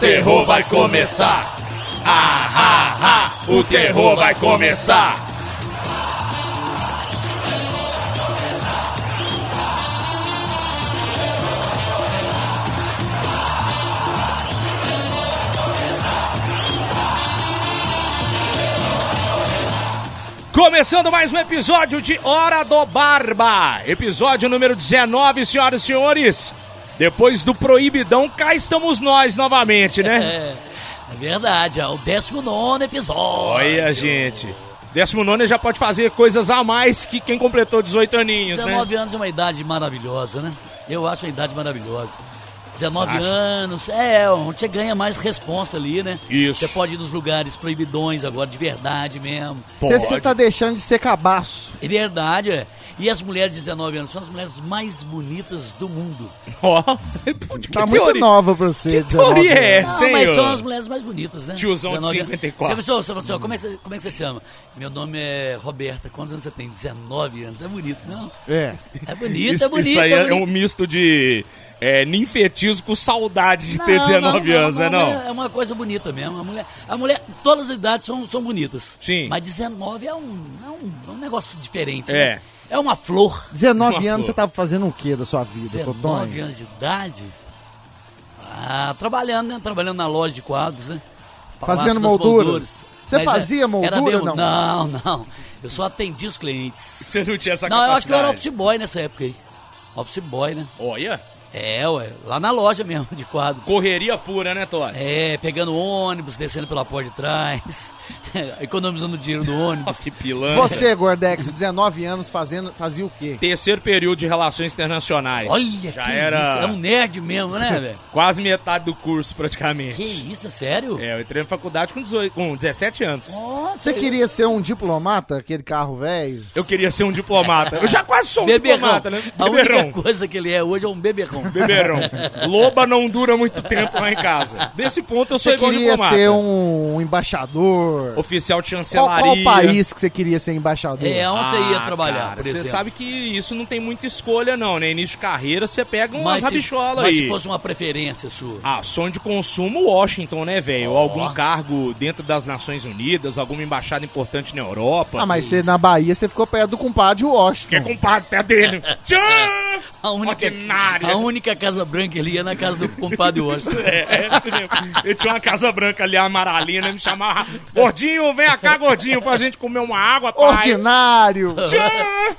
terror vai começar. Ah, ah, ah, o terror vai começar. Começando mais um episódio de Hora do Barba, episódio número 19, senhoras e senhores. Depois do proibidão, cá estamos nós novamente, né? É, é verdade, é o 19 episódio. Olha, gente. 19 já pode fazer coisas a mais que quem completou 18 aninhos, né? 19 anos é uma idade maravilhosa, né? Eu acho uma idade maravilhosa. 19 Você acha? anos, é, onde você ganha mais responsa ali, né? Isso. Você pode ir nos lugares proibidões agora, de verdade mesmo. Você você tá deixando de ser cabaço. É verdade, é. E as mulheres de 19 anos são as mulheres mais bonitas do mundo. Ó, de que Tá muito teoria? nova pra você. Que teoria é Não, essa, hein? mas ô? são as mulheres mais bonitas, né? Tiozão de 19 anos. 54. Você pensou, você falou assim, ó, como, é que você, como é que você chama? Meu nome é Roberta. Quantos anos você tem? 19 anos. É bonito, não? É. É bonito, Isso, é bonito. isso aí é é, bonito. um misto de é, ninfetismo com saudade de ter 19 anos, né não? É uma coisa bonita mesmo. A mulher, a mulher todas as idades são, são bonitas. Sim. Mas 19 é um, é um, é um negócio diferente. É. né? É uma flor. 19 Uma anos você flor. tava fazendo o que da sua vida, 19 Totonho? anos de idade. Ah, trabalhando, né? Trabalhando na loja de quadros, né? Palácio Fazendo das molduras. Você Mas, é, fazia moldura, era mesmo... não? Não, não. Eu só atendi os clientes. Você não tinha essa não, eu acho que eu era capacidade. office boy nessa época aí. Office boy, né? Olha, É, ué. Lá na loja mesmo, de quadros. correria pura, né, Torres? É, pegando ônibus, descendo pela porta de trás, economizando o dinheiro do ônibus. Nossa, que pilantra. Você, Gordex, 19 anos fazendo, fazia o quê? Terceiro período de relações internacionais. Olha, Já que era isso, é um nerd mesmo, né, velho? quase metade do curso, praticamente. Que isso, é sério? É, eu entrei na faculdade com, 18, com 17 anos. Nossa, Você queria ser um diplomata, aquele carro velho? Eu queria ser um diplomata. Eu já quase sou um beberrão. diplomata, né? A Beberrão. única coisa que ele é hoje é um beberrão. Beberrão. Loba não dura muito tempo lá em casa. Desse ponto eu sou Você igual queria diplomata. ser um embaixador? Oficial de Qual, chancelaria. qual país que você queria ser embaixador? É, onde você ia Ah, trabalhar, cara, por Você exemplo? sabe que isso não tem muita escolha, não, né? Início de carreira, você pega umas mas se, rabicholas mas aí. se fosse uma preferência sua. Ah, sonho de consumo Washington, né, velho? Algum cargo dentro das Nações Unidas, alguma embaixada importante na Europa. Ah, mas você, na Bahia você ficou perto do compadre Washington. Quer é compadre, pé tá dele. Tchau! A única, Ordinária. a única Casa Branca ele ia na casa do compadre Washington. É, é isso mesmo. Eu tinha uma casa branca ali, amaralina, me chamava. Gordinho, vem cá, gordinho, pra gente comer uma água, pai. Ordinário! Tchau!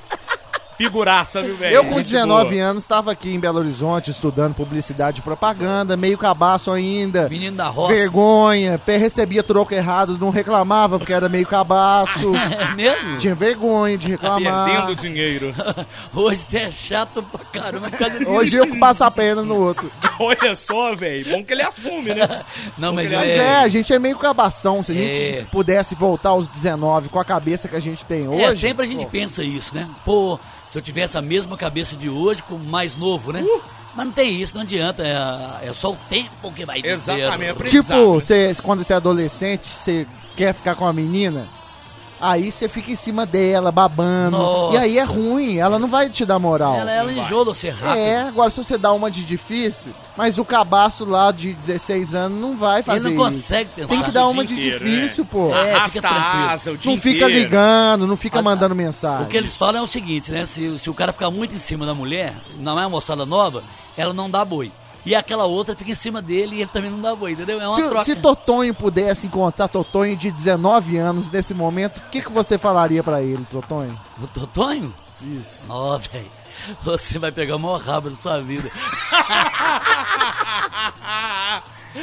Figuraça, viu, velho? Eu com É, Gente 19 boa. anos estava aqui em Belo Horizonte estudando publicidade e propaganda, meio cabaço ainda. Menino da roça. Vergonha, pé recebia troco errado, não reclamava porque era meio cabaço. É mesmo? Tinha vergonha de Perdendo reclamar. dinheiro. Hoje você é chato pra caramba. por causa disso. Hoje eu que passo a perna no outro. Olha só, velho. Bom que ele assume, né? Não, mas, Mas Mas é, a gente é meio cabação. Se a gente É. pudesse voltar aos 19 com a cabeça que a gente tem hoje. É, sempre a gente pô, pensa isso, né? Pô, se eu tivesse a mesma cabeça de hoje, com mais novo, né? Uh! Mas não tem isso, não adianta. É, é só o tempo que vai dizer. Exatamente, aprende- Tipo, né? Exato. você, quando você é adolescente, você quer ficar com a menina, aí você fica em cima dela, babando. Nossa. E aí é ruim, ela não vai te dar moral. Ela, é ela enjoa de você rápido. É, agora se você dá uma de difícil, mas o cabaço lá de 16 anos não vai É, fazer Ele não isso. consegue pensar. Tem que dar uma de difícil, pô. É, Arrasta fica a tranquilo. asa o dia não fica inteiro. ligando, não fica Ah, mandando O mensagem. que eles falam é o seguinte, né? Se, se o cara ficar muito em cima da mulher, não é uma moçada nova, ela não dá boi. E aquela outra fica em cima dele e ele também não dá boi, entendeu? É uma Se, troca. se Totonho pudesse encontrar Totonho de 19 anos nesse momento, o que, que você falaria pra ele, Totonho? O Totonho? Isso. Ó, velho. Você vai pegar o maior rabo da sua vida.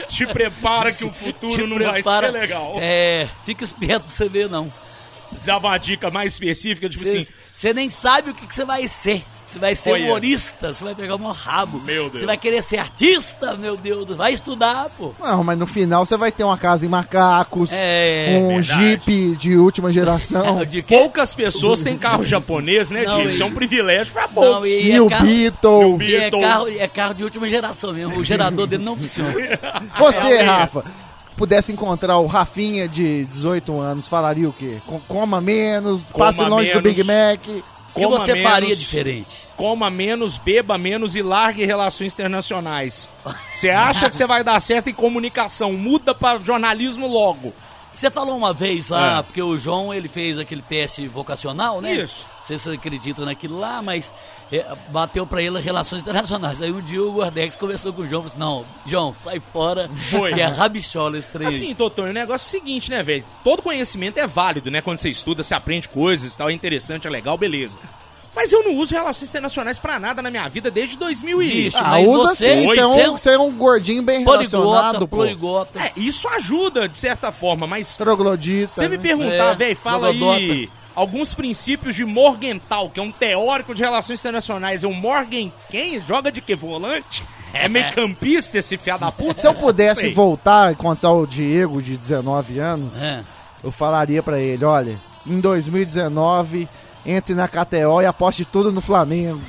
Te prepara que o futuro Te não prepara- vai ser legal. É, fica esperto pra você ver, não. Dá uma dica mais específica, tipo assim, Você nem sabe o que que você vai ser. Você vai ser Olha. humorista, você vai pegar o maior rabo. Meu Deus. Você vai querer ser artista, meu Deus. do- Vai estudar, pô. Não, mas no final você vai ter uma casa em macacos, É, um verdade. Jeep de última geração, De quê? poucas pessoas têm carro japonês, né, Não, Didi? Isso é e- um privilégio pra Não, poucos. e, e é o carro, Beatle. e é, Beatle. carro, é carro de última geração mesmo. O gerador dele não funciona. Você, É, Rafa, pudesse encontrar o Rafinha de 18 anos, falaria o quê? Com- Coma menos, Coma passe longe do menos. Big Mac. que Coma você menos. faria diferente? Coma menos, beba menos e largue relações internacionais. Você acha que você vai dar certo em comunicação? Muda pra jornalismo logo. Você falou uma vez lá, É. porque o João ele fez aquele teste vocacional, né? Isso. Não sei se você acredita naquilo lá, mas é, bateu pra ele relações internacionais. Aí um dia o Gordex conversou com o João e disse: Não, João, sai fora, Foi. que é rabichola esse trem. Assim, doutor, o negócio é o seguinte, né, velho? Todo conhecimento é válido, né? Quando você estuda, você aprende coisas e tal, é interessante, é legal, beleza. Mas eu não uso relações internacionais pra nada na minha vida desde 2000 e... Bicho, Ah, mas usa você- sim, você você é, é um- um, você é um gordinho bem Poliglota, relacionado, pô. poliglota. É, isso ajuda, de certa forma, mas... Troglodita. Se você me né? perguntar, É, velho, fala aí Logodota. alguns princípios de Morgenthau, que é um teórico de relações internacionais. É um Morgan quem? Joga de que? Volante? É meio campista esse fiado da puta? Se eu pudesse Sei. voltar e contar o Diego de 19 anos, É. eu falaria pra ele, olha, em 2019, entre na KTO e aposte tudo no Flamengo.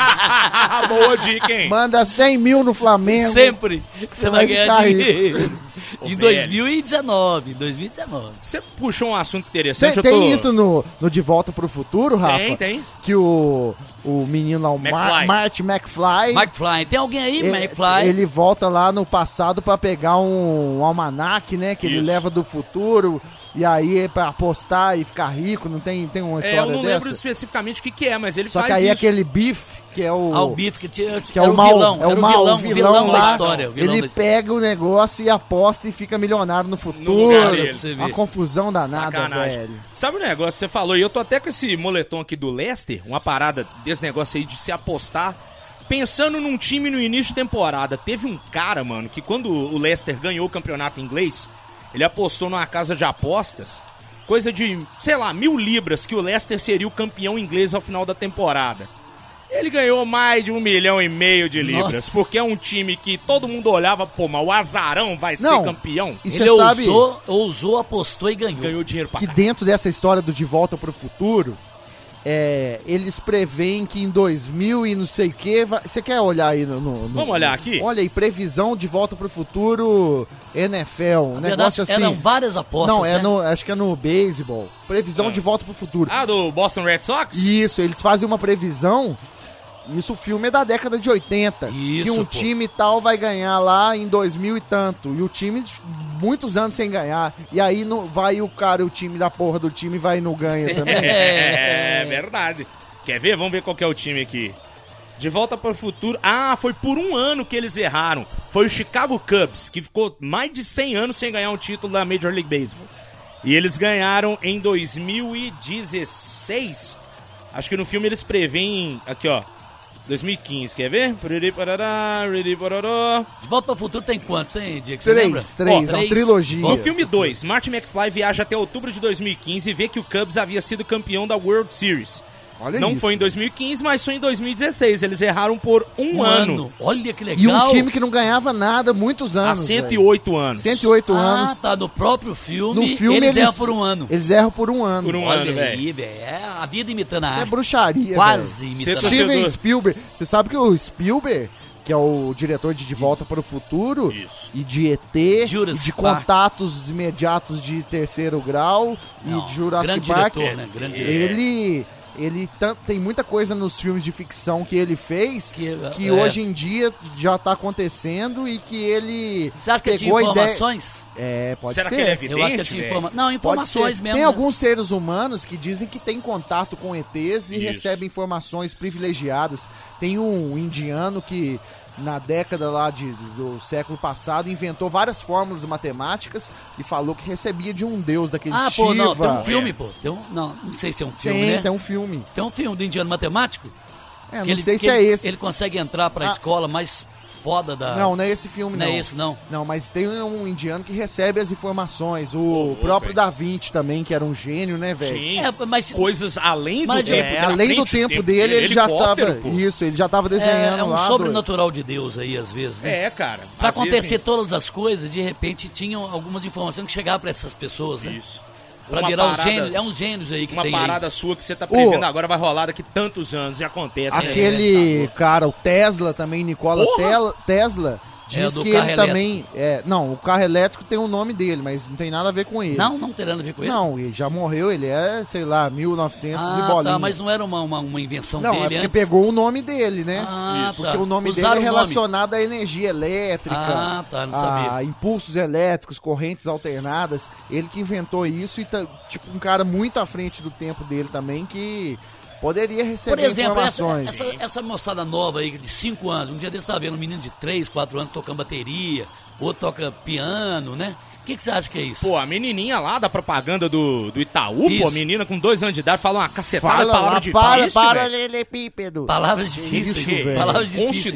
Ah, boa dica, hein? Manda 100 mil no Flamengo. É. Sempre que você vai vai ganhar ficar rico. dinheiro. Ô, Em velho. 2019, 2019. Você puxou um assunto Tem, interessante. eu tô- tem isso no, no De Volta pro Futuro, Rafa? Tem, tem. Que o, o menino lá, o McFly. Mar Marty McFly... McFly, tem alguém aí, ele- McFly? Ele volta lá no passado pra pegar um, almanac, né? Que ele Isso. leva do futuro. E aí é pra apostar e ficar rico. Não tem, tem uma É, eu história não dessa? lembro especificamente o que, que é, mas ele Só faz que aí isso. aquele bife, que é o. Ah, o Biff, que, tinha, que é era o mal, vilão, é o era mal, vilão, o vilão, vilão da lá, história. o vilão Ele da história. pega o negócio e aposta e fica milionário no futuro. lugar dele. Uma Pra você ver. Uma confusão danada, Sacanagem. velho. Sabe o negócio? Você falou, e eu tô até com esse moletom aqui do Leicester, uma parada desse negócio aí de se apostar. Pensando num time no início de temporada, teve um cara, mano, que quando o Leicester ganhou o campeonato inglês, ele apostou numa casa de apostas, coisa de, sei lá, mil libras, que o Leicester seria o campeão inglês ao final da temporada. Ele ganhou mais de um milhão e meio de libras, Nossa. porque é um time que todo mundo olhava, pô, mas o Azarão vai Não. ser campeão. E Ele você sabe ousou, ousou, apostou e ganhou. Ganhou dinheiro pra que caralho. dentro dessa história do De Volta pro Futuro, é, eles preveem que em 2000 e não sei o que. Você quer olhar aí no, no- no- Vamos olhar aqui? Olha aí, previsão de Volta pro Futuro NFL. Um Na verdade, negócio assim. Eram várias apostas, não, é né? É. no, acho que é no beisebol. Previsão Ah. de Volta pro Futuro. Ah, do Boston Red Sox? Isso, eles fazem uma previsão. Isso, o filme é da década de 80. que Isso, pô. um time tal vai ganhar lá em 2000 e tanto. E o time, muitos anos sem ganhar. E aí não, vai o cara, o time da porra do time, vai e não ganha também. É, verdade. Quer ver? Vamos ver qual que é o time aqui. De volta para o futuro. Ah, foi por um ano que eles erraram. Foi o Chicago Cubs, que ficou mais de 100 anos sem ganhar um título da Major League Baseball. E eles ganharam em 2016. Acho que no filme eles preveem. Aqui, ó. 2015, quer ver? Piriri, parará, piriri, pararó. De Volta ao Futuro tem quantos, hein, Diego? Você Três, lembra? três, Ó, é uma trilogia. No filme 2, Martin McFly viaja até outubro de 2015 e vê que o Cubs havia sido campeão da World Series. Olha Não É isso. foi em 2015, mas foi em 2016. Eles erraram por um, Um ano. ano. Olha que legal. E um time que não ganhava nada, muitos Há anos. Ah, velho. 108 anos. 108 ah, anos. tá, no próprio No filme, filme eles eles, erram por um ano. Eles erram por um ano. Por um Olha ano, velho. aí, velho. É a vida imitando a Isso é arte. bruxaria. velho. Ah, Quase Você imitando a tá- arte. Steven Torcedor. Spielberg. Você sabe que o Spielberg, que é o diretor de De Volta para o Futuro, Isso. e de ET, Jurassic e de Park. contatos imediatos de terceiro grau Não, e de Jurassic grande Park. diretor, né? Grande diretor. Ele ele tan- tem muita coisa nos filmes de ficção que ele fez Que- que, é. hoje em dia já tá acontecendo e que ele Você acha que eu tinha pegou a ideia. informações? É, pode Será ser. que ele é Eu acho que eu vidente, tinha velho? informações. Não, Pode informações ser. mesmo. Tem né? alguns seres humanos que dizem que têm contato com ETs e recebem informações privilegiadas. Tem um indiano que na década lá de, do século passado inventou várias fórmulas matemáticas e falou que recebia de um deus daquele Ah, Shiva. pô, não, tem um filme, pô. Tem um, não, não sei se é um filme, Tem, né? tem um filme. Tem um filme do indiano matemático? É, não que ele- sei que se é ele- esse. Ele consegue entrar pra Ah. escola mais foda da... Não, não é esse filme, Não não. é esse, não. Não, mas tem um indiano que recebe as informações. O ô, próprio velho. Da Vinci também, que era um gênio, né, velho? Sim. É, mas Coisas além do Mas, tempo. é, dele, É, na além do frente tempo dele, ele já tava. helicóptero, pô. Isso, ele já tava é, desenhando é um lá. doido. sobrenatural de Deus aí, às vezes, né? É, cara. Pra Às acontecer vezes- todas as coisas, de repente tinham algumas informações que chegavam pra essas pessoas, né? Isso. Pra Uma virar um parada- gênio, é um gênios aí que Uma tem aí. parada sua que você tá prevendo Ô. agora vai rolar daqui tantos anos e acontece. né? é, tá Aquele cara, o Tesla também, Nikola Porra! Tel- Tesla, é, Diz do que carro ele elétrico. também. É, não, o carro elétrico tem o nome dele, mas não tem nada a ver com ele. Não, não tem nada a ver com ele. Não, ele já morreu, ele é, sei lá, 1900 e ah, bolinha. tá, mas não era uma, uma, uma invenção Não, dele é porque antes. pegou o nome dele, né? Ah, Porque tá. o nome Usaram dele é o nome. relacionado à energia elétrica, Ah, tá, não a sabia. impulsos elétricos, correntes alternadas. Ele que inventou isso e, tá, tipo, um cara muito à frente do tempo dele também que poderia receber Por exemplo, essa, informações. essa, essa moçada nova aí de 5 anos, um dia desse tava vendo um menino de 3, 4 anos tocando bateria, outro toca piano, né? O que, que você acha que é isso? Pô, a menininha lá da propaganda do, do Itaú, Isso. pô, a menina com dois anos de idade, fala uma cacetada Fala de palavra lá, de para, difícil, para, velho. lelepípedo. Palavras difíceis, isso, velho. palavras difíceis.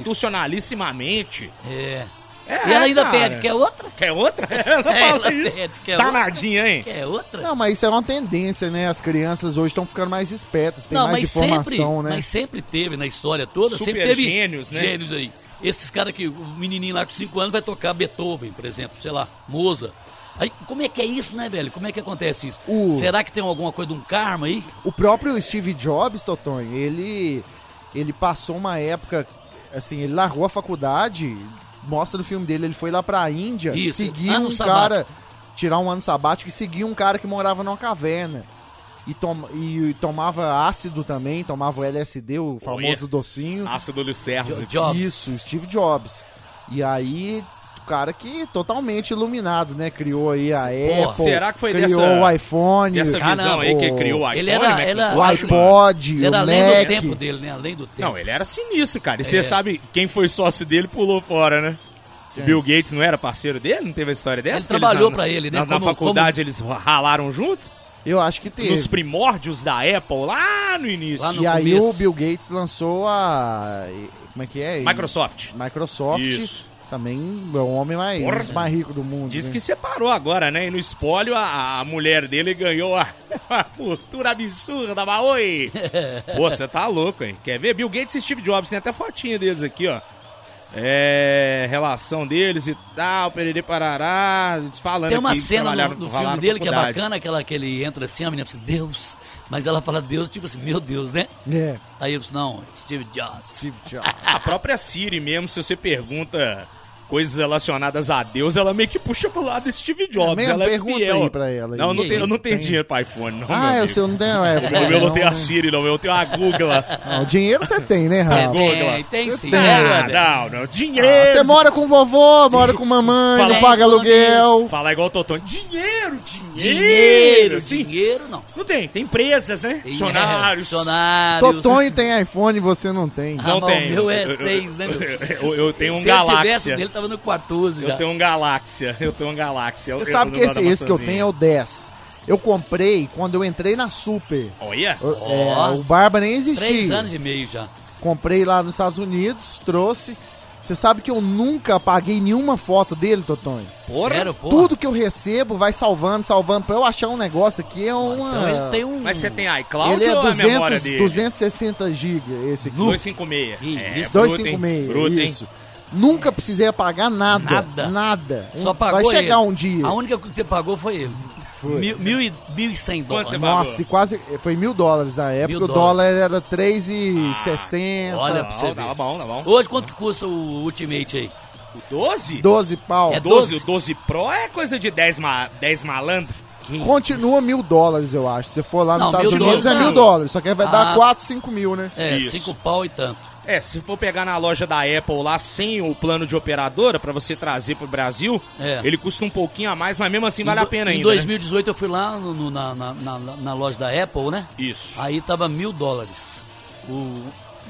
Constitucionalissimamente. É. É, E ela ainda cara. pede, quer outra? Quer outra? Ela É, fala ela isso. pede, quer Danadinha, hein? Quer outra? Não, mas isso é uma tendência, né? As crianças hoje estão ficando mais espertas, tem Não, mais mas informação, sempre, né? mas sempre teve na história toda, Super sempre teve gênios, né? gênios aí. Esses caras que o menininho lá com 5 anos vai tocar Beethoven, por exemplo, sei lá, Moza. Aí, como é que é isso, né, velho? Como é que acontece isso? O- Será que tem alguma coisa de um karma aí? O próprio Steve Jobs, Totonho, ele ele passou uma época assim, ele largou a faculdade, mostra no filme dele, ele foi lá pra Índia, Isso, seguiu ano um cara sabático. tirar um ano sabático e seguiu um cara que morava numa caverna. E, tom- e- e tomava ácido também, tomava o LSD, o famoso docinho. Ácido Lucerzo. Jobs. Isso, Steve Jobs. E aí, o cara que totalmente iluminado, né? Criou aí a Apple. será que foi criou dessa- o iPhone. E essa cara, visão aí que o- ele criou o iPhone, né, Ah, Ele era- Macintosh, era- o iPod, Ele era o além Mac. do tempo dele, né? Além do tempo. Não, é ele era sinistro, cara. E você É. sabe quem foi sócio dele pulou fora, né? O Bill Gates não era parceiro dele? Não teve a história dessa? Ele Que eles trabalhou na- pra ele, né? Na, na Como- faculdade eles ralaram juntos? Eu acho que teve. Nos primórdios da Apple, lá no início. Lá no- E aí começo. o Bill Gates lançou a... Como é que é? Microsoft. Microsoft. Isso. Também é o homem mais, Porra. mais rico do mundo. Diz né? que separou agora, né? E no espólio, a, a mulher dele ganhou a, a fortuna absurda, mas oi! Pô, você tá louco, hein? Quer ver? Bill Gates e Steve Jobs, tem até fotinha deles aqui, ó. É, relação deles e tal, perere parará, falando Tem uma aqui que cena no, trabalharam- no filme ralaram dele que é faculdade. bacana, aquela que ele entra assim, a menina fala assim, Deus. Mas ela fala Deus, tipo assim, meu Deus, né? É, Aí eu disse, não, Steve Jobs. Steve Jobs. A própria Siri mesmo, se você pergunta coisas relacionadas a Deus, ela meio que puxa pro lado do Steve Jobs. mesmo? ela é Pergunta fiel. aí pra ela aí. Não, eu não Que tenho, eu não isso? tenho Tem- dinheiro pra iPhone, não, Ah, meu é o amigo. seu não tem... é, O meu eu não tenho a não- Siri, não, eu tenho a Google. não, o dinheiro você tem, né, Rafa? Google. Tem, tem sim. né, Ah, brother? não, não. Ah, Você Dinheiro! mora com vovô, mora com mamãe, Fala não aí, paga Tonis. aluguel. Falar igual o Totão. Dinheiro, dinheiro! Dinheiro, É, Sim. dinheiro não. Não tem, tem empresas, né? Funcionários. Funcionários. Totonho tem iPhone e você não tem. Ah, Não mas o tem. meu é Eu- eu- seis, né, meu? Eu, eu tenho um Se eu tivesse Galáxia. o dele, tava no 14 já. Eu tenho um Galáxia. Eu tenho um Galáxia. Você sabe que esse, esse que eu tenho é o. o 10. Eu comprei quando eu entrei na Super. Olha! Eu- é, o Barba nem Três existia. anos e meio já. Comprei lá nos Estados Unidos, trouxe. Você sabe que eu nunca apaguei nenhuma foto dele, Totonho. Porra. Sério, porra. Tudo que eu recebo vai salvando, salvando. Pra eu achar um negócio aqui é uma... Então ele tem um... Mas você tem Ele iCloud é ou a memória 200, dele? 260 GB esse aqui. 256. Ih, É, isso. bruto, hein? 256, Bruto, hein? isso. Nunca precisei apagar nada. Nada? Nada. Só Um- pagou Vai chegar ele. um dia. A única coisa que você pagou foi ele. Mil, mil, e, mil e cem Quanto dólares. você Nossa, pagou? e quase. Foi mil dólares na época. Mil Ah, o dólar era 3,60. olha pra Não, você ver. Tá bom, tá bom. Hoje, quanto que custa o Ultimate aí? O 12? 12 pau. É O 12, 12. o 12 Pro é coisa de 10, ma 10 malandro. Continua mil dólares, eu acho. Se você for lá nos Não, Estados mil Unidos, dólares é mil não. dólares. Só que aí vai dar Ah. 4, 5 mil, né? É, Isso. cinco pau e tanto. É, se for pegar na loja da Apple lá sem o plano de operadora pra você trazer pro Brasil, É. ele custa um pouquinho a mais, mas mesmo assim vale Em a do- pena em ainda. 2018 eu fui lá no- no- na, na- na- na loja da Apple, né? né? Isso. Aí tava mil dólares. O,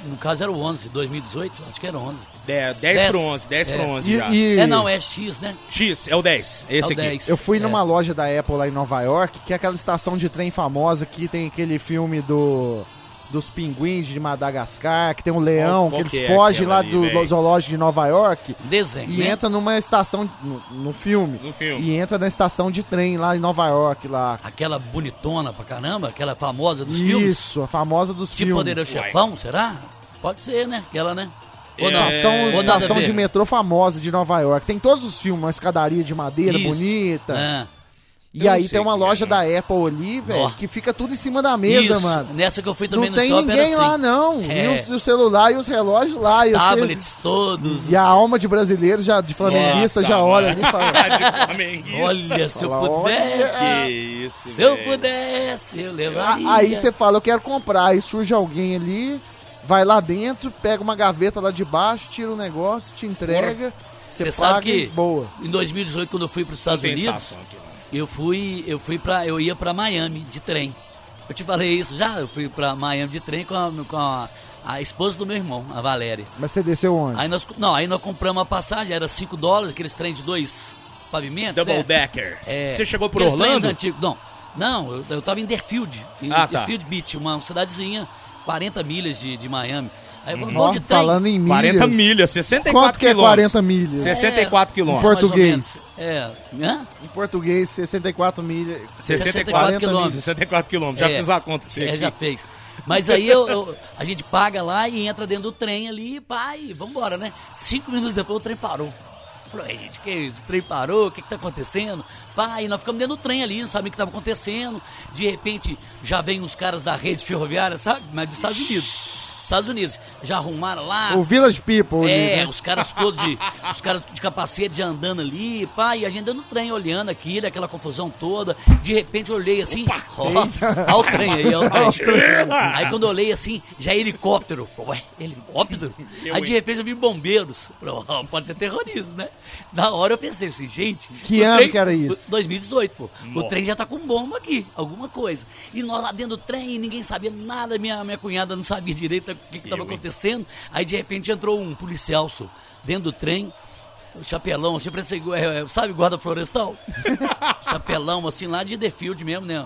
no caso era o 11, 2018, acho que era 11. De- 10, Dez. pro 11, 10 pro É. 11 E, já. e É não, é X, né? X, é o 10, É esse o aqui. 10. eu fui É. numa loja da Apple lá em Nova York, que é aquela estação de trem famosa que tem aquele filme do. Dos pinguins de Madagascar, que tem um leão, qual que que eles é fogem aquela lá ali, do, véi? do zoológico de Nova York. Desenho, E né? entra numa estação. No, no filme. No filme. E entra na estação de trem lá em Nova York, lá. Aquela bonitona pra caramba, aquela famosa dos filmes. Isso, a famosa dos Tipo filmes. Poderoso Uai. Chefão, será? Pode ser, né? Aquela, né? Ou não? Estação, É, ou nada a estação ver. de metrô famosa de Nova York. Tem todos os filmes, uma escadaria de madeira Isso. bonita. É. E Eu não aí sei tem uma quem é, loja não. da Apple ali, velho, Ó. que fica tudo em cima da mesa, Isso, mano. Nessa que eu fui Não também no tem shopping ninguém era lá, né? assim. não. E, É. os- e o celular e os relógios lá. e você- Tablets todos. E a alma de brasileiro, já, de flamenguista, já olha ali e fala. "Ah, De flamenguista. Olha, se eu Fala, olha, pudesse, Que isso, se eu velho. pudesse, eu levaria. A- Aí você fala, eu quero comprar. Aí surge alguém ali, vai lá dentro, pega uma gaveta lá de baixo, tira um negócio, te entrega, você Você paga sabe e que boa. em 2018, quando eu fui para os Estados Tem Unidos, estação aqui, mano. eu fui, eu fui para, eu ia para Miami de trem. Eu te falei isso já, eu fui para Miami de trem com, a, com a- a esposa do meu irmão, a Valéria. Mas você desceu onde? Aí nós, não, aí nós compramos a passagem, era 5 dólares, aqueles trem de dois pavimentos. né? Double Decker. É, Você chegou por aqueles Orlando? trens antigos, não, não eu, eu tava em Deerfield, em Ah, tá. Deerfield Beach, uma cidadezinha, 40 milhas de, de Miami. Aí eu falei, Ó, vamos de trem. Uhum. falando em milhas. 40 milhas, 64 Quanto que é quilômetros. 40 milhas? Você- 64 quilômetros. mais ou Português. menos. É, hã? Em português, 64 milhas. 64 40 quilômetros. milhas. 64 quilômetros. Já É. fiz a conta pra você. É, aqui. já fez. Mas aí eu, eu- a gente paga lá e entra dentro do trem ali, pá, e vambora, né? Cinco minutos depois o trem parou. Falou, "Ei, gente, que isso? O trem parou, o que, que tá acontecendo? Pá, e nós ficamos dentro do trem ali, não sabíamos o que tava acontecendo. De repente já vem uns caras da rede ferroviária, sabe? Mas dos Estados Unidos. Estados Unidos. Já arrumaram lá. O Village People. É, ali, né? os caras todos de, os caras de capacete de andando ali, pá, e a gente dando trem, olhando aquilo, aquela confusão toda. De repente eu olhei assim, ó, ó o trem aí, ó o trem. Aí quando eu olhei assim, já é helicóptero. Ué, helicóptero? Aí de repente eu vi bombeiros. Falei, ó, pode ser terrorismo, né? Na hora eu pensei assim, gente. Que o ano que era isso? 2018, pô. O trem já tá com bomba aqui, alguma coisa. E nós lá dentro do trem, ninguém sabia nada, minha, minha cunhada não sabia direito o que estava acontecendo. Aí de repente entrou um policial só, dentro do trem, o chapelão, assim, parece, igual- é, é, sabe, guarda florestal? chapelão, assim, lá de The Field mesmo, né?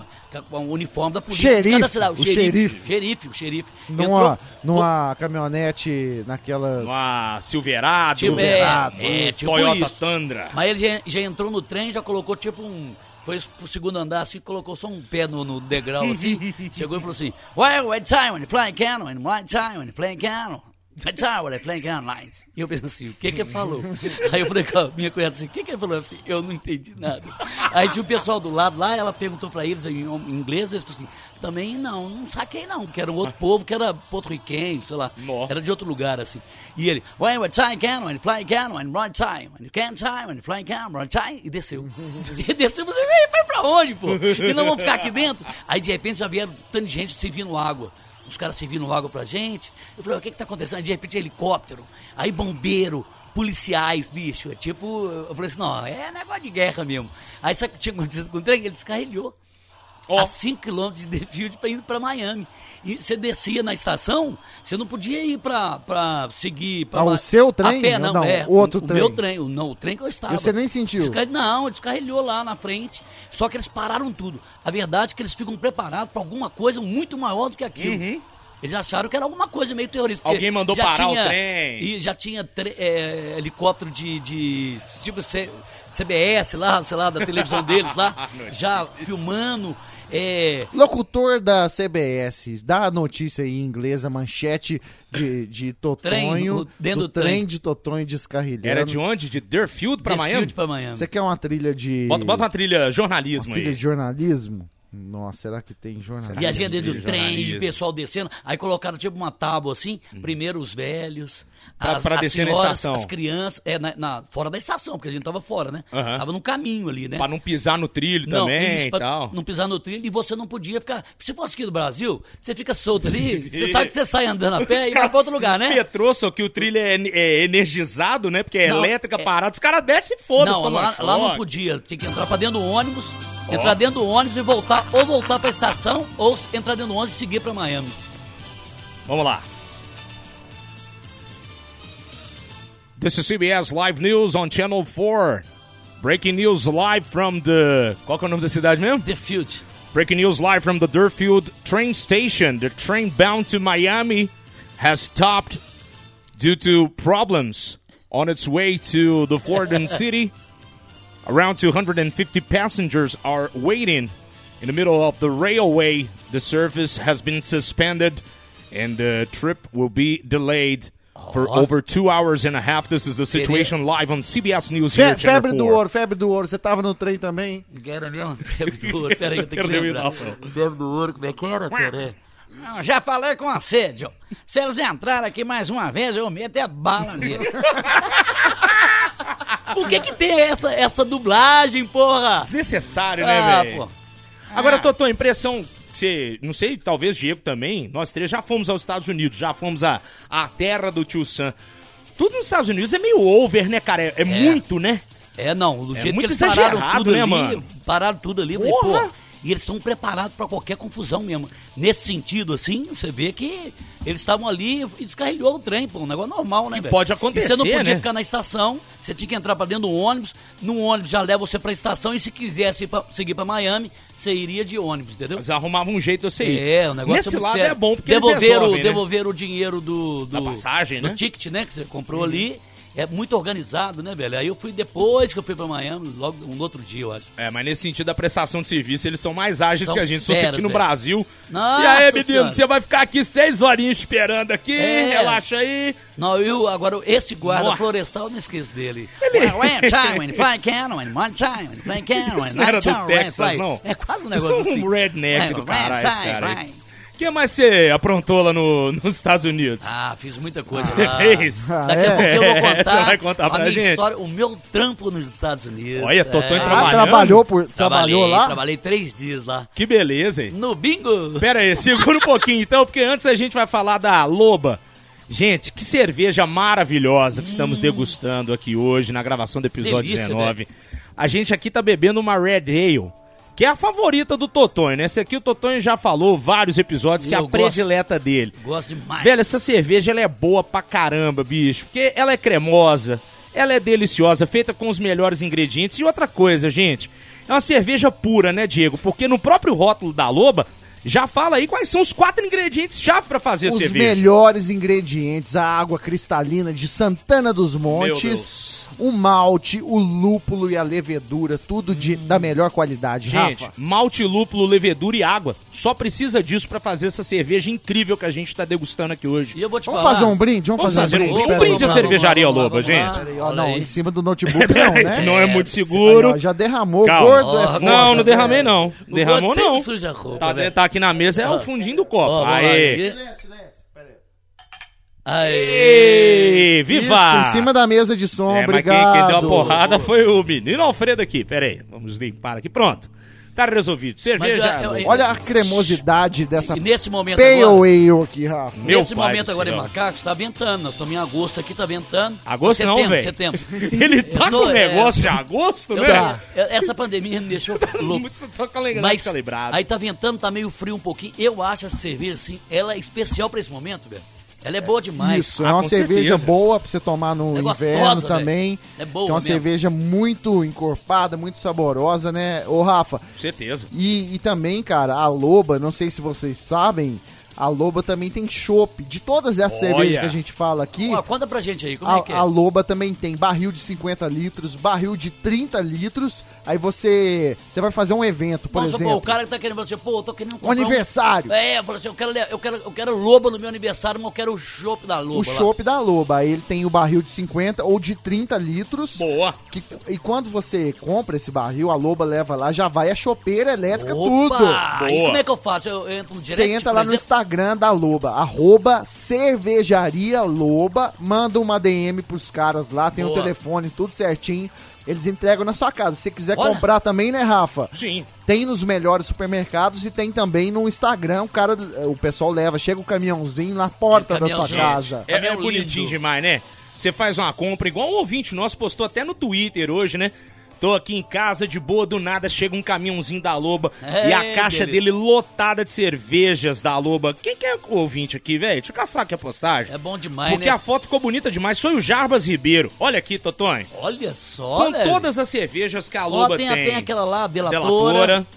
Com o uniforme da polícia de Xerife, cada cidade. o xerife. Xerife, o xerife. Numa, Entrou- numa caminhonete naquelas. Uma Silverado. Tipo, é, Silverado. é, tipo Toyota isso. Tundra. Mas ele já, já entrou no trem, já colocou tipo um. Foi pro segundo andar assim, colocou só um pé no, no degrau assim. chegou e falou assim: Well, what time when you flying cannon? And what time when you flying cannon? What time when you flying cannon light? E eu pensei assim: O que que ele falou? Aí eu falei com a minha cunhada assim: O que que ele falou? Eu falei assim: Eu não entendi nada. Aí tinha o pessoal do lado lá, ela perguntou pra eles em em inglês, eles falaram assim: Também não, não saquei não, que era um outro povo, que era porto-riquenho, sei lá. Nó. Era de outro lugar, assim. E ele, when we time can, when fly can, when run time, when you can time, when fly can, run time, e desceu. e desceu, você "Ei, vai pra onde, pô? E não vão ficar aqui dentro? Aí de repente já vieram um tanto de gente servindo água. Os caras servindo água pra gente. Eu falei, o que que tá acontecendo? Aí, de repente helicóptero, aí bombeiro, policiais, bicho. É tipo, eu falei assim, não, é negócio de guerra mesmo. Aí sabe o que tinha acontecido com o trem? Ele descarrilhou Ó. a 5 km de Deerfield para ir para Miami. E você descia na estação, você não podia ir para pra seguir para Ah, o seu trem? A pé não, Não, é. o outro o trem. meu trem, o não, o trem que eu estava. E você nem sentiu? Descarri- Não, descarrilhou lá na frente, só que eles pararam tudo. A verdade é que eles ficam preparados para alguma coisa muito maior do que aquilo. Uhum. Eles acharam que era alguma coisa meio terrorista. porque Alguém mandou já parar o trem. E já tinha tre- é, helicóptero de, de tipo C- CBS lá, sei lá, da televisão deles lá, já filmando. É, Locutor da CBS, dá a notícia aí em inglês, a manchete de, de Totonho. Trem, o- dentro do trem. trem. um- de Totonho descarrilhando. Era de onde? De Deerfield pra Miami? Deerfield pra Miami. Você quer uma trilha de. Bota, um bota uma trilha jornalismo uma trilha aí. de jornalismo? Nossa, será que tem jornalismo? E a gente é dentro do Jornalismo. Uhum. trem, e o pessoal descendo. Aí colocaram tipo uma tábua assim, primeiro os velhos, Pra- as, pra as descer na senhoras, estação. as crianças, é, na, na- fora da estação, porque a gente tava fora, né? Aham. Tava no caminho ali, né? Pra não pisar no trilho Não, também isso, e pra tal. não pisar no trilho e você não podia ficar. Se fosse aqui do Brasil, você fica solto ali, você sabe que você sai andando a pé e vai pra outro lugar, né? Petrou, só que o trilho é, é energizado, né? Porque é Não, elétrica é- parada. Os caras descem e foda-se. Não, toma lá, lá não choque. podia. Tinha que entrar pra dentro do ônibus, entrar dentro do ônibus e voltar, ou voltar pra estação, ou entrar dentro do ônibus e seguir pra Miami. Vamos lá. This is CBS Live News on Channel 4. Breaking news live from the. Qual que é o nome da cidade mesmo? The Field. Breaking news live from the Durfield train station. The train bound to Miami has stopped due to problems on its way to the Floridan city. Around 250 passengers are waiting in the middle of the railway. The service has been suspended and the trip will be delayed for over two hours and a half. This is the situation live on CBS News here, Fe- at Channel febre do 4. ouro, febre do ouro. Você tava no trem também? Quero não, febre do ouro. Peraí, eu tenho que Perdeu a lembrar. imitação. Febre do ouro, como é que era, peraí? Não, já falei com a sede, ó. Se eles entrarem aqui mais uma vez, eu meto é bala neles. Por que que tem essa, essa dublagem, porra? Desnecessário, né, Ah, velho? pô. Ah. Agora, Totô, impressão. que Você, não sei, talvez Diego também. Nós três já fomos aos Estados Unidos, já fomos à, à terra do tio Sam. Tudo nos Estados Unidos é meio over, né, cara? É, é muito, né? É, não, do jeito muito que eles pararam exagerado, tudo né, ali, mano? pararam tudo ali, eu falei, Porra! pô, e eles estão preparados pra qualquer confusão mesmo. Nesse sentido, assim, você vê que eles estavam ali e descarrilhou o trem, pô, um negócio normal, né, velho? pode E você não acontecer, podia né? ficar na estação, você tinha que entrar pra dentro do ônibus, no ônibus já leva você pra estação e se quisesse ir pra- seguir pra Miami, você iria de ônibus, entendeu? Eles arrumavam um jeito assim. É, o negócio Nesse é muito lado sério. é bom porque eles devolver o, resolvem, né? devolver o dinheiro do, do Da passagem, do né? Uhum. ticket, né, que você comprou ali. É muito organizado, né, velho? Aí eu fui depois que eu fui pra Miami, logo um outro dia, eu acho. É, mas nesse sentido da prestação de serviço, eles são mais ágeis São que a gente. Se fosse aqui feras, no velho. Brasil. Nossa e aí, menino, Senhora. você vai ficar aqui seis horinhas esperando aqui, É. relaxa aí. Não, eu agora esse guarda Nossa. florestal, eu não esqueço dele. Ele... Isso não era do Texas, não? É quase um negócio assim. Um redneck É, do caralho, Ryan, esse cara aí. Ryan. O que mais você aprontou lá no- nos Estados Unidos? Ah, fiz muita coisa. Você lá. fez? Daqui a pouco eu vou É, contar, você vai contar a pra minha gente? história, o meu trampo nos Estados Unidos. Olha, Totó É. entrava- Ah, Trabalhando? trabalhou, por, trabalhou Trabalhei, lá? Trabalhei três dias lá. Que beleza, hein? No bingo. Pera aí, segura um pouquinho então, porque antes a gente vai falar da Loba. Gente, que cerveja maravilhosa que estamos degustando aqui hoje na gravação do episódio Hum. Delícia, 19. A gente aqui tá bebendo uma Red Ale, que é a favorita do Totonho, né? Esse aqui o Totonho já falou vários episódios que é a Eu gosto. predileta dele. Gosto demais. Velho, essa cerveja ela é boa pra caramba, bicho. Porque ela é cremosa, ela é deliciosa, feita com os melhores ingredientes. E outra coisa, gente, é uma cerveja pura, né, Diego? Porque no próprio rótulo da Loba já fala aí quais são os quatro ingredientes chave pra fazer a Os cerveja. melhores ingredientes, a água cristalina de Santana dos Montes, o malte, o lúpulo e a levedura, tudo de, da melhor qualidade, Hum. Gente, Rafa. malte, lúpulo, levedura e água. Só precisa disso pra fazer essa cerveja incrível que a gente tá degustando aqui hoje. E eu vou te Vamos falar. fazer um brinde? Vamos, Vamos fazer, fazer um brinde. Pera Um aí, brinde à vamos lá, cerveja. cervejaria Loba, gente. vamos gente. lá. Ó, não, em cima do notebook não, né? Não é muito Aí, seguro. ó, já derramou, Calma. gordo. é foda, não, não né? derramei não. Derramou não. Suja a roupa, Tá, velho. tá aqui na mesa, é o fundinho do copo. Ó, vamos lá, Aê! aqui. Silêncio, silêncio, pera aí. Aê! Ei, viva! Isso, em cima da mesa de som, É, mas quem, obrigado. quem deu a porrada foi o menino Alfredo aqui. Pera aí, vamos limpar aqui. Pronto. Tá resolvido. Cerveja. Mas já- eu- Olha a cremosidade dessa E nesse momento pale agora... ale aqui, Rafa. Meu nesse pai momento do agora em céu. Macacos, tá ventando. Nós estamos em agosto aqui, tá ventando. Agosto não, Setembro, velho. Setembro. Ele tá Eu com tô- é, um negócio de agosto, Eu- né? Tá. eu- Essa pandemia me deixou louco. Isso tá é calibrado. Mas calibrado. aí tá ventando, tá meio frio um pouquinho. Eu acho essa cerveja, assim, ela é especial pra esse momento, velho. Ela é boa demais. Isso, Ah, é uma com cerveja certeza. boa pra você tomar no É gostosa, inverno velho. também. É boa É uma mesmo. cerveja muito encorpada, muito saborosa, né? Ô, Rafa, Com certeza. e, e também, cara, a Loba, não sei se vocês sabem, a Loba também tem chopp. De todas essas Olha. cervejas que a gente fala aqui, Ó, conta pra gente aí, como é que é? a, a Loba também tem barril de 50 litros, barril de 30 litros. Aí você, você vai fazer um evento, por Vamos supor, exemplo, o cara que tá querendo, você, pô, eu tô querendo um comprar aniversário. Um... É, falou assim, eu quero, le- eu quero, eu quero loba no meu aniversário, mas eu quero o chopp da loba O lá. chopp da Loba, aí ele tem o barril de 50 ou de 30 litros. Boa. Que- e quando você compra esse barril, a loba leva lá, já vai a chopeira elétrica, Opa! tudo. E Boa. como é que eu faço? Eu, eu entro no direct, Você entra lá por no exemplo? Instagram da Loba, arroba cervejaria Loba, manda uma DM pros caras lá, tem o Boa. telefone, tudo certinho. Eles entregam na sua casa. Se você quiser Olha. comprar também, né, Rafa? Sim. Tem nos melhores supermercados e tem também no Instagram. O cara, o pessoal leva, chega o caminhãozinho na porta da sua Caminhãozinho. casa. É, Também é é um bonitinho lindo. demais, né? Você faz uma compra, igual um ouvinte nosso postou até no Twitter hoje, né? Tô aqui em casa de boa, do nada chega um caminhãozinho da Loba É, e a caixa delícia. dele lotada de cervejas da Loba. Quem que é o ouvinte aqui, velho? Deixa eu caçar aqui a postagem. É bom demais, Porque né? a foto ficou bonita demais. Foi o Jarbas Ribeiro. Olha aqui, Totonho. Olha só, Com velho. todas as cervejas que a Ó, Loba tem, tem. a- tem aquela lá, a Delatora. Delatora.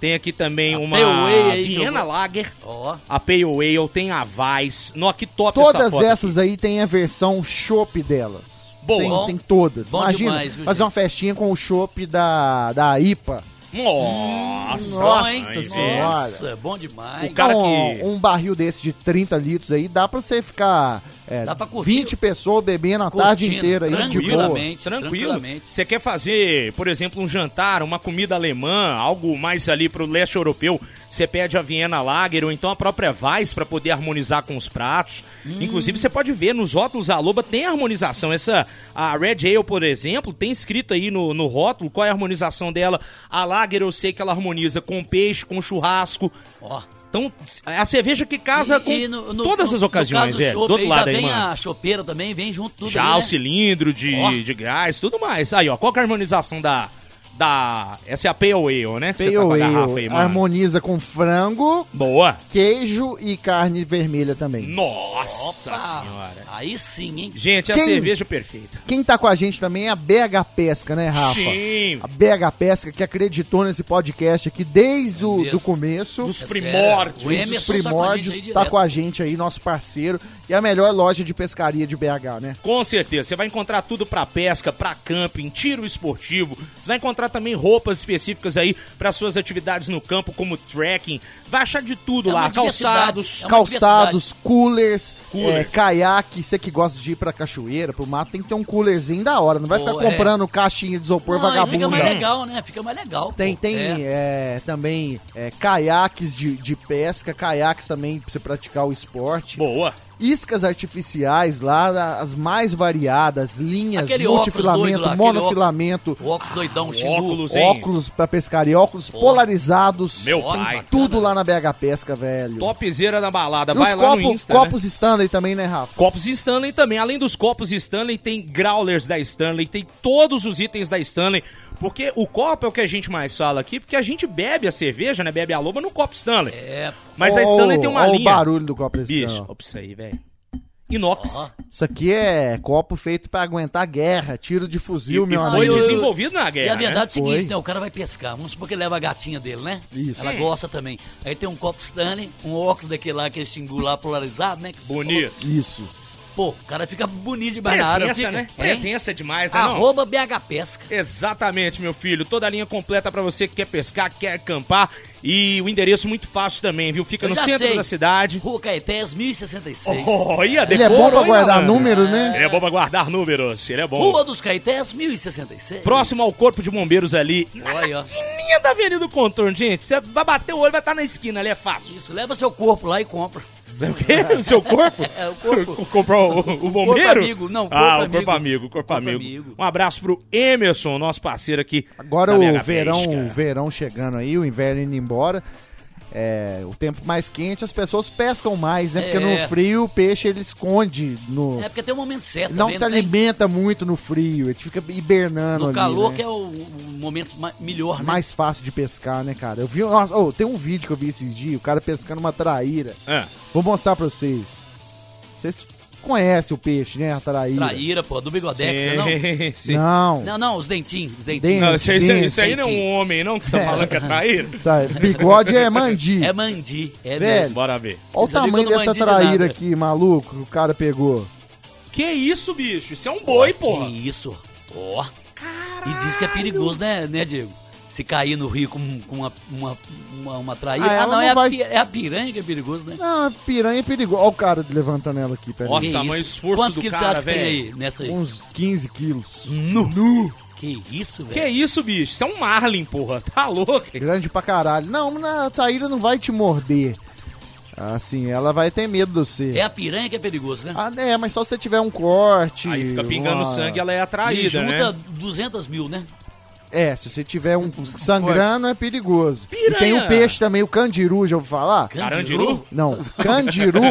Tem aqui também uma Pale Ale, Viena eu vou- Lager. Ó. A Pale Ale, tem a Vice. No, que top essa Todas foto. essas aí tem a versão chopp delas. Boa. Tem, tem todas. Bom Imagina, demais, viu, fazer gente? uma festinha com o chopp da, da IPA. Nossa, Nossa, Nossa hein? Senhora. Nossa, é bom demais. O cara um, que- um barril desse de 30 litros aí, dá pra você ficar é, Dá pra curtir. 20 pessoas bebendo a Curtindo, tarde inteira aí, de boa. tranquilamente. tranquilo. tranquilamente. Você quer fazer, por exemplo, um jantar, uma comida alemã, algo mais ali pro leste europeu, você pede a Viena Lager ou então a própria Weiss pra poder harmonizar com os pratos. Hum. Inclusive, você pode ver nos rótulos da Loba tem harmonização. Essa a Red Ale, por exemplo, tem escrito aí no, no rótulo qual é a harmonização dela. A Lager eu sei que ela harmoniza com peixe, com churrasco. Ó. Então, é a cerveja que casa E- com e no- no- todas no- as no ocasiões, caso do velho. chopp Do outro aí lado já aí, tem mano. a chopeira também, vem junto tudo. Já aí, o né? cilindro de, Ó. de gás, tudo mais. Aí, ó, qual que é a harmonização da. da essa é a Pale Ale, né? Que você Pale tá com a garrafa Ale, aí, mano. harmoniza com frango, Boa. queijo e carne vermelha também. Nossa Opa, senhora. Aí sim, hein? Gente, é a Quem- cerveja perfeita. Quem tá com a gente também é a BH Pesca, né, Rafa? Sim. A BH Pesca que acreditou nesse podcast aqui desde o Mesmo. do começo. Dos É primórdios. sério, o Os Emerson primórdios tá com a gente aí tá direto. com a gente aí, nosso parceiro. E a melhor loja de pescaria de BH, né? Com certeza, você vai encontrar tudo pra pesca, pra camping, tiro esportivo. Você vai encontrar também roupas específicas aí para suas atividades no campo, como trekking. Vai achar de tudo É lá, uma diversidade. calçados. É uma Calçados, coolers, Coolers. é, caiaque. Você que gosta de ir pra cachoeira, pro mato, tem que ter um coolerzinho da hora. Não vai Pô, ficar é. comprando caixinha de isopor Não, aí vagabundo. Fica mais não. legal, né? Fica mais legal. Tem, pô. tem É. é, também é, caiaques de, de pesca, caiaques também pra você praticar o esporte. Boa. Iscas artificiais lá, as mais variadas, linhas, Aquele óculos multifilamento, doido lá, aquele monofilamento, O óculos doidão, o Xingu. óculos. Sim. óculos pra pescaria, óculos polarizados. Meu Ó, pai. bacana. Tudo lá na BH Pesca, velho. Topzera da balada. E vai os lá copo- no Insta. né? copos Stanley também, né, Rafa? Copos Stanley também. Além dos copos Stanley, tem growlers da Stanley, tem todos os itens da Stanley. Porque o copo é o que a gente mais fala aqui, porque a gente bebe a cerveja, né? Bebe a loba no copo Stanley. É, Mas a Ó, Stanley tem uma ó linha. o barulho do copo Bicho, Stanley. ó. opa, isso aí, velho. Inox. Isso aqui é copo feito pra aguentar guerra, tiro de fuzil, e meu foi amigo. eu- desenvolvido na guerra. E a verdade é o seguinte, Foi. né? O cara vai pescar. Vamos supor que ele leva a gatinha dele, né? Isso. É. Ela gosta também. Aí tem um copo Stanley, um óculos daquele lá, aquele Xingu lá polarizado, né? Que né? você Bonito. Isso. Pô, o cara fica bonito de banana. Presença, né? Presença demais, né? não? Arroba BH Pesca. Exatamente, meu filho. Toda a linha completa pra você que quer pescar, quer acampar. E o endereço muito fácil também, viu? Fica Eu no já centro sei. da cidade. Oh, Rua Caetés, 1066. Olha, Ele é bom decorou, pra hein, guardar malandro? número, né? Ele é bom pra guardar números, ele é bom. Rua dos Caetés, 1066. Próximo ao corpo de bombeiros ali. Olha, ó. Linha da Avenida do Contorno, gente. Você vai bater o olho, vai estar na esquina ali, é fácil. Isso, leva seu corpo lá e compra. O quê? O seu corpo? É, o corpo. Comprou o, o bombeiro? Corpo amigo, não, corpo ah, o amigo. corpo amigo, o corpo, Corpo amigo. amigo. Um abraço pro Emerson, nosso parceiro aqui. Agora da o BH verão, Pesca. o verão chegando aí, o inverno indo embora. É, o tempo mais quente, as pessoas pescam mais, né? Porque É. no frio o peixe ele esconde no. É porque tem um momento certo. Ele tá Oh. não também, se tem? alimenta muito no frio, ele fica hibernando No ali, calor né? que é o, o momento ma- melhor, né? É mais fácil de pescar, né, cara? Eu vi, nossa, ô, tem um vídeo que eu vi esses dias, o cara pescando uma traíra. Ah, Vou mostrar pra vocês. Vocês conhecem o peixe, né, a traíra? Traíra, pô, do Bigodex, né, não? sim, sim. Não. Não, não, os dentinhos, os Dente. dentinhos. Não, isso, aí- isso aí- isso aí não é Entendi. um homem, não, que você tá falando que é traíra. Tá, bigode é mandi. É mandi, é Velho. mesmo. Bora ver. Olha o Isso ali tamanho quando dessa bandido traíra nada. aqui, maluco, que o cara pegou. Que isso, bicho? Isso é um boi, Que porra. isso, ó. E diz que é perigoso, né, né, Diego? Se cair no rio com, com uma, uma, uma, uma traíra. Ah, Ah, ela não, não é, vai- a, pi- é a piranha que é perigoso, né? Não, piranha é perigoso. Olha o cara levantando ela aqui, peraí. Nossa, Que mas o isso? esforço Quantos do quilos cara, você acha que tem velho? aí nessa aí? Uns 15 quilos. Nu. nu. Que isso, Que velho? isso, bicho? Isso é um Marlin, porra. Tá louco? Grande pra caralho. Não, na saída não vai te morder. Assim, ela vai ter medo de você. É a piranha que é perigoso, né? Ah, é, mas só se você tiver um corte. Aí fica pingando uma- sangue, ela é e atraída, né? junta 200 mil, né? É, se você tiver um sangrando é perigoso. Piranha. E tem um peixe também, o candiru, já ouviu falar? Carandiru? Não, candiru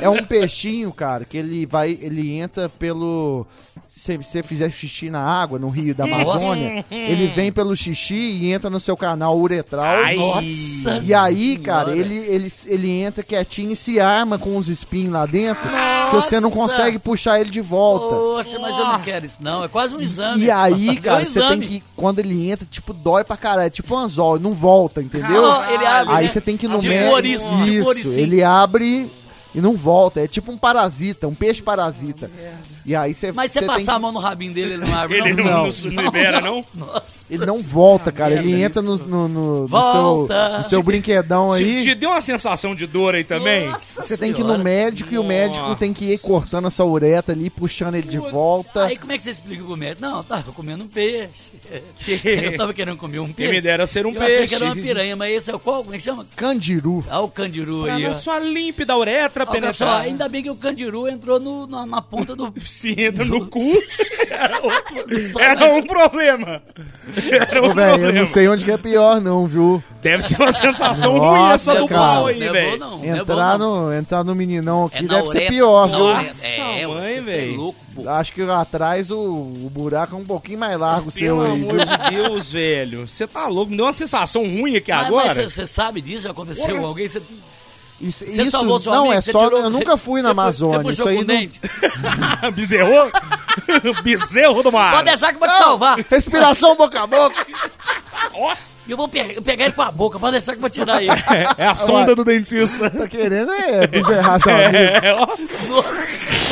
é um peixinho, cara, que ele vai, ele entra pelo se você fizer xixi na água no rio da Amazônia, ele vem pelo xixi e entra no seu canal uretral. Ai. Nossa E aí, cara, Senhora. ele, ele, ele entra quietinho e se arma com os espinhos lá dentro, que você não Nossa. consegue puxar ele de volta. Poxa, mas eu Ah. não quero isso, não. É quase um exame. E aí, Fazer um cara, você tem exame. que. Quando ele entra, tipo, dói pra caralho. É tipo um anzol, não volta, entendeu? Ó, ele abre, aí né? você tem que ir no Tipo médico. ouriço, tipo Isso, ouriço. ele abre e não volta. É tipo um parasita, um peixe parasita. E aí você Mas se você você tem passar a que- mão no rabinho dele, ele não abre. Ele não. não, Não. não se libera, não? Ele não volta, cara. Ah, merda, Ele entra isso. no, no, no- no Volta. Tipo, seu, no seu brinquedão Te, aí. te deu uma sensação de dor aí também? Nossa Você tem que ir Senhora. no médico e o médico Nossa. tem que ir cortando essa ureta ali, puxando ele de volta. Aí como é que você explica pro médico? Não, eu tava comendo um peixe. Eu tava querendo comer um peixe. me dera ser um eu achei peixe. que era uma piranha, mas esse é o qual? Como é que chama? Candiru. Ah, o candiru Pra aí, ó. na sua límpida uretra Ó, pessoal, penetrar. ainda bem que o candiru entrou no- na, na ponta do... Se entra no cu, era um, Só era um problema. Era um Ô, velho, eu problema. não sei onde que é pior, não, viu? Deve ser uma sensação Nossa, ruim essa do cara. pau aí, não é bom, velho. não. não é bom, Entrar não. no, entrar no meninão aqui É na deve ser oreta. pior, Na viu? Nossa, oreta. É, mãe, você velho. É louco, pô. Acho que lá atrás o, o buraco é um pouquinho mais largo o seu Pelo aí, viu? amor de Deus, velho. Você tá louco. Me deu uma sensação ruim aqui Mas- agora. Mas você sabe disso? Aconteceu Porra. alguém? Você, Isso, você isso- salvou seu não, amigo? é Você só. tirou- eu você- nunca fui na você pu- Amazônia. Você Isso puxou aí com o não, dente? Bezerro? Bezerro do mar. Pode deixar que eu vou te salvar. Ah, Respiração boca a boca. Ó, Eu vou pe- eu pegar ele com a boca. Pode deixar que eu vou tirar ele. é a sonda do dentista. tá querendo é bezerrar seu amigo. É, ó.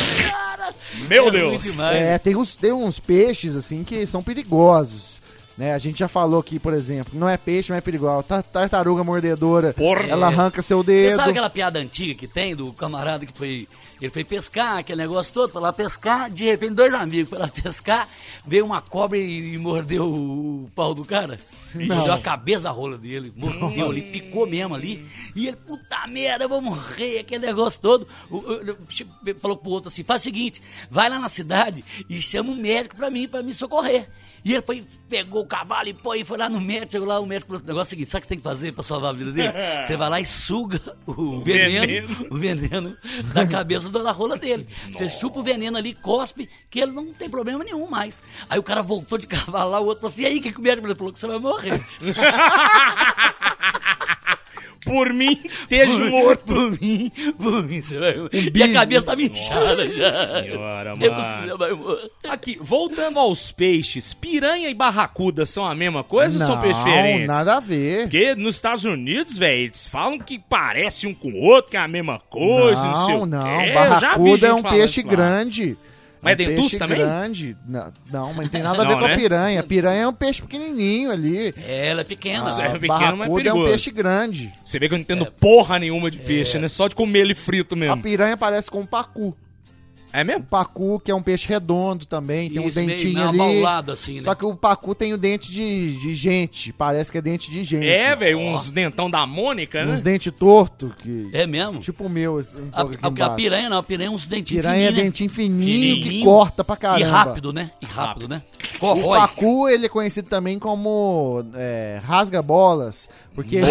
Meu É Deus. ruim demais. É, tem uns, tem uns peixes, assim, que são perigosos. Né? A gente já falou aqui, por exemplo, não é peixe, não é perigoso. Tar- Tartaruga mordedora, Porra. ela arranca seu Você dedo. sabe aquela piada antiga que tem do camarada que foi. Ele foi pescar, aquele negócio todo, foi lá pescar, de repente dois amigos foram lá pescar, veio uma cobra e, e mordeu o pau do cara. Mordeu a cabeça da rola dele, mordeu ali, picou mesmo ali. E ele, puta merda, eu vou morrer, aquele negócio todo. O- o- o- falou pro outro assim: faz o seguinte, vai lá na cidade e chama um médico pra mim, pra me socorrer. E ele foi, pegou o cavalo e pô, e foi lá no médico, chegou lá, o médico falou, o negócio é o seguinte, sabe o que você tem que fazer pra salvar a vida dele? Você vai lá e suga o veneno, veneno. o veneno da cabeça da da rola dele. Você chupa o veneno ali, cospe, que ele não tem problema nenhum mais. Aí o cara voltou de cavalo lá, o outro falou assim, e aí, o que que o médico falou? Ele falou que você vai morrer. Por mim, um esteja Por- morto. Por mim, por mim, você vai morrer. E a cabeça tava inchada já. Senhora, Eu mano. já vai morrer. Aqui, voltando aos peixes, piranha e barracuda são a mesma coisa ou são Não, peixes diferentes? nada a ver. Porque nos Estados Unidos, velho, eles falam que parece um com o outro, que é a mesma coisa, não, sei o não, quê. não. Eu já vi gente Barracuda é um falando peixe isso lá. grande. Mas É é um dentuço peixe também? grande. Não, não, mas não tem nada a Não, ver com né? a piranha. Piranha é um peixe pequenininho ali. É, Ela é pequena. Mas é A pequeno, mas é barracuda é um perigoso. peixe grande. Você vê que eu não entendo porra nenhuma de peixe, né? Só de comer ele frito A mesmo. piranha parece com um pacu. É mesmo? O pacu, que é um peixe redondo também, tem Isso, um meio- dentinho meio ali. abaulado assim, né? Só que o pacu tem o dente de, de gente. Parece que é dente de gente. É, velho, uns dentão da Mônica, né? Uns dentes tortos. Que... É mesmo? Tipo o meu. assim, Um A, pouco aqui a- a embaixo. piranha não, a piranha é uns dentinhos Piranha é fininhos, né? dentinho fininho que Fininho. corta pra caramba. E rápido, né? E rápido, né? O Corrói. Pacu, ele é conhecido também como é, rasga-bolas, porque ele,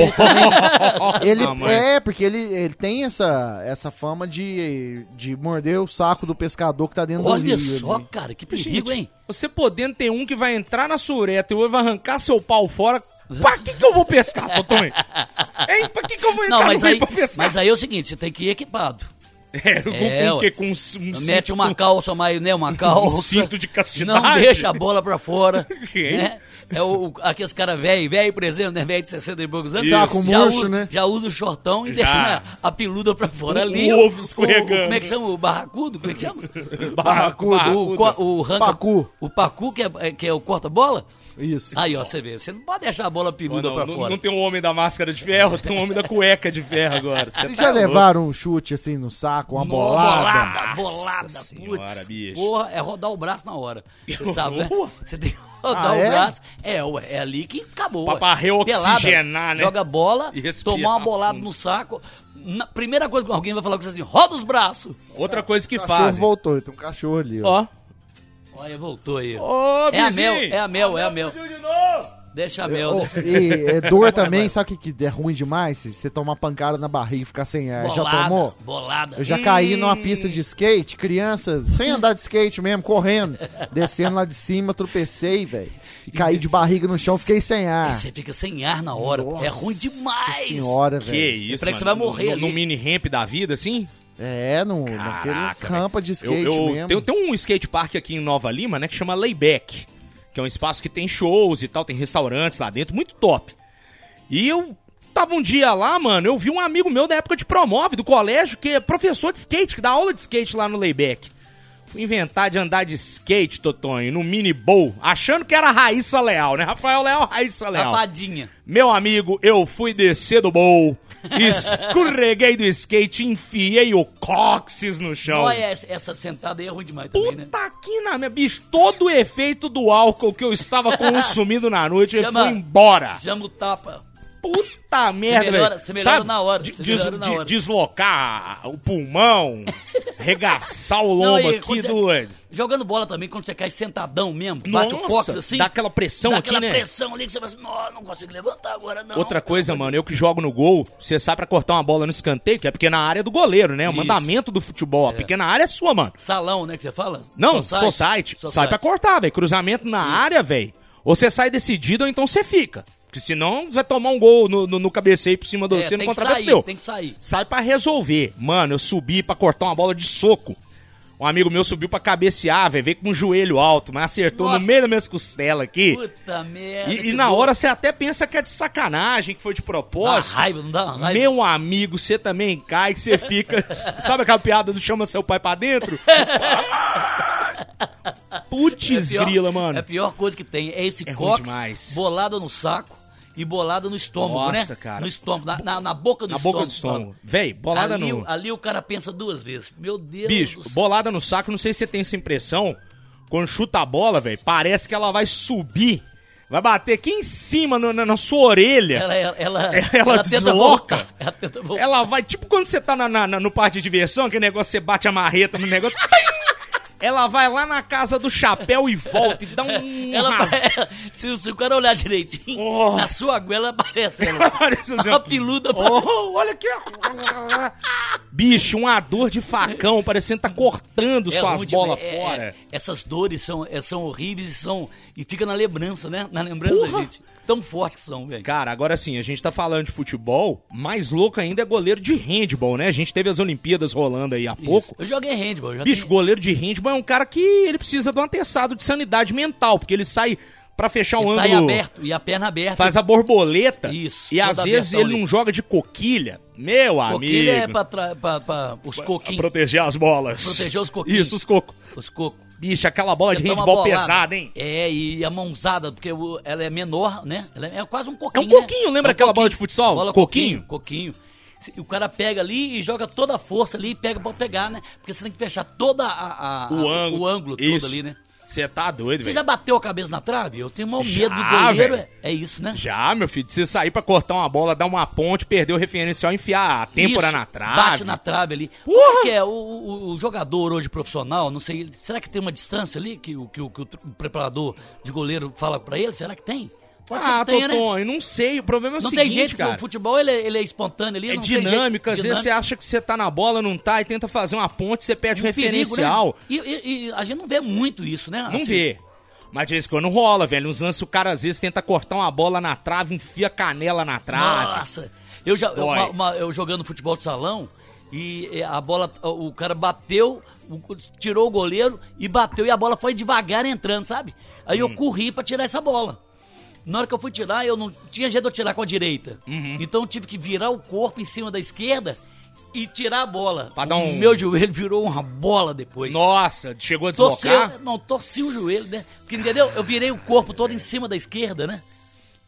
ele- Nossa, mãe. é, porque ele, ele tem essa, essa fama de, de morder o saco do pescador que tá dentro do Olha rio. só, ali. cara, que perigo, hein? Você podendo ter um que vai entrar na sua ureta e o outro vai arrancar seu pau fora, pra que que eu vou pescar, Totonho? Hein? Pra que que eu vou entrar Não, mas no rio aí, pra pescar? mas aí é o seguinte, você tem que ir equipado. É, com, com É, o ué. quê? Com um, c- um Mete cinto- uma calça, uma, né, uma calça. Um cinto de castidade. Não deixa a bola pra fora. Que? né? É o, o- aqueles caras velho, velho, por exemplo, né? Velho de 60 e poucos anos. Saco já murcho, usa, né? Já usa o shortão e Já. deixa né, a peluda pra fora O- ali. o ovo escorregando. como é que chama? O barracudo? Como é que chama? Barracuda. O, co- o ranca- Pacu. O pacu, que é, que é o corta-bola. Isso. Aí, ó, você vê. Você não pode deixar a bola peluda Não, pra não- fora. não tem um homem da máscara de ferro, tem um homem da cueca de ferro agora. Você tá Vocês já levaram um chute assim no saco, uma bolada? bolada, bolada, Nossa senhora, putz. bicho. Porra, é rodar o braço na hora. Você sabe, né? Boa. Você tem que rodar Ah, o é? braço. É, ué, é ali que acabou. Pra ué. varrer, Pelada, oxigenar, né? Joga bola, E respirar tomar uma bolada fundo. no saco. Na primeira coisa que alguém vai falar com você é assim, roda os braços. Outra coisa que O cachorro fazem. voltou, tem um cachorro ali, ó. Ó. Olha, voltou aí. Ô, é a vizinho. mel, é a mel, é a mel. fugiu de novo. Deixa a mel. Oh, deixa- e é, dor também, sabe o que, que é ruim demais? Se você tomar pancada na barriga e ficar sem ar, já tomou? bolada. Eu já caí numa pista de skate, criança, sem andar de skate mesmo, correndo, descendo lá de cima, tropecei, velho. E caí de barriga no chão, fiquei sem ar. Você fica sem ar na hora. é ruim demais. Nossa senhora, Que velho. isso, Parece que mano. você vai morrer No, no ali. mini ramp da vida, assim? É, no, naqueles Caraca, rampa de skate eu, eu, mesmo. Tem, tem um skate park aqui em Nova Lima, né, que chama Layback, que é um espaço que tem shows e tal, tem restaurantes lá dentro, muito top. E eu tava um dia lá, mano, eu vi um amigo meu da época de promove do colégio, que é professor de skate, que dá aula de skate lá no Layback. Fui inventar de andar de skate, Totonho, no mini bowl, achando que era Raíssa Leal, né? Rafael Leal, Raíssa Leal. Rapadinha. Meu amigo, eu fui descer do bowl, escorreguei do skate, enfiei o cóccix no chão. Olha, essa, essa sentada aí é ruim demais também, né? Puta que na minha. Bicho, todo o efeito do álcool que eu estava consumindo na noite ele Chama- foi embora. Chama o tapa. Puta merda, melhora- velho. você melhora Sabe? na hora, De- você des- melhora na de- hora. Deslocar o pulmão, regaçar o Não, lombo e aqui quando do. você- Jogando bola também, quando você cai sentadão mesmo, bate o Nossa, cox assim. dá aquela pressão dá aqui, aquela né? pressão ali que você fala assim, não, não consigo levantar agora não. Outra coisa, mano, eu que jogo no gol, você sai pra cortar uma bola no escanteio, que é a pequena área do goleiro, né? O Isso. mandamento do futebol. A pequena área é sua, mano. Salão, né, que você fala? Não, society. sai pra cortar, velho. Cruzamento na área, velho. Ou você sai decidido, ou então você fica. Porque senão você vai tomar um gol no, no, no cabeceio por cima do É, você no tem que contrapé sair, teu. tem que sair. Sai pra resolver. Mano, eu subi pra cortar uma bola de soco. Um amigo meu subiu pra cabecear, velho. Veio com o joelho alto, mas acertou Nossa. no meio das minhas costelas aqui. Puta merda. E, que e na dor. hora você até pensa que é de sacanagem, que foi de Dá uma propósito. raiva, não dá uma raiva. Meu amigo, você também cai, que você fica. Sabe aquela piada do chama seu pai pra dentro? Putz, É pior- grila, mano. É a pior coisa que tem. É esse É ruim cox demais. bolada no saco e bolada no estômago, né? Nossa, cara. No estômago, na, na- na boca do Na estômago. boca do estômago. Véi, bolada Bolada ali, no. ali o cara pensa duas vezes. Meu Deus Bicho, do céu. bolada no saco, não sei se você tem essa impressão. Quando chuta a bola, velho, parece que ela vai subir. Vai bater aqui em cima, no- na, na sua orelha. Ela, ela, ela, Ela desloca. voltar. Ela tenta voltar. Ela vai, tipo quando você tá na, na- na- no parque de diversão, aquele negócio, você bate a marreta no negócio. Ela vai lá na casa do chapéu e volta e dá um. Ela ras- parece- se, se o cara olhar direitinho, Nossa. na sua goela aparece ela. Parece assim, ó. a peluda. Oh, olha aqui. Bicho, um ador de facão, parecendo que tá cortando É suas ruim de- bolas é- é- fora. essas dores são, é, são horríveis e, são, e fica na lembrança, né? Na lembrança da gente. Tão fortes que são, velho. Cara, agora sim, a gente tá falando de futebol, mais louco ainda é goleiro de handball, né? A gente teve as Olimpíadas rolando aí há pouco. Isso. Eu joguei handball. eu Já Bicho, tenho- goleiro de handball é um cara que ele precisa de um atestado de sanidade mental, porque ele sai pra fechar o ele sai um ângulo, aberto e a perna aberta. faz a borboleta, Isso, e toda às a vezes versão ele ali. não joga de coquilha. Meu amigo, Coquilha é pra, tra- pra- pra os pra coquinhos, proteger as bolas. Proteger os coquinhos. Isso, os cocos. os cocos. Bicho, aquela bola Você de toma handball bolada. pesada, hein? É, e a mãozada, porque o- ela é menor, né? Ela é é quase um coquinho. É um né? coquinho, lembra aquela bola de futsal? Bola Coquinho? coquinho. Coquinho. Se- O cara pega ali e joga toda a força ali e pega pra pegar, né? Porque você tem que fechar toda a, a- a- o ângulo todo Isso. ali, né? Você tá doido, Você velho. já bateu a cabeça na trave? Eu tenho mau Já, medo do velho. goleiro. É, é isso, né? Já, meu filho, de você sair pra cortar uma bola, dar uma ponte, perder o referencial, enfiar a têmpora Isso, na trave. Bate na trave ali. Porra! Como é que é? O, o- o jogador hoje profissional, não sei, será que tem uma distância ali que, o- que o- que o tr- preparador de goleiro fala pra ele? Será que tem? Pode Ah, ser que tenha, né? Totonho, não sei, o problema é o Não seguinte, tem jeito, porque cara. o futebol ele, é- ele é espontâneo ali. É não tem jeito. dinâmico, às vezes você Dinâmico. acha que você tá na bola, não tá, e tenta fazer uma ponte, você perde o E perigo, né? um referencial. E, e- e a gente não vê muito isso, né? Não Assim, vê. Mas de vez em quando rola, velho. Uns lances o cara às vezes tenta cortar uma bola na trave, enfia a canela na trave. Nossa! Eu já eu, Dói. uma- uma- eu jogando futebol de salão e eh, a bola, o cara bateu, o- tirou o goleiro e bateu e a bola foi devagar entrando, sabe? Aí Hum. eu corri pra tirar essa bola. Na hora que eu fui tirar, eu não tinha jeito de eu tirar com a direita. Uhum. Então eu tive que virar o corpo em cima da esquerda e tirar a bola. Pra dar um- O meu joelho virou uma bola depois. Nossa, chegou a Torci, deslocar. não, torci o joelho, né? Porque, entendeu? Eu virei o corpo todo em cima da esquerda, né?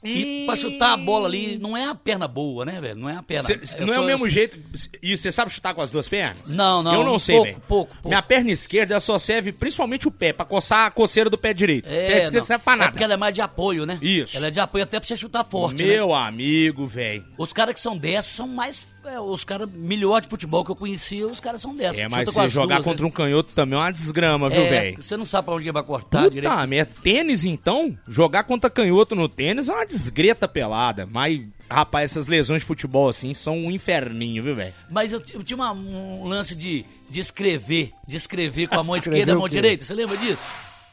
E pra chutar a bola ali, não é a perna boa, né, velho? Não é a perna. Cê- cê- Eu não é o sou- mesmo jeito. E você sabe chutar com as duas pernas? Não, não, Eu não um sei, pouco, velho. pouco, pouco. Minha perna esquerda ela só serve principalmente o pé, pra coçar a coceira do pé direito. o pé É, esquerdo não. não serve pra É porque nada. ela é mais de apoio, né? Isso. Ela é de apoio até pra você chutar forte, né? Meu amigo, velho. Os caras que são destros são mais... é, os caras melhor de futebol que eu conheci, os caras são destros. É, mas você jogar contra um canhoto também é uma desgrama, viu, velho? né? Você não sabe pra onde que vai cortar tá direito. Puta merda, tênis então? Jogar contra canhoto no tênis é uma desgreta pelada. Mas, rapaz, essas lesões de futebol assim são um inferninho, viu, velho? Mas eu, ti- eu tinha uma- um lance de, de escrever, de escrever com a mão Escrever esquerda e a o mão quê? direita. Você lembra disso?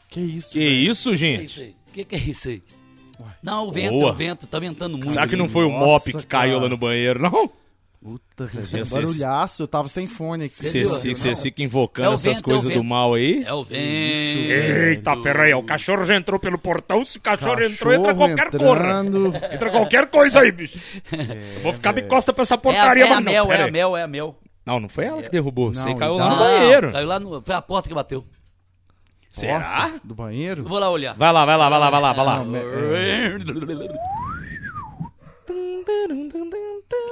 Que isso? Que isso, que é isso gente? aí? O que, que é isso aí? Não, o vento, Boa. o vento, tá ventando muito. Será que não ali. foi o Nossa, mop que caiu cara. lá no banheiro, não? Puta, velho. um Esse- Barulhaço, eu tava sem fone aqui. Entendeu? Você Não. você fica invocando É o essas vento, coisas é o do vento. mal aí? É o vento. Eita, Ferreira, o cachorro já entrou pelo portão. Se o cachorro, entrou, entra Cachorro qualquer cor. entrando. Entra qualquer coisa aí, bicho. Eu vou ficar de costa pra essa É a, porcaria, é a mas não. mel, é pera a aí. mel, é a mel. Não, não foi ela que derrubou. Você Não, caiu então- lá no Não, banheiro. Caiu lá no. Foi a porta que bateu. Será? Do banheiro? Eu vou lá olhar. Vai lá, vai lá, vai lá, vai lá, vai lá. é.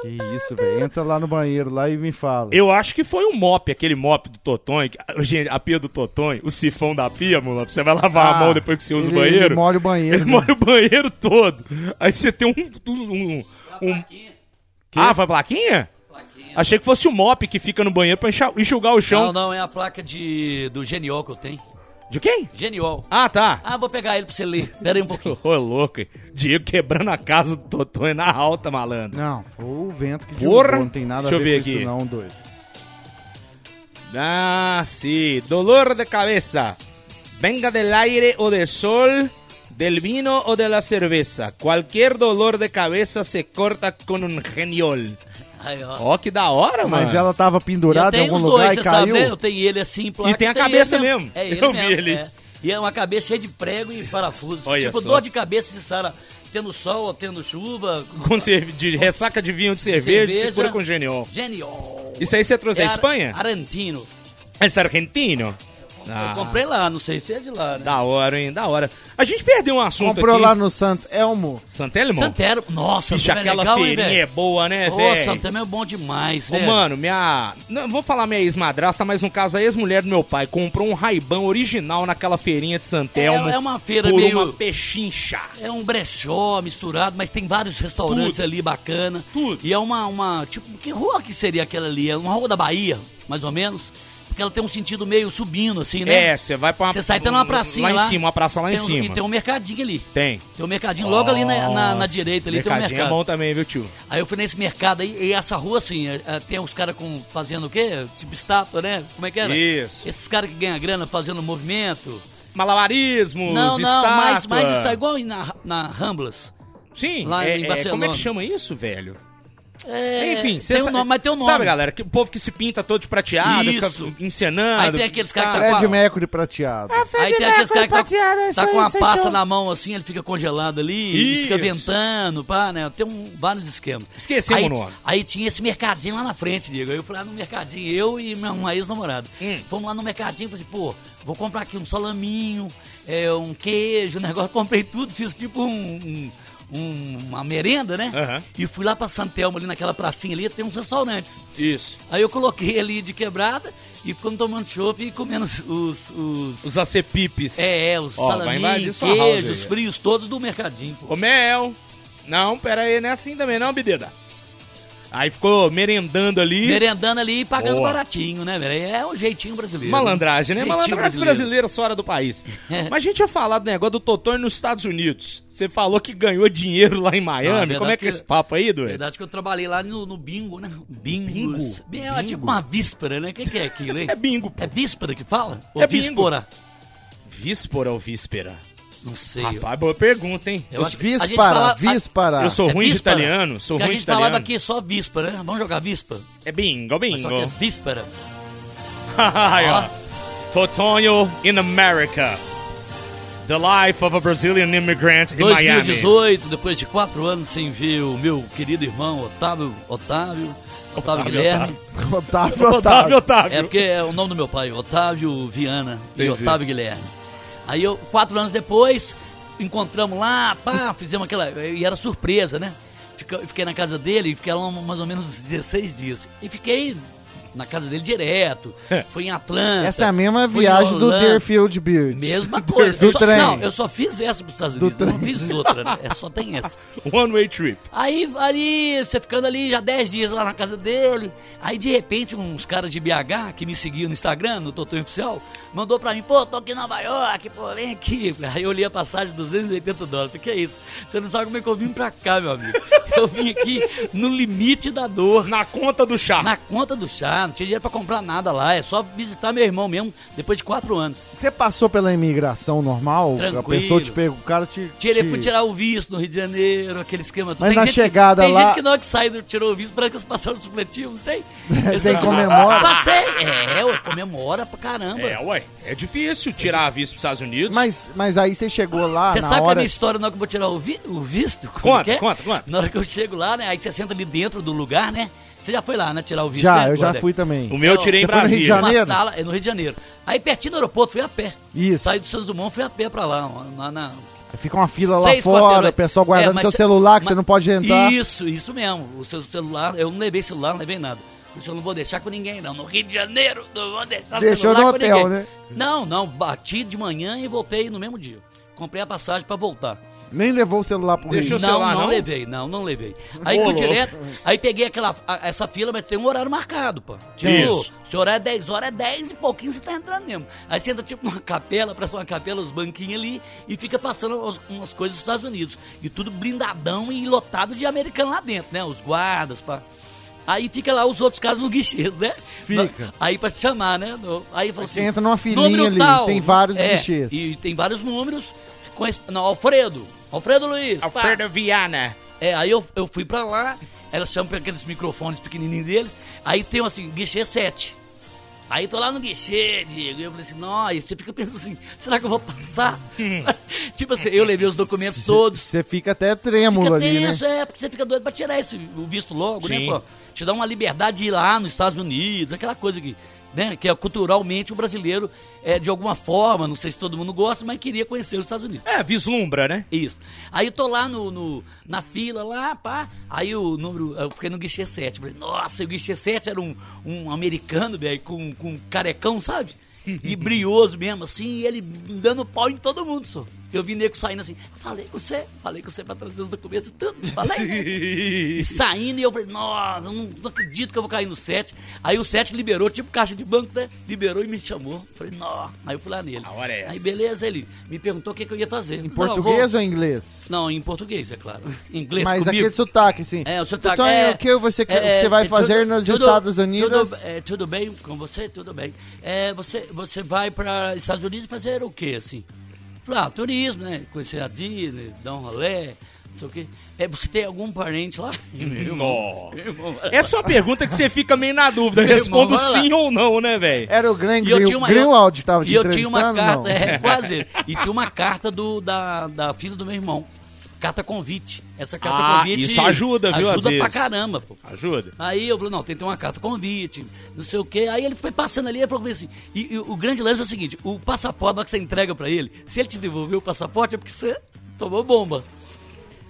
Que isso, velho. Entra lá no banheiro lá e me fala. Eu acho que foi um mop, aquele mop do Totonho. que- Gente, a pia do Totonho, o sifão da pia, moleque, você vai lavar a Ah, mão depois que você usa ele- o banheiro. ele molha o banheiro, Ele né? molha o banheiro todo. Aí você tem um. um, um- um- Ah, vai plaquinha? Achei que fosse o mop que fica no banheiro pra enxu- enxugar o chão. Não, não, é a placa de, do Geniol que eu tenho. De quem? Geniol. Ah, tá. Ah, vou pegar ele pra você ler. Pera aí um pouquinho. Ô, louco. hein? Diego quebrando a casa do Totonho na alta, malandro. Não, foi o vento que Porra! derrubou, não tem nada Deixa a eu ver, ver com aqui. isso não, doido. Ah, sí. Dolor de cabeza. Venga del aire o del sol, del vino o de la cerveza. Cualquier dolor de cabeza se corta con un geniol. Aí, ó. Ó, que da hora, mano. Mas ela tava Eu pendurada em tenho algum os lugar dois, e você sabe, caiu. né? Eu tenho ele assim, placa. E tem a tenho cabeça ele mesmo. É ele Eu vi mesmo. ele. é. E é uma cabeça cheia de prego e parafuso. Olha tipo, só. dor de cabeça de Sara. Tendo sol, ou tendo chuva. Com cerve- de ressaca de vinho de cerveja, se cerveja. cura com geniol. Genial. Isso aí você trouxe É da ar- Espanha? Arantino. Esse argentino? Ah, Tá Eu comprei lá, não sei se é de lá, né? da hora, hein? Da hora. A gente perdeu um assunto Comprou aqui. lá no Santo Elmo. Santelmo? Santero. Nossa, Bicho, Santero é aquela legal, hein, feirinha é velho? boa, né, Nossa, velho? Santero é bom demais, Ô, velho. mano, minha. Não vou falar minha ex-madrasta, mas no caso a ex-mulher do meu pai comprou um raibão original naquela feirinha de Santelmo. É- é uma feira por meio- uma pechincha. É um brechó misturado, mas tem vários restaurantes Tudo. ali bacana. Tudo. E é uma, uma. Tipo, que rua que seria aquela ali? É uma rua da Bahia, mais ou menos. Porque ela tem um sentido meio subindo, assim, né? É, você vai pra uma. um, Você sai até numa pracinha. Lá, Lá, em cima, uma praça lá em Tem um- cima. E tem um mercadinho ali. Tem. Tem um mercadinho logo ali na, na- na Nossa, direita ali, tem um mercadinho mercado. é bom também, viu, tio? Aí eu fui nesse mercado aí, e essa rua assim, é, é, tem uns caras com- fazendo o quê? Tipo estátua, né? Como é que era? Isso. Esses caras que ganham grana fazendo movimento. Malabarismos, não, não, estátua. mas, mas está igual aí na, na Ramblas. Sim, lá é, em é, Barcelona. como é que chama isso, velho? É, Enfim, tem cê um sa- nome, mas tem um nome. Sabe, galera, que o povo que se pinta todo de prateado, fica Isso. encenando. Aí tem aqueles caras que tá Fred qual? Ah, Mercury prateado. Aí tem aqueles caras que tá, tá com uma passa na mão assim, ele fica congelado ali, e fica Isso. ventando, pá, né? Tem um, vários esquemas. Esquecemos aí, o nome. Aí tinha esse mercadinho lá na frente, Diego. Aí eu fui lá no mercadinho, eu e minha uma ex-namorada. Hum. Fomos lá no mercadinho, falei, pô, vou comprar aqui um salaminho, é, um queijo, um negócio. Comprei tudo, fiz tipo um... um- um- uma merenda, né? Aham. E fui lá pra Santelmo, ali naquela pracinha ali, tem uns restaurantes. Isso. Aí eu coloquei ali de quebrada e ficamos tomando chopp e comendo os- os- os Os acepipes. é, é, os Ó, vai invadir salaminhos, sua house aí, queijos, velho. frios, todos do mercadinho, pô. Ô Mel, não, pera aí, não é assim também não, bebida. Aí ficou merendando ali. Merendando ali e pagando Boa. baratinho, né, velho? É o jeitinho brasileiro. Malandragem, né? Jeitinho Malandragem brasileira fora do país. É. Mas a gente tinha falado do negócio do Totonho nos Estados Unidos. Você falou que ganhou dinheiro lá em Ah, Miami. verdade Como é que é que- esse papo aí, Na doido? verdade que eu trabalhei lá no, no bingo, né? Bingos. Bingo? Bingo? É tipo uma víspera, né? O que, que é aquilo, hein? É bingo, pô. É víspera que fala? Ou É bingo. víspora? Víspora ou víspera? Não sei. Rapaz, boa pergunta, hein? eu acho que- a gente fala- Víspara, a- víspara. Eu sou é ruim de víspera, italiano, sou que ruim a de gente falava italiano. aqui só víspera, né? Vamos jogar víspera? É bingo, Mas bingo. só que é víspera. Aí, ó. Ó. Totonho in America. The life of a Brazilian immigrant in Miami. 2018, depois de quatro anos sem ver o meu querido irmão Otávio, Otávio, Otávio, Guilherme. Tá Otávio, Otávio, Otávio. Otávio. É porque é o nome do meu pai, Otávio Viana e Entendi. Otávio Guilherme. Aí eu, quatro anos depois, encontramos lá, pá, fizemos aquela. E era surpresa, né? Fica- Fiquei na casa dele, fiquei lá mais ou menos uns 16 dias. E fiquei na casa dele direto. Fui em Atlanta. Essa é a mesma fui em viagem do Holanda. Deerfield Beard. Mesma coisa. Do Eu só, trem. não, eu só fiz essa pros Estados Do Unidos, eu não trem. fiz outra, né? É, só tem essa. One way trip. Aí, ali, você ficando ali já 10 dias lá na casa dele. Aí, de repente, uns caras de BH que me seguiam no Instagram, no Totô Oficial, mandou pra mim, pô, tô aqui em Nova York, pô, vem aqui. Aí eu li a passagem, 280 dólares. Falei, que é isso? Você não sabe como é que eu vim pra cá, meu amigo. Eu vim aqui no limite da dor. Na conta do chá. Na conta do chá, não tinha dinheiro pra comprar nada lá, é só visitar meu irmão mesmo, depois de quatro anos. Você passou pela imigração normal? Tranquilo. é A pessoa te pegou, o cara te... Tirei, te- fui tirar o visto no Rio de Janeiro, aquele esquema. todo. Mas na gente que- chegada tem lá- gente que na hora que sai do tirou o visto, parece que eles passaram no supletivo, não tem? Eles Tem pensam, comemora. Passei! É, ué, comemora pra caramba. É, ué. É difícil tirar a vista pros Estados Unidos. Mas, mas aí você chegou lá Você Ah, na sabe que a hora... minha história na hora que eu vou tirar o, vi- o visto? Como Conta, que é? conta, conta. Na hora que eu chego lá, né? Aí você senta ali dentro do lugar, né? Você já foi lá, né? Tirar o visto? Já, né, eu já Gordé? fui também. O meu eu tirei em Você foi no Rio de Brasília. Uma Janeiro? sala, é no Rio de Janeiro. Aí pertinho do aeroporto, fui a pé. Isso. Saí do Santos Dumont, fui a pé pra lá. Na, na- Fica uma fila lá seis fora, quarteirões. o pessoal É, guardando mas seu cê- celular, que mas- você não pode entrar. Isso, isso mesmo. O seu celular, eu não levei celular, não levei nada. Por isso Eu não vou deixar com ninguém, não. No Rio de Janeiro, não vou deixar Deixou celular no com hotel, ninguém. né? Não, não. Bati de manhã e voltei no mesmo dia. Comprei a passagem pra voltar. Nem levou o celular pro Deixa Rio. eu- não, celular, não, não? levei, não, não levei. Aí Ô, fui louco. direto, aí peguei aquela, a- essa fila, mas tem um horário marcado, pô. Tipo, Isso. se o horário é 10 horas, é 10 e pouquinho você tá entrando mesmo. Aí você entra tipo numa capela, parece uma capela, os banquinhos ali, e fica passando umas, umas coisas dos Estados Unidos. E tudo blindadão e lotado de americano lá dentro, né? Os guardas, pá. Aí fica lá os outros caras no guichês, né? Fica. Aí pra te chamar, né? No- Aí fala Você assim, entra numa filinha número ali, tal. tem vários é, guichês. E tem vários números. Com esse, não, Alfredo. Alfredo Luiz. pá. Alfredo É Viana. É, aí eu, eu fui pra lá, elas chamam pra aqueles microfones pequenininhos deles, aí tem assim, guichê 7. Aí tô lá no guichê, Diego, e eu falei assim, nossa, e você fica pensando assim, será que eu vou passar? tipo assim, eu levei os documentos todos, Hum. Você fica até trêmulo Fica ali, né? tenso, é, porque você fica doido pra tirar esse, o visto logo, Sim. né, pô? Te dá uma liberdade de ir lá nos Estados Unidos, aquela coisa que, né, que é, culturalmente o brasileiro, é, de alguma forma, não sei se todo mundo gosta, mas queria conhecer os Estados Unidos. É, vislumbra, né? Isso. Aí eu tô lá no, no- na fila, lá, pá. Aí o número. Eu fiquei no guichê 7. Falei, nossa, e o guichê 7 era um, um americano, velho, com, com um carecão, sabe? E brioso mesmo, assim, e ele dando pau em todo mundo, só. Eu vi nego saindo assim, falei com você, falei com você pra trazer os documentos, tudo, falei. E saindo, e eu falei, nossa, eu não, não acredito que eu vou cair no 7. Aí o 7 liberou, tipo caixa de banco, né? Liberou e me chamou. Falei, nossa. Aí eu fui lá nele. A hora é essa. Aí beleza, ele me perguntou o que, que eu ia fazer. Em Português ou inglês? não, em português, é claro. Em inglês Mas comigo. aquele sotaque, assim. É, o sotaque. Então, é, o que você, é, você vai é, fazer tudo- nos tudo- Estados Unidos? Tudo, é, tudo bem com você? Tudo bem. É, você, você vai para Estados Unidos fazer o quê, assim? Falei, ah, turismo, né? Conhecer a Disney, dar um rolê, não sei o quê. É, você tem algum parente lá? Nó. Irmão, Essa é uma pergunta que você fica meio na dúvida. Meu Respondo irmão, vai lá. É. sim ou não, né, velho? Era o Glenn E eu tinha Green, uma, Greenwald que tava te E eu tinha uma entrevistando, carta, não? é, quase. E tinha uma carta do, da, da filha do meu irmão. Carta convite. Essa carta Ah, convite. isso ajuda, viu, às Ajuda pra vezes. caramba, pô. Ajuda. Aí eu falei, não, tem que ter uma carta convite, não sei o quê. Aí ele foi passando ali, ele falou comigo assim, e, e o grande lance é o seguinte, o passaporte, na hora que você entrega pra ele, se ele te devolver o passaporte é porque você tomou bomba.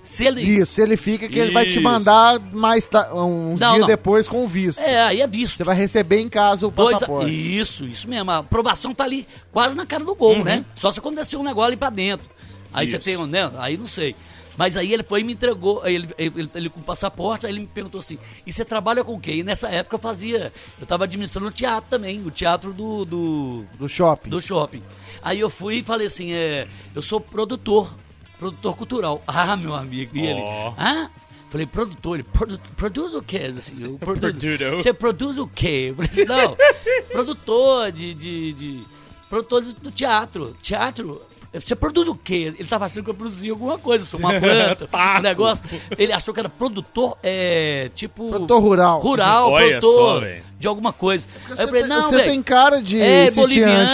Se ele... Isso, se ele fica que ele vai te Isso. mandar mais ta- uns Não, dias não. depois com o visto. É, aí é visto. Você vai receber em casa o Dois- passaporte. Isso, isso mesmo. A aprovação tá ali, quase na cara do gol, Uhum. né? Só se acontecer um negócio ali pra dentro. Aí você Isso. tem, um, né? Aí não sei. Mas aí ele foi e me entregou, aí ele, ele, ele- ele com o passaporte, aí ele me perguntou assim, e você trabalha com quem? E nessa época eu fazia, eu tava administrando o teatro também, o teatro do- do, Do shopping. do shopping. Aí eu fui e falei assim, é, eu sou produtor, produtor cultural. Ah, meu amigo, e ele, Ó. hã? Falei, produtor, ele, produ, produz o quê? Assim, eu produzo. Produtor. Você produz o quê? Eu falei assim, não, produtor de, de, de- produtor de- do teatro, teatro... Você produz o quê? Ele tava achando que eu produzia alguma coisa, assim, uma planta, Papo. um negócio. Ele achou que era produtor, é, tipo... Produtor rural. Rural, Olha produtor só, velho. de alguma coisa. Aí eu Você, falei, tem, não, você velho. tem cara de É, sitiante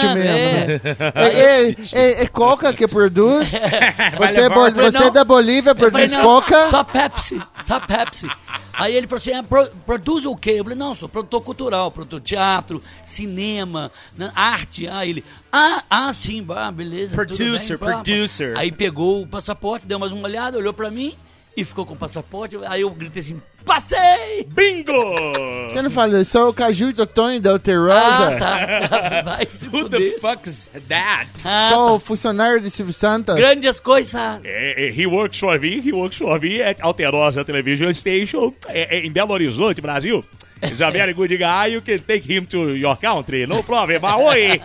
boliviano, mesmo. é. né? É, é, é- é coca que produz? você é, bol- Falei, você não. é da Bolívia, Eu falei, produz não, coca? Só Pepsi, só Pepsi. Aí ele falou assim: ah, pro- produz o quê? Eu falei, não, sou produtor cultural, produtor de teatro, cinema, né, arte. Ah, ele, ah, ah sim, bah, beleza. tudo bem, Producer, bah, bah. producer. Aí pegou o passaporte, deu mais uma olhada, olhou pra mim e ficou com o passaporte. Aí eu gritei assim: passei! Bingo! Você não falou, sou o Caju do Tony da Ah, Alterosa? tá. Vai se Who the fuder. fuck's that? Ah, Sou o funcionário de Silvio Santos? grandes coisas. É, é, He Works For Me, He Works For Me é Alterosa Television Station é, é, em Belo Horizonte, Brasil. Is a very good guy, you can take him to your country, no problem. Ah, Oi!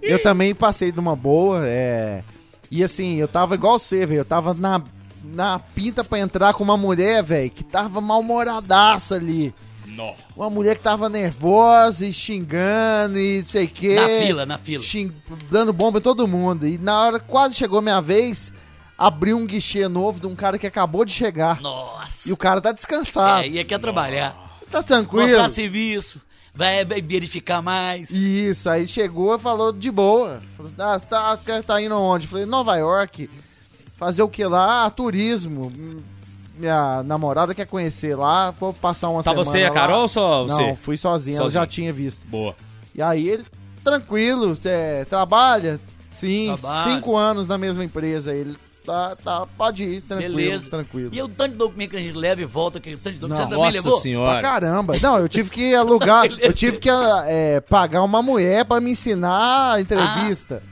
Eu também passei de uma boa, é. E assim, eu tava igual você, velho. Eu tava na, na pinta pra entrar com uma mulher, velho, que tava mal-humoradaça ali. Nó. Uma mulher que tava nervosa e xingando e não sei o quê. Na fila, na fila. Xing... Dando bomba em todo mundo. E na hora que quase chegou a minha vez, abriu um guichê novo de um cara que acabou de chegar. Nossa. E o cara tá descansado. É, e aí quer trabalhar. Tá tranquilo. mostrar serviço, vai, vai verificar mais. Isso, aí chegou e falou de boa. Falou assim, ah, tá, tá indo onde? Falei, Nova York. Fazer o que lá? Ah, turismo. Hum, minha namorada quer conhecer lá, vou passar uma Tá semana você e a lá. Carol ou só você? Não, fui sozinho, ela já Sozinho. tinha visto. Boa. E aí ele, tranquilo, cê trabalha? Sim, Trabalho. cinco anos na mesma empresa. Ele tá, tá pode ir, tranquilo, Beleza. tranquilo. E o tanto de documento que a gente leva e volta, aquele tanto de documento Não. você também Nossa levou? Pra senhora. caramba. Não, eu tive que alugar, eu tive que é, pagar uma mulher pra me ensinar a entrevista.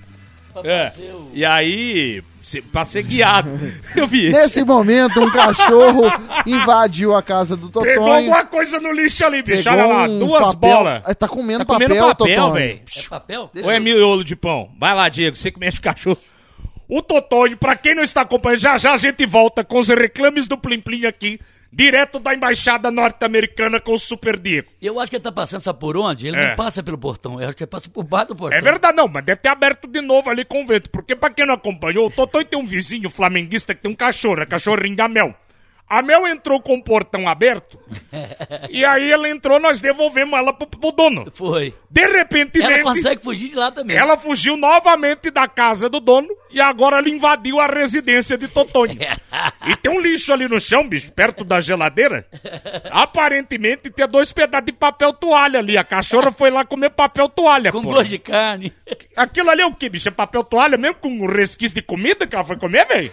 Pra É. fazer o- E aí, cê- pra ser guiado. Eu vi. Nesse momento, um cachorro invadiu a casa do Totonho. Pegou alguma coisa no lixo ali, bicho. pegou Olha lá, uns duas papel- bolas. É, Tá comendo Tá comendo papel, papel, Totonho. velho. É papel? Ou é miolo de pão? Vai lá, Diego, você que mexe com cachorro. O Totonho, pra quem não está acompanhando, já já a gente volta com os reclames do Plim Plim aqui, direto da Embaixada Norte-Americana com o Super Diego. Eu acho que ele tá passando sabe por onde? Ele É. não passa pelo portão, eu acho que ele passa por baixo do portão. É verdade, não, mas deve ter aberto de novo ali com o vento, porque pra quem não acompanhou, o Totonho tem um vizinho flamenguista que tem um cachorro, é cachorrinho da Mel. A Mel entrou com o portão aberto, e aí ela entrou, nós devolvemos ela pro, pro dono. Foi. De repente, Ela consegue fugir de lá também. Ela fugiu novamente da casa do dono e agora ela invadiu a residência de Totonho. E tem um lixo ali no chão, bicho, perto da geladeira. Aparentemente tem dois pedaços de papel toalha ali. A cachorra foi lá comer papel toalha, Com pô. gosto de carne. Aquilo ali é o quê, bicho? É papel toalha mesmo com um resquício de comida que ela foi comer, velho?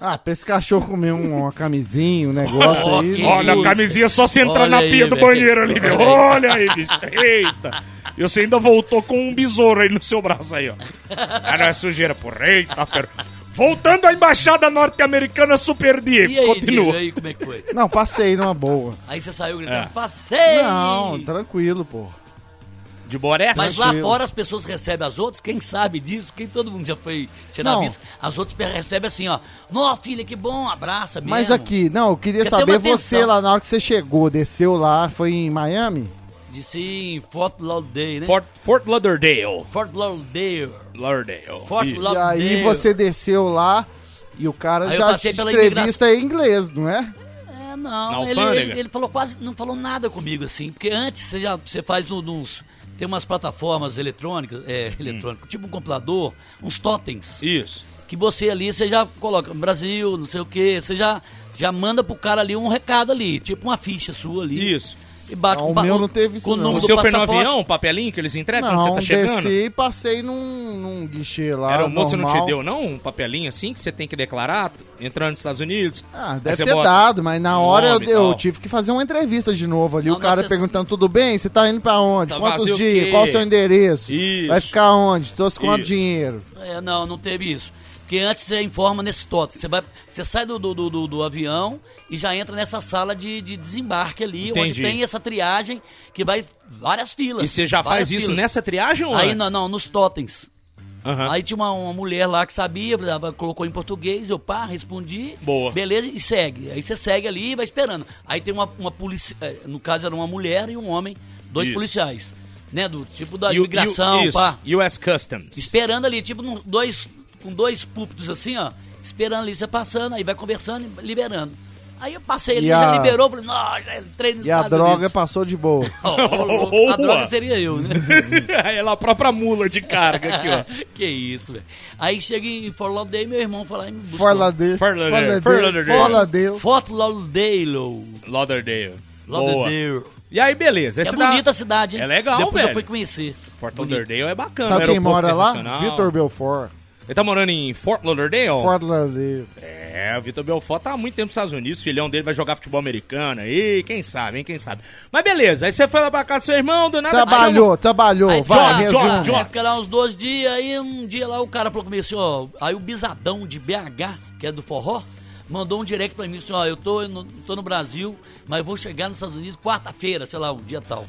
Ah, pra esse cachorro comer um, uma camisinha, um negócio Ó, aí. que- não- Olha, a isso. camisinha só se entrar Olha na aí, pia do velho. banheiro ali, meu. Olha aí, bicho. Eita. E você ainda voltou com um besouro aí no seu braço aí, ó. Ah, não é sujeira, porra. Eita, fera. Voltando à Embaixada Norte-Americana Super Diego. E aí, Continua. É. Diego, aí, como é que foi? Não, passei numa boa. Aí você saiu gritando, passei! Não, tranquilo, pô. De Boré? Mas lá Tranquilo. fora as pessoas recebem as outras, quem sabe disso, quem todo mundo já foi tirar Não. vista, as outras pe- recebem assim, ó. Nó, filha, que bom, abraça mesmo. Mas aqui, não, eu queria Quer ter saber uma você atenção. lá, na hora que você chegou, desceu lá, foi em Miami? De sim, Fort Lauderdale, né? Fort, Fort Lauderdale. Fort Lauderdale. Lauderdale. Fort Isso. E aí Lauderdale. você desceu lá e o cara Aí eu já te passei pela entrevista em inglês, não é? É, não, Na ele, alfândega? ele- ele falou quase, não falou nada comigo assim, porque antes você já você faz no- nos, tem umas plataformas eletrônicas, é, Hum. eletrônico, tipo um computador, uns totens, Isso. que você ali, você já coloca Brasil, não sei o quê, você já, já manda pro cara ali um recado ali, tipo uma ficha sua ali. Isso. E bate Ah, com o pa- meu não teve isso, com o não. O número do seu foi no passaporte. avião, o papelinho que eles entregam não, quando você tá chegando? desci e passei num, num guichê lá. Era o moço não normal. te deu, não? Um papelinho assim que você tem que declarar entrando nos Estados Unidos? Ah, Aí deve você ter bota- um dado, mas na nome hora eu, e eu tal. tive que fazer uma entrevista de novo ali. Não, o cara não, cê- perguntando, tudo bem? Você tá indo pra onde? Tá vazio Quantos o dias? quê? Qual o seu endereço? Isso. Vai ficar onde? Trouxe quanto Isso. dinheiro? É, não, não teve isso. Porque antes você informa nesse totem. Você, vai, você sai do, do, do- do- do avião e já entra nessa sala de, de desembarque ali, Entendi. onde tem essa triagem que vai várias filas. E você já faz várias isso filas. nessa triagem ou Aí antes? não, não, nos totens. Aham. Aí tinha uma, uma mulher lá que sabia, ela colocou em português, eu pá, respondi. Boa. Beleza, e segue. Aí você segue ali e vai esperando. Aí tem uma, uma polícia. eh, No caso era uma mulher e um homem, dois Isso. policiais. Né? Do tipo E o- da e o- imigração, isso, pá. US Customs. Esperando ali, tipo, num- dois, com dois púlpitos assim, ó. Esperando ali, você passando, aí vai conversando e liberando. Aí eu passei ali, E já a- liberou, falei, nossa, já entrei nos E a Estados droga é Unidos." passou de boa. Ó, ô, louco, Boa. a droga seria eu, né? Ela É a própria mula de carga aqui, ó. que isso, velho. Aí cheguei em Fort Lauderdale, meu irmão foi lá e me buscou. Fort Lauderdale. Fort Lauderdale. Fort Lauderdale. Fort Lauderdale. Fort Lauderdale. Lauderdale. Boa. Lauderdale. E aí, beleza. É Essa bonita da... a cidade, hein? É legal, Depois velho. eu fui conhecer. Fort Bonito. Lauderdale é bacana. Sabe quem aeroporto mora lá? internacional. Vitor Belfort. Ele tá morando em Fort Lauderdale? Fort Lauderdale. É, o Vitor Belfort tá há muito tempo nos Estados Unidos. O filhão dele vai jogar futebol americano aí. Quem sabe, hein? Quem sabe. Mas beleza. Aí você foi lá pra casa do seu irmão, do nada... Trabalhou, trabalhou. Aí fica Vai, lá, resumo. fica Jones. lá, fica lá uns dois dias, aí um dia lá o cara falou comigo assim, ó, aí o Bisadão de BH, que é do forró, mandou um direct pra mim assim, ó, eu tô no, tô no Brasil, mas eu vou chegar nos Estados Unidos quarta-feira, sei lá, um dia tal.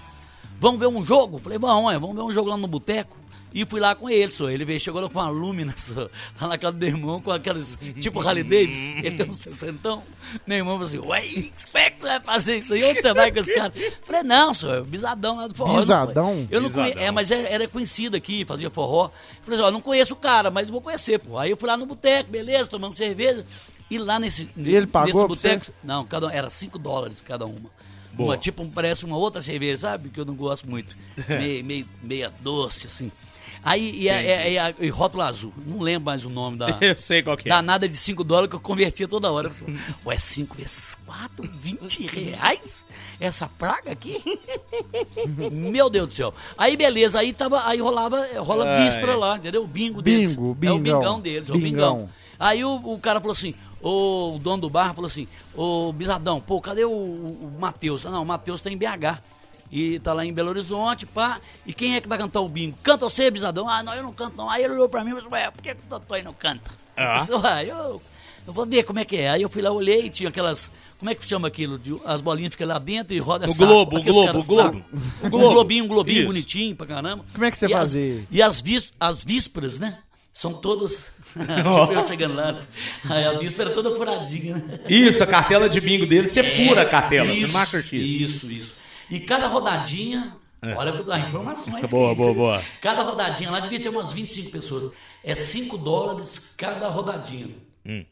Vamos ver um jogo? Falei, vamos, é, vamos ver um jogo lá no boteco. E fui lá com ele, só. Ele veio, chegou lá com uma lúmina, só. Lá na casa do irmão, com aquelas. Tipo Harley Davis. Ele tem uns sessentão. Meu irmão falou assim: Ué, como é que você vai fazer isso aí? Onde você vai com esse cara? Falei, não, senhor, é o bisadão lá do forró. não, Bisadão? pô. Eu não conhe... Bisadão. É, mas era, era conhecido aqui, fazia forró. Falei assim, ó, não conheço o cara, mas vou conhecer, pô. Aí eu fui lá no boteco, beleza, tomamos cerveja. E lá nesse, E ele pagou nesse pra boteco. você? Não, cada um- era 5 dólares cada uma. um Boa. Uma, tipo, parece uma outra cerveja, sabe? Que eu não gosto muito. meio, meio, meia doce, assim. Aí e, é- é- é- e rótulo azul. Não lembro mais o nome da. Eu sei qual que é. Danada de 5 dólares que eu convertia toda hora. Eu falava, Ué, 5 vezes 4, 20 reais? Essa praga aqui? Meu Deus do céu. Aí beleza, aí, tava, aí rolava, rola Ai. víspera lá, entendeu? O bingo, deles. Bingo, É o bingão. bingão deles, é o Bingão. bingão. Aí o, o cara falou assim, o, dono do bar falou assim, ô Bisadão, pô, cadê o, o, o Matheus? Ah, não, o Matheus tá em BH. E tá lá em Belo Horizonte, pá. E quem é que vai cantar o bingo? Canta você, Bisadão? Ah, não, eu não canto não. Aí ele olhou pra mim e falou, assim, ué, por que que o Totó aí não canta? Ah. Eu disse, ué, eu, eu vou ver como é que é. Aí eu fui lá, olhei, tinha aquelas, como é que chama aquilo? De- As bolinhas ficam lá dentro e roda O saco, globo, o aqueles globo, caras o globo. saco. O Um globo. globinho, um globinho Isso. bonitinho pra caramba. Como é que você E as- fazia? e as, vis, as vísperas, né? São todas. tipo eu chegando lá. Aí a víspera é toda furadinha, né? Isso, a cartela de bingo dele, você fura a cartela, você não marca o X. É. Isso, isso. E cada rodadinha. Olha pra eu dar informações. Boa, que- boa, boa. Cada rodadinha lá devia ter umas 25 pessoas. É 5 dólares cada rodadinha. Hum.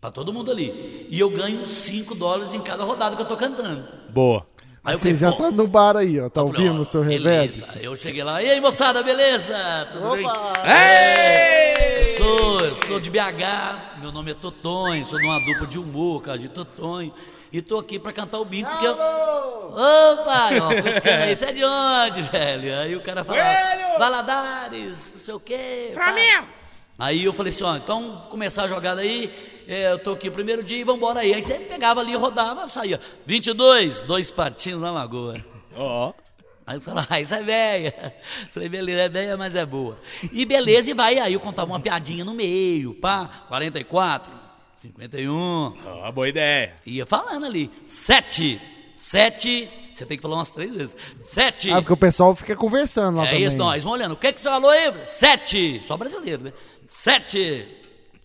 Pra todo mundo ali. E eu ganho 5 dólares em cada rodada que eu tô cantando. Boa. Aí eu Você falei, já "Pô, tá no bar aí, ó. Tá Falei, ouvindo ó, o seu beleza. Revete? Eu cheguei lá, e aí moçada, beleza? Tudo bem? Opa! Ei! Eu sou, eu sou de BH, meu nome é Totonho, sou de uma dupla de humor, cara de Totonho. E tô aqui pra cantar o bingo, porque eu. Opa! ó, tô escrevendo aí, Isso é de onde, velho? Aí o cara fala, Valadares, não sei o quê. pá." Aí eu falei assim, ó, então começar a jogada aí, é, eu tô aqui o primeiro dia e vambora aí. Aí você pegava ali, rodava, saía. 22, dois patinhos na lagoa. Ó. Aí eu falava, ah, isso é velha. Falei, beleza, é velha, mas é boa. E beleza, e vai. Aí eu contava uma piadinha no meio, pá. 44, 51. Ó, boa ideia. Ia falando ali. 7, 7. Você tem que falar umas três vezes. 7. Ah, porque o pessoal fica conversando lá É também. isso, nós vamos olhando. O que, que você falou aí? 7. Só brasileiro, né? 7.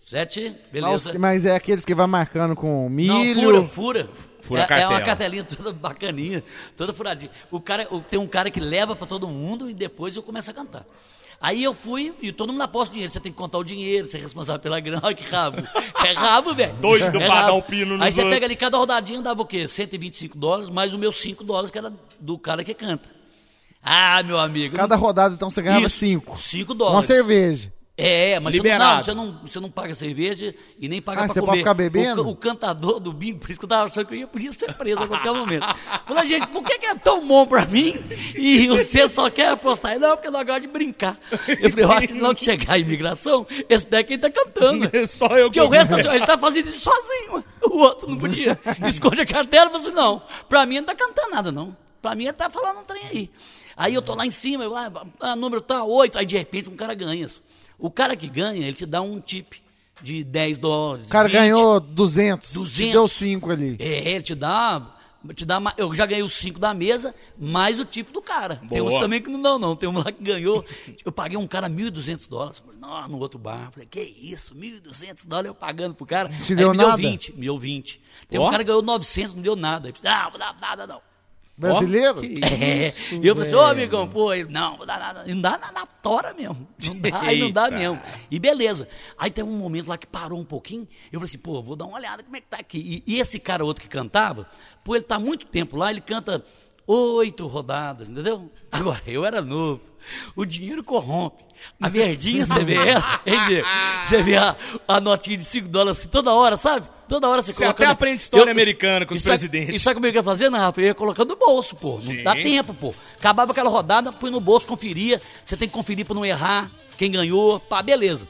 7, Lá os- beleza. Mas é aqueles que vai marcando com milho. Não, fura, fura. Fura a é, é uma cartela. cartelinha toda bacaninha, toda furadinha. O cara, o- tem um cara que leva pra todo mundo e depois eu começo a cantar. Aí eu fui e todo mundo aposta o dinheiro. Você tem que contar o dinheiro, você é responsável pela grana. Olha que rabo. É rabo, velho. Doido é pra rabo. dar um pino nos Aí você outros. pega ali, cada rodadinha dava o quê? 125 dólares, mais o meu 5 dólares que era do cara que canta. Ah, meu amigo. Cada rodada, então, você ganhava Isso, cinco. cinco Uma dólares. cerveja. É, mas Liberado. Você, não, não, você não paga cerveja e nem paga Ah, pra você comer. pode ficar bebendo? O, ca- o cantador do bingo, por isso que eu tava achando que eu ia, podia ser preso a qualquer momento. Falei, gente, por que, que é tão bom pra mim e você só quer apostar? Não, porque eu não gosto de brincar. Eu falei, eu acho que logo que chegar a imigração, esse daí é quem tá cantando. Só eu Porque o resto, assim, ó, ele tá fazendo isso sozinho. O outro não podia. Esconde a carteira e fala assim, não, pra mim ele não tá cantando nada, não. Pra mim ele tá falando um trem aí. Aí eu tô lá em cima, eu, ah, ah, número tá oito aí de repente um cara ganha. O cara que ganha, ele te dá um tip de 10 dólares. O cara 20. ganhou 200. 200. Te deu cinco ali. É, ele te dá. Te dá, ma- eu já ganhei os cinco da mesa, mais o tipo do cara. Tem Boa. uns também que não dão, não. Tem um lá que ganhou. Eu paguei um cara 1.200 dólares. Falei, não, no outro bar. Falei, que isso, 1.200 dólares eu pagando pro cara. Te Aí deu me nada? deu 20, me deu 20. Tem Ó. um cara que ganhou 900, não deu nada. Eu falei, não, vou dar nada não. Brasileiro? que É. e eu falei assim, ô amigão, pô, ele, não, não dá nada. E Não dá na, na tora mesmo. Não dá, aí não dá Eita. mesmo. E beleza. Aí teve um momento lá que parou um pouquinho. Eu falei assim, pô, vou dar uma olhada como é que tá aqui. E, e esse cara outro que cantava, pô, ele tá há muito tempo lá, ele canta oito rodadas, entendeu? Agora, eu era novo. O dinheiro corrompe. A verdinha, você vê ela, hein, Diego? Você vê a, a notinha de 5 dólares assim, toda hora, sabe? Toda hora você Você coloca até na- aprende história americana com os isso é- presidentes. isso sabe como é que eu ia fazer, né, Rafa? Eu ia colocando no bolso, pô. Não Sim. dá tempo, pô. Acabava aquela rodada, põe no bolso, conferia. Você tem que conferir pra não errar. Quem ganhou, pá, beleza.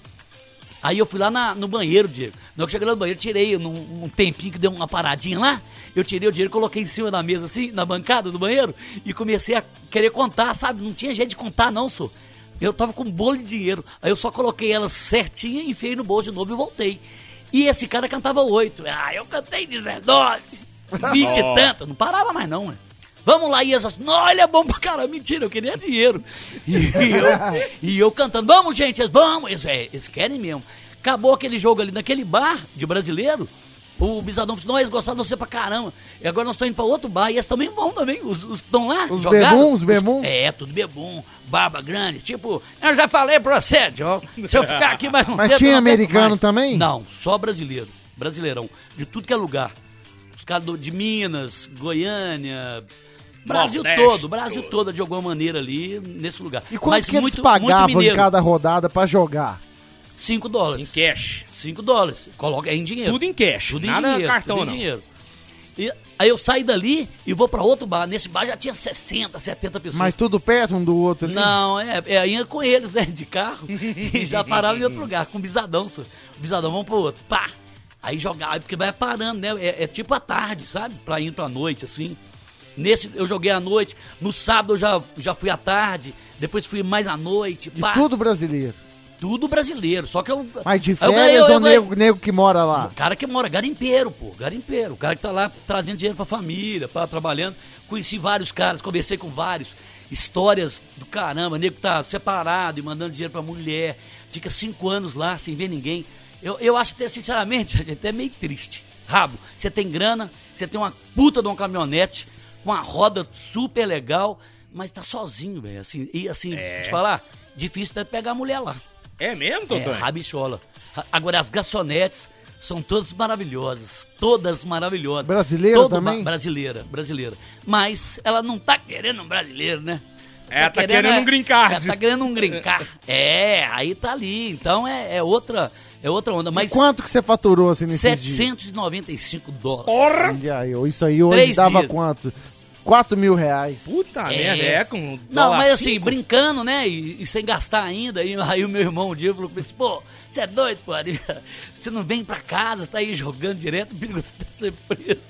Aí eu fui lá na- no banheiro, Diego. Na hora que eu cheguei lá no banheiro, tirei num, um tempinho que deu uma paradinha lá. Eu tirei o dinheiro, coloquei em cima da mesa, assim, na bancada do banheiro, e comecei a querer contar, sabe? Não tinha jeito de contar, não, só. Eu tava com um bolo de dinheiro. Aí eu só coloquei ela certinha, enfiei no bolso de novo e voltei. E esse cara cantava oito. Ah, eu cantei 19, 20 e tanto. Não parava mais, não, né? Vamos lá, e essas. Não, ele é bom pra caramba. Mentira, eu queria dinheiro. E eu, e eu cantando. Vamos, gente, eles, vamos. Eles, é, eles querem mesmo. Acabou aquele jogo ali naquele bar de brasileiro. O Bisadão falou: não, eles gostaram de você pra caramba. E agora nós estamos indo pra outro bar. E eles também vão também. Os os que estão lá. Os jogaram. bebum, os bebum? É, tudo bebum. Barba grande. Tipo, eu já falei pra você, John. Se eu ficar aqui mais um Mas tempo, tinha eu não aguento americano mais. também? Não, só brasileiro. Brasileirão. De tudo que é lugar. Os caras do- de Minas, Goiânia, Brasil Nordeste todo, Brasil todo, de alguma maneira ali, nesse lugar. E quanto Mas que muito, eles muito pagavam em mineiro. cada rodada pra jogar? 5 dólares. Em cash. 5 dólares. Coloca é em dinheiro. Tudo em cash. Tudo em Nada dinheiro. cartão, tudo em não. dinheiro. E aí eu saí dali e vou pra outro bar. Nesse bar já tinha 60, 70 pessoas. Mas tudo perto um do outro ali? Não, é, é ia com eles, né? De carro. e já parava em outro lugar, com um bisadão. só. Bisadão, vamos pro outro. Pá! Aí jogava, porque vai parando, né? É, é tipo à tarde, sabe? Pra ir pra noite, assim. Nesse eu joguei à noite, no sábado eu já, já fui à tarde, depois fui mais à noite, E pá. tudo brasileiro. Tudo brasileiro, só que eu. Mas de Aí eu ganhei, férias eu ou ganhei. nego, nego que mora lá? O cara que mora, garimpeiro, pô, garimpeiro. O cara que tá lá trazendo dinheiro pra família, pra, trabalhando. Conheci vários caras, conversei com vários. Histórias do caramba, nego que tá separado e mandando dinheiro pra mulher. Fica cinco anos lá sem ver ninguém. Eu, eu acho até, sinceramente, gente, até meio triste. Rabo, você tem grana, você tem uma puta de uma caminhonete, com uma roda super legal, mas tá sozinho, velho. Assim, e assim, É. te falar, difícil até pegar a mulher lá. É mesmo, É, Totônio? rabichola. Ra- Agora, as garçonetes são todas maravilhosas. Todas maravilhosas. Brasileira Todo também? ba- Brasileira, brasileira. Mas ela não tá querendo um brasileiro, né? É, tá querendo um green card. Ela tá querendo um green card. É, aí tá ali. Então é, é outra é outra onda. Mas Quanto que você faturou assim nesse dia? 795 dólares. Porra! E aí, ó, Isso aí hoje Três dava dias. quanto? 4 mil reais. Puta merda, é com um Não, dólar mas assim, cinco. brincando, né? E, e sem gastar ainda. E aí o meu irmão um dia falou pra mim, pô, você é doido, pô? Você não vem pra casa, tá aí jogando direto, perigo você tá ser preso.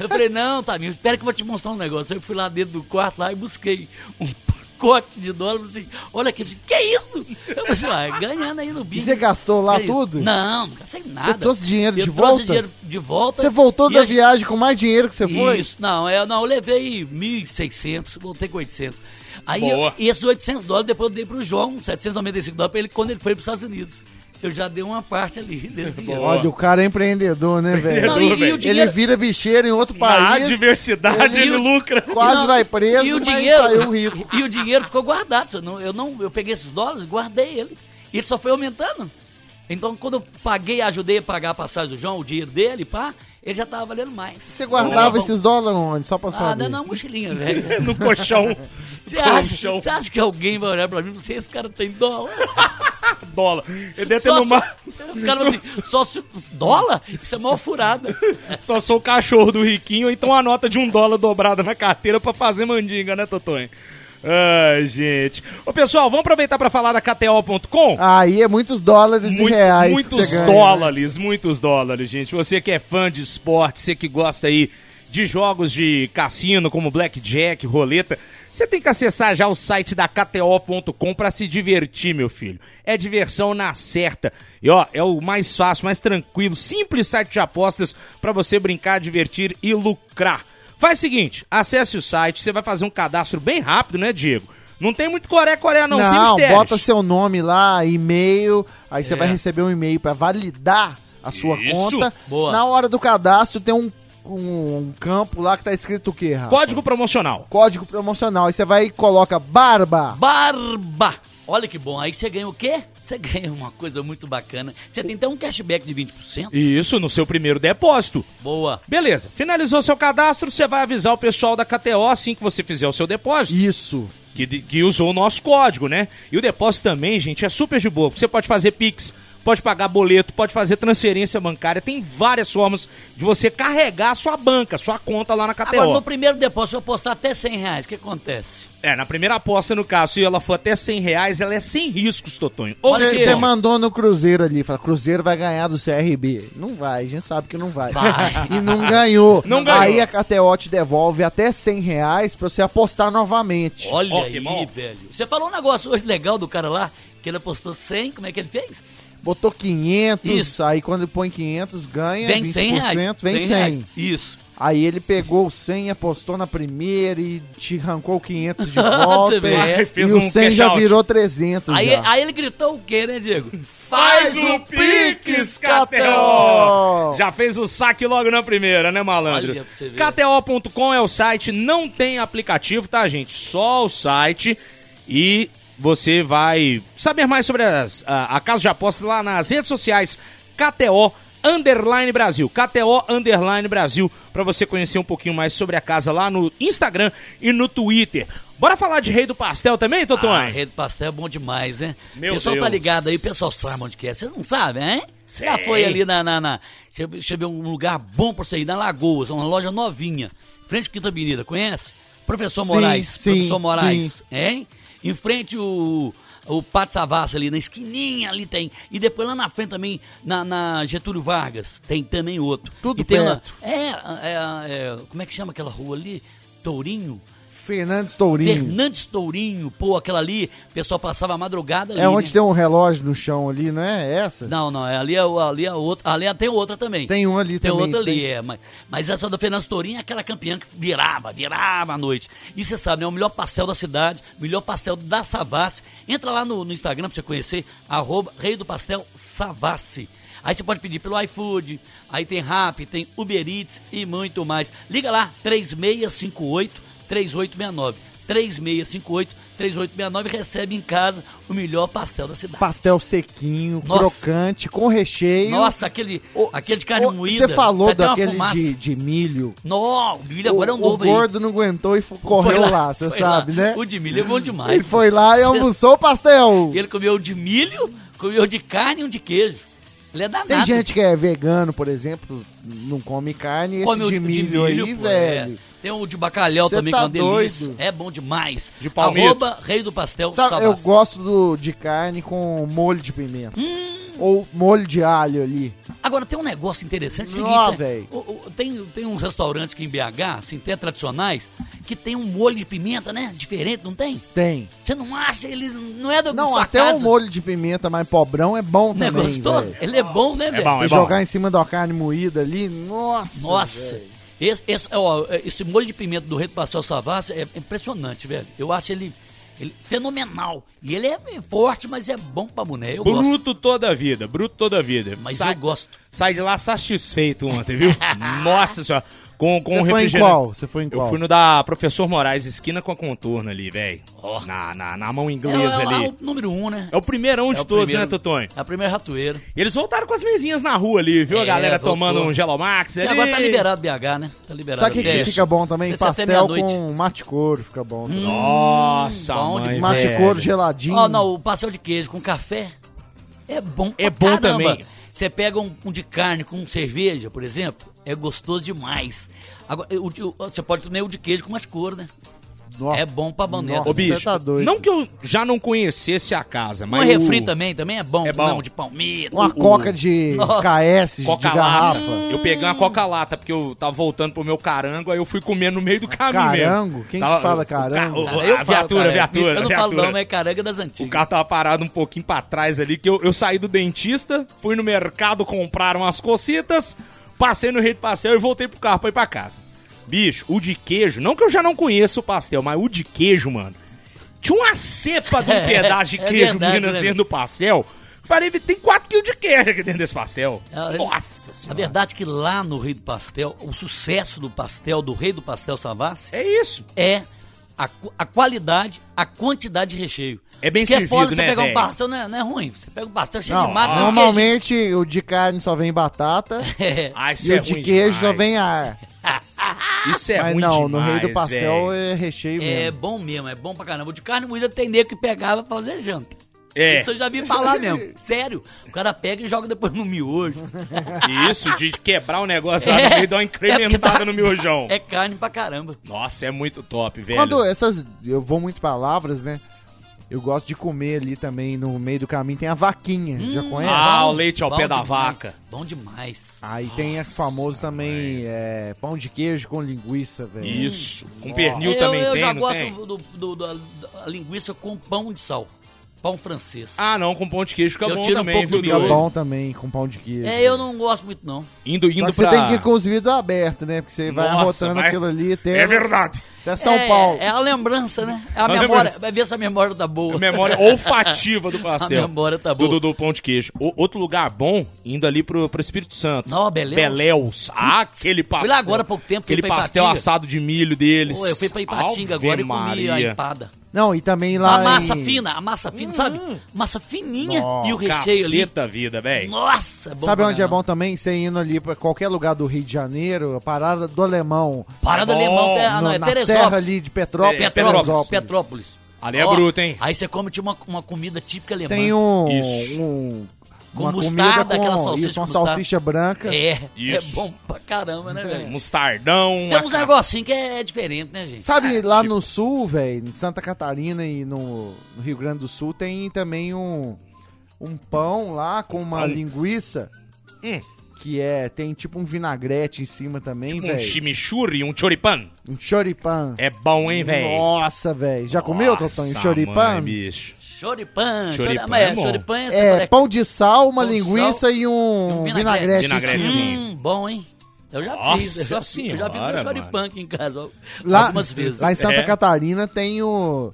Eu falei, não, Taminho, espera que eu vou te mostrar um negócio. Aí eu fui lá dentro do quarto lá e busquei um pacote de dólar, assim, olha aqui, eu falei, que é isso? Eu falei, "Uai, ganhando aí no bicho. você gastou lá Que é isso? tudo? Não, não gastei nada. trouxe dinheiro eu de trouxe volta? dinheiro de volta. Você voltou e da a gente- viagem com mais dinheiro que você foi? isso, não, eu, não, eu levei 1.600, voltei com 800. Aí eu, Boa. e esses 800 dólares depois eu dei pro João, 795 dólares, pra ele quando ele foi pros Estados Unidos. Eu já dei uma parte ali desse dinheiro. Olha, o cara é empreendedor, né, velho? Não, e- e, velho. o dinheiro, Ele vira bicheiro em outro Na país. adversidade ele, ele- lucra. Quase não, vai preso, e o mas dinheiro, saiu rico. E o dinheiro ficou guardado. Eu não, eu não- eu peguei esses dólares, guardei ele. E ele só foi aumentando. Então, quando eu paguei, ajudei a pagar a passagem do João, o dinheiro dele, pá, ele já tava valendo mais. Você guardava Bom, esses dólares onde? Só pra Ah, saber. não, não, mochilinha, velho. no colchão. Você acha, Colchão. você acha que alguém vai olhar pra mim e falar assim, esse cara tem dólar? Dólar. Ele deve ter Só no se- mar. O cara fala assim, só se... Dólar? Isso é mó furada. Só sou o cachorro do riquinho, ou então a nota de um dólar dobrada na carteira pra fazer mandinga, né, Totonho? Ai, gente. Ô, pessoal, vamos aproveitar pra falar da KTO.com? Aí é muitos dólares Muito- e reais. que muitos você ganha, né? dólares, muitos dólares, gente. Você que é fã de esporte, você que gosta aí de jogos de cassino como blackjack, roleta, você tem que acessar já o site da KTO.com pra se divertir, meu filho. É diversão na certa. E ó, é o mais fácil, mais tranquilo, simples site de apostas pra você brincar, divertir e lucrar. Faz o seguinte, acesse o site, você vai fazer um cadastro bem rápido, né, Diego? Não tem muito coré-coré não, sem Não, mistérios. bota seu nome lá, e-mail, aí você vai receber um e-mail pra validar a sua É. Isso. conta. Boa. Na hora do cadastro tem um, um campo lá que tá escrito o quê, Rafa? Código promocional. Código promocional. Aí você vai e coloca barba. Barba! Olha que bom. Aí você ganha o quê? Você ganha uma coisa muito bacana. Você tem até um cashback de 20%. Isso, no seu primeiro depósito. Boa. Beleza, finalizou seu cadastro, você vai avisar o pessoal da KTO assim que você fizer o seu depósito, Isso. que, que usou o nosso código, né? E o depósito também, gente, é super de boa, porque você pode fazer Pix, pode pagar boleto, pode fazer transferência bancária, tem várias formas de você carregar a sua banca, sua conta lá na KTO. Agora, no primeiro depósito, eu postar até 100 reais. O que acontece? É, na primeira aposta, no caso, se ela for até 100 reais, ela é sem riscos, Totonho. Ou Olha Você seja, você mandou no Cruzeiro ali, fala, Cruzeiro vai ganhar do CRB. Não vai, a gente sabe que não vai. Vai. E não ganhou. Não ganhou. Aí a KTO te devolve até 100 reais pra você apostar novamente. Olha Ó, aí, irmão. velho. Você falou um negócio hoje legal do cara lá, que ele apostou 100, como é que ele fez? Botou 500, Isso. aí quando ele põe 500, ganha Vem 20%, 100 reais. vem 100. reais. Isso. Aí ele pegou o 100, apostou na primeira e te arrancou o 500 de volta. Você vê. e Aí fez o um 100 cash já out. virou 300 Aí, já. aí ele gritou o quê, né, Diego? Faz o Pix, KTO! KTO! Já fez o saque logo na primeira, né, malandro? Olha pra você ver. KTO.com é o site, não tem aplicativo, tá, gente? Só o site e você vai saber mais sobre as- a, a casa de apostas lá nas redes sociais KTO underline Brasil, KTO underline Brasil, para você conhecer um pouquinho mais sobre a casa lá no Instagram e no Twitter. Bora falar de Rei do Pastel também, Ah, Totonho? Rei do Pastel é bom demais, né? Meu o pessoal Deus. tá ligado aí, o pessoal sabe onde que é. Vocês não sabem, hein? Você já Sei. foi ali na. na, na você, você vê um lugar bom pra você ir, na Lagoas, uma loja novinha. Frente à Quinta Avenida, conhece? Professor Sim, Moraes. sim, professor Moraes, hein? Em frente o. O Pato Savassi ali, na esquininha ali tem. E depois lá na frente também, na, na Getúlio Vargas, tem também outro. Tudo e tem lá- perto. é, é, é, como é que chama aquela rua ali? Tourinho? Fernandes Tourinho. Fernandes Tourinho, pô, aquela ali, o pessoal passava a madrugada ali. É onde né? tem um relógio no chão ali, não é essa? Não, não, é ali é o- ali é outra, ali é- tem outra também. Tem uma ali Tem também. outra ali, tem- é, mas, mas essa do Fernandes Tourinho é aquela campeã que virava, virava à noite. E você sabe, né, o melhor pastel da cidade, o melhor pastel da Savassi. Entra lá no, no Instagram pra você conhecer, arroba Rei do Pastel Savassi. Aí você pode pedir pelo iFood, aí tem Rap, tem Uber Eats e muito mais. Liga lá, 3658 3869. 3658 3869 e recebe em casa o melhor pastel da cidade. Pastel sequinho, Nossa. crocante, com recheio. Nossa, aquele, O- aquele de carne o- moída. Você falou sai até uma daquele fumaça. de, de milho. Não, o milho agora é um o, o novo aí. gordo não aguentou e fo- Foi correu lá, você foi sabe, lá. né? O de milho é bom demais. Ele foi lá e almoçou o pastel. Ele comeu o de milho, comeu o de carne e um de queijo. Ele é danado. Tem gente que é vegano, por exemplo, não come carne. Esse Come o de, milho aí, pô, é. velho. Tem o de bacalhau Cê também, tá que é uma delícia. doido. É bom demais. De palmito. Arroba Rei do Pastel Sabe, eu Sabás. gosto do, de carne com molho de pimenta. Hum. Ou molho de alho ali. Agora, tem um negócio interessante, é o seguinte, Nó, né? véi. O- o- tem, tem uns restaurantes aqui em BH, assim, até tradicionais, que tem um molho de pimenta, né? Diferente, não tem? Tem. Você não acha, ele não é do Não, sua até casa. o molho de pimenta mais pobrão é bom Não é também, gostoso? velho. Ele é bom, né, velho? bom, é. E jogar em cima da carne moída ali, nossa. Nossa! velho. Esse, esse, ó, é, esse molho de pimenta do Rei do Pastel Savassi é impressionante, velho. Eu acho ele, ele fenomenal. E ele é forte, mas é bom pra boné. Eu gosto. Bruto toda a vida, bruto toda a vida. Mas Sai- eu gosto. Sai de lá satisfeito ontem, viu? Nossa senhora. Com, com Você foi em refrigerante. qual? Você foi em qual? Eu fui no da Professor Moraes, esquina com a contorna ali, velho. Ó. Na, na, na mão É, inglesa é lá ali. o número um, né? É o primeirão de É o todos, primeiro- né, Totonho? É a primeira ratoeira. Eles voltaram com as mesinhas na rua ali, viu? a É, galera voltou. tomando um Gelomax E ali. agora tá liberado BH, né? Tá liberado. Sabe o que, até que isso. fica bom também? Sexta até Pastel meia-noite. Hum. com mate couro fica bom também. Hum, Nossa, Bom mãe, demais. Hum, mate velho. couro geladinho. Ó, Oh, não, o pastel de queijo com café é bom pra É bom caramba. também. Você pega um, um de carne com cerveja, por exemplo, é gostoso demais. Agora, o de- o- você pode também o de queijo com mais cor, né? Nó- É bom pra bandeira. Ô, Nossa, bicho, você tá doido. não que eu já não conhecesse a casa, Um mas... refri o- também, também é bom. É bom. Não, de palmito. Uma coca de Nossa. Hum, KS, de Coca-lata. garrafa. Eu peguei uma Coca-lata, porque eu tava voltando pro meu carango, aí eu fui comer no meio do caminho Carango? mesmo. Quem Tava- que fala o carro- carango? o- Ah, a eu falo, viatura, cara, viatura, Eu não falo viatura. não, mas é caranga das O antigas. carro tava parado um pouquinho pra trás ali, que eu, eu saí do dentista, fui no mercado comprar umas cocitas, passei no rei do pastel e voltei pro carro pra ir pra casa. Bicho, o de queijo, não que eu já não conheço o pastel, mas o de queijo, mano, tinha uma cepa de um É, pedaço de é queijo verdade, Minas né? dentro do pastel. Falei, tem 4kg de queijo aqui dentro desse pastel. Ah, ele- Nossa A senhora. verdade é que lá no Rei do Pastel, o sucesso do pastel, do Rei do Pastel Savassi, É isso. é a, qu- a qualidade, a quantidade de recheio. É bem Porque servido, é foda você né, pegar velho? um pastel, não é, não é ruim. Você pega um pastel cheio Não, de massa, normalmente o de carne só vem batata É. Ai, e isso é o de ruim queijo só demais. vem ar. Isso é Mas ruim não, demais, no meio do pastel velho. é recheio É mesmo. bom mesmo, é bom pra caramba. O de carne moída tem nego que pegava pra fazer janta. É. Isso eu já vi falar mesmo. Sério. O cara pega e joga depois no miojo. É. Isso, de quebrar o negócio lá no meio e dar uma porque incrementada dá- no miojão. É carne pra caramba. Nossa, é muito top, velho. Quando essas. Eu vou muito palavras, né? Eu gosto de comer ali também no meio do caminho. Tem a vaquinha, já conhece? Ah, o leite ao Bom pé da demais, vaca. Bom demais. Aí tem esse famoso também é, pão de queijo com linguiça, velho. Isso. Com pernil eu também eu tem, já não gosto tem? do- do- do- da, da linguiça com pão de sal. Pão francês. Ah, não, com pão de queijo fica Eu bom tiro um também, pouco viu, do Hum. Fica Miojo? miojo. bom também com pão de queijo. é, eu não gosto muito, não. Indo, Só indo que você pra... tem que ir com os vidros abertos, né? Porque você vai Nossa, arrotando vai. aquilo ali um- até, É verdade. até São é, Paulo. É a lembrança, né? É a, A memória. lembrança. Vai ver se a memória tá boa. A memória olfativa do pastel. A memória tá Do, boa. do, do pão de queijo. O- outro lugar bom, indo ali pro, pro Espírito Santo. Não, Beléus. Beléus. Ah, aquele pastel. Fui lá agora há pouco tempo, fui Aquele pra pastel Ipatinga. assado de milho deles. Pô, eu fui pra Ipatinga Ave agora e comi a Maria. empada. Não, e também lá. a massa em- fina, a massa fina, sabe? Massa fininha e o recheio ali. Caceta vida, Hum. velho. Nossa, é bom Sabe pra onde é caramba. bom também? Você indo ali pra qualquer lugar do Rio de Janeiro, a parada do alemão. Parada É bom. alemão, é, ah, não, na, é na Teresópolis. serra ali de Petrópolis. É, Petrópolis. Petrópolis. Ali é bruto, hein? Aí você come tipo, uma, uma comida típica alemã. Tem um. Isso. um- Com uma mostarda, comida aquela com salsicha isso, uma com mostarda. salsicha branca. É, Isso. é bom pra caramba, né, um velho? Mostardão. Tem uns a- negocinhos que é, é diferente, né, gente? Sabe, lá no sul, velho, em Santa Catarina e no, no Rio Grande do Sul, tem também um, um pão lá com uma linguiça. Hum. Que é, tem tipo um vinagrete em cima também, Um velho. chimichurri, um choripan. Um choripan. É bom, hein, velho? Nossa, velho. Já comeu, Totonho, Nossa, choripan? mãe, bicho. Choripan Choripan, choripan, é, é bom. choripan é, É, sacolé. pão de sal, uma Pão de linguiça sal e um, um vinagrete. vinagrete. em cima. Vinagrete, sim. Hum, bom, hein? Eu já Nossa fiz. Eu já, fiz- eu já fiz senhora, meu choripan aqui em casa ó, Lá, algumas vezes. lá em Santa É. Catarina tem o...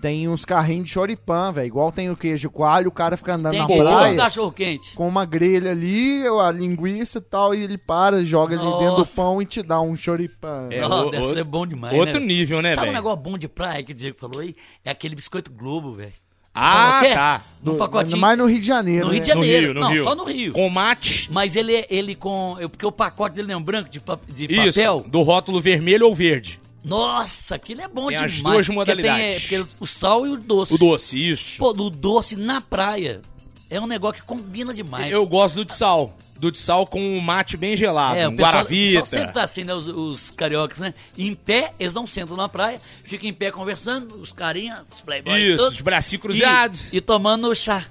Tem uns carrinhos de choripan, velho. Igual tem o queijo coalho, o cara fica andando Tem na gente que come praia. cachorro quente. com uma grelha ali, a linguiça e tal, e ele para, joga ali dentro do Nossa. pão e te dá um choripan. É, Nossa, o- deve o- ser bom demais, né, Outro velho? nível, né, Sabe um velho? negócio bom de praia que o Diego falou aí? É aquele biscoito Globo, velho. Ah, Sabe é? o quê? tá. Num No- pacotinho. Mas no Rio de Janeiro, No Rio de né? No Janeiro. Rio, no não, Rio. só no Rio. Com mate. Mas ele, ele com. eu- Porque o pacote dele é um branco de, pa- de Isso, papel. do rótulo vermelho ou verde. Nossa, aquilo é bom Tem as demais. duas porque tem, modalidades. é, Porque, o sal e o doce. O doce, isso. Pô, do doce na praia. É um negócio que combina demais. Eu gosto do de sal. Do de sal com um mate bem gelado, É, um Só sempre tá guaravita. assim, né? Os, os cariocas, né? Em pé, eles não sentam na praia, ficam em pé conversando, os carinha, os playboys. Isso, os bracinhos cruzados. E, e tomando chá.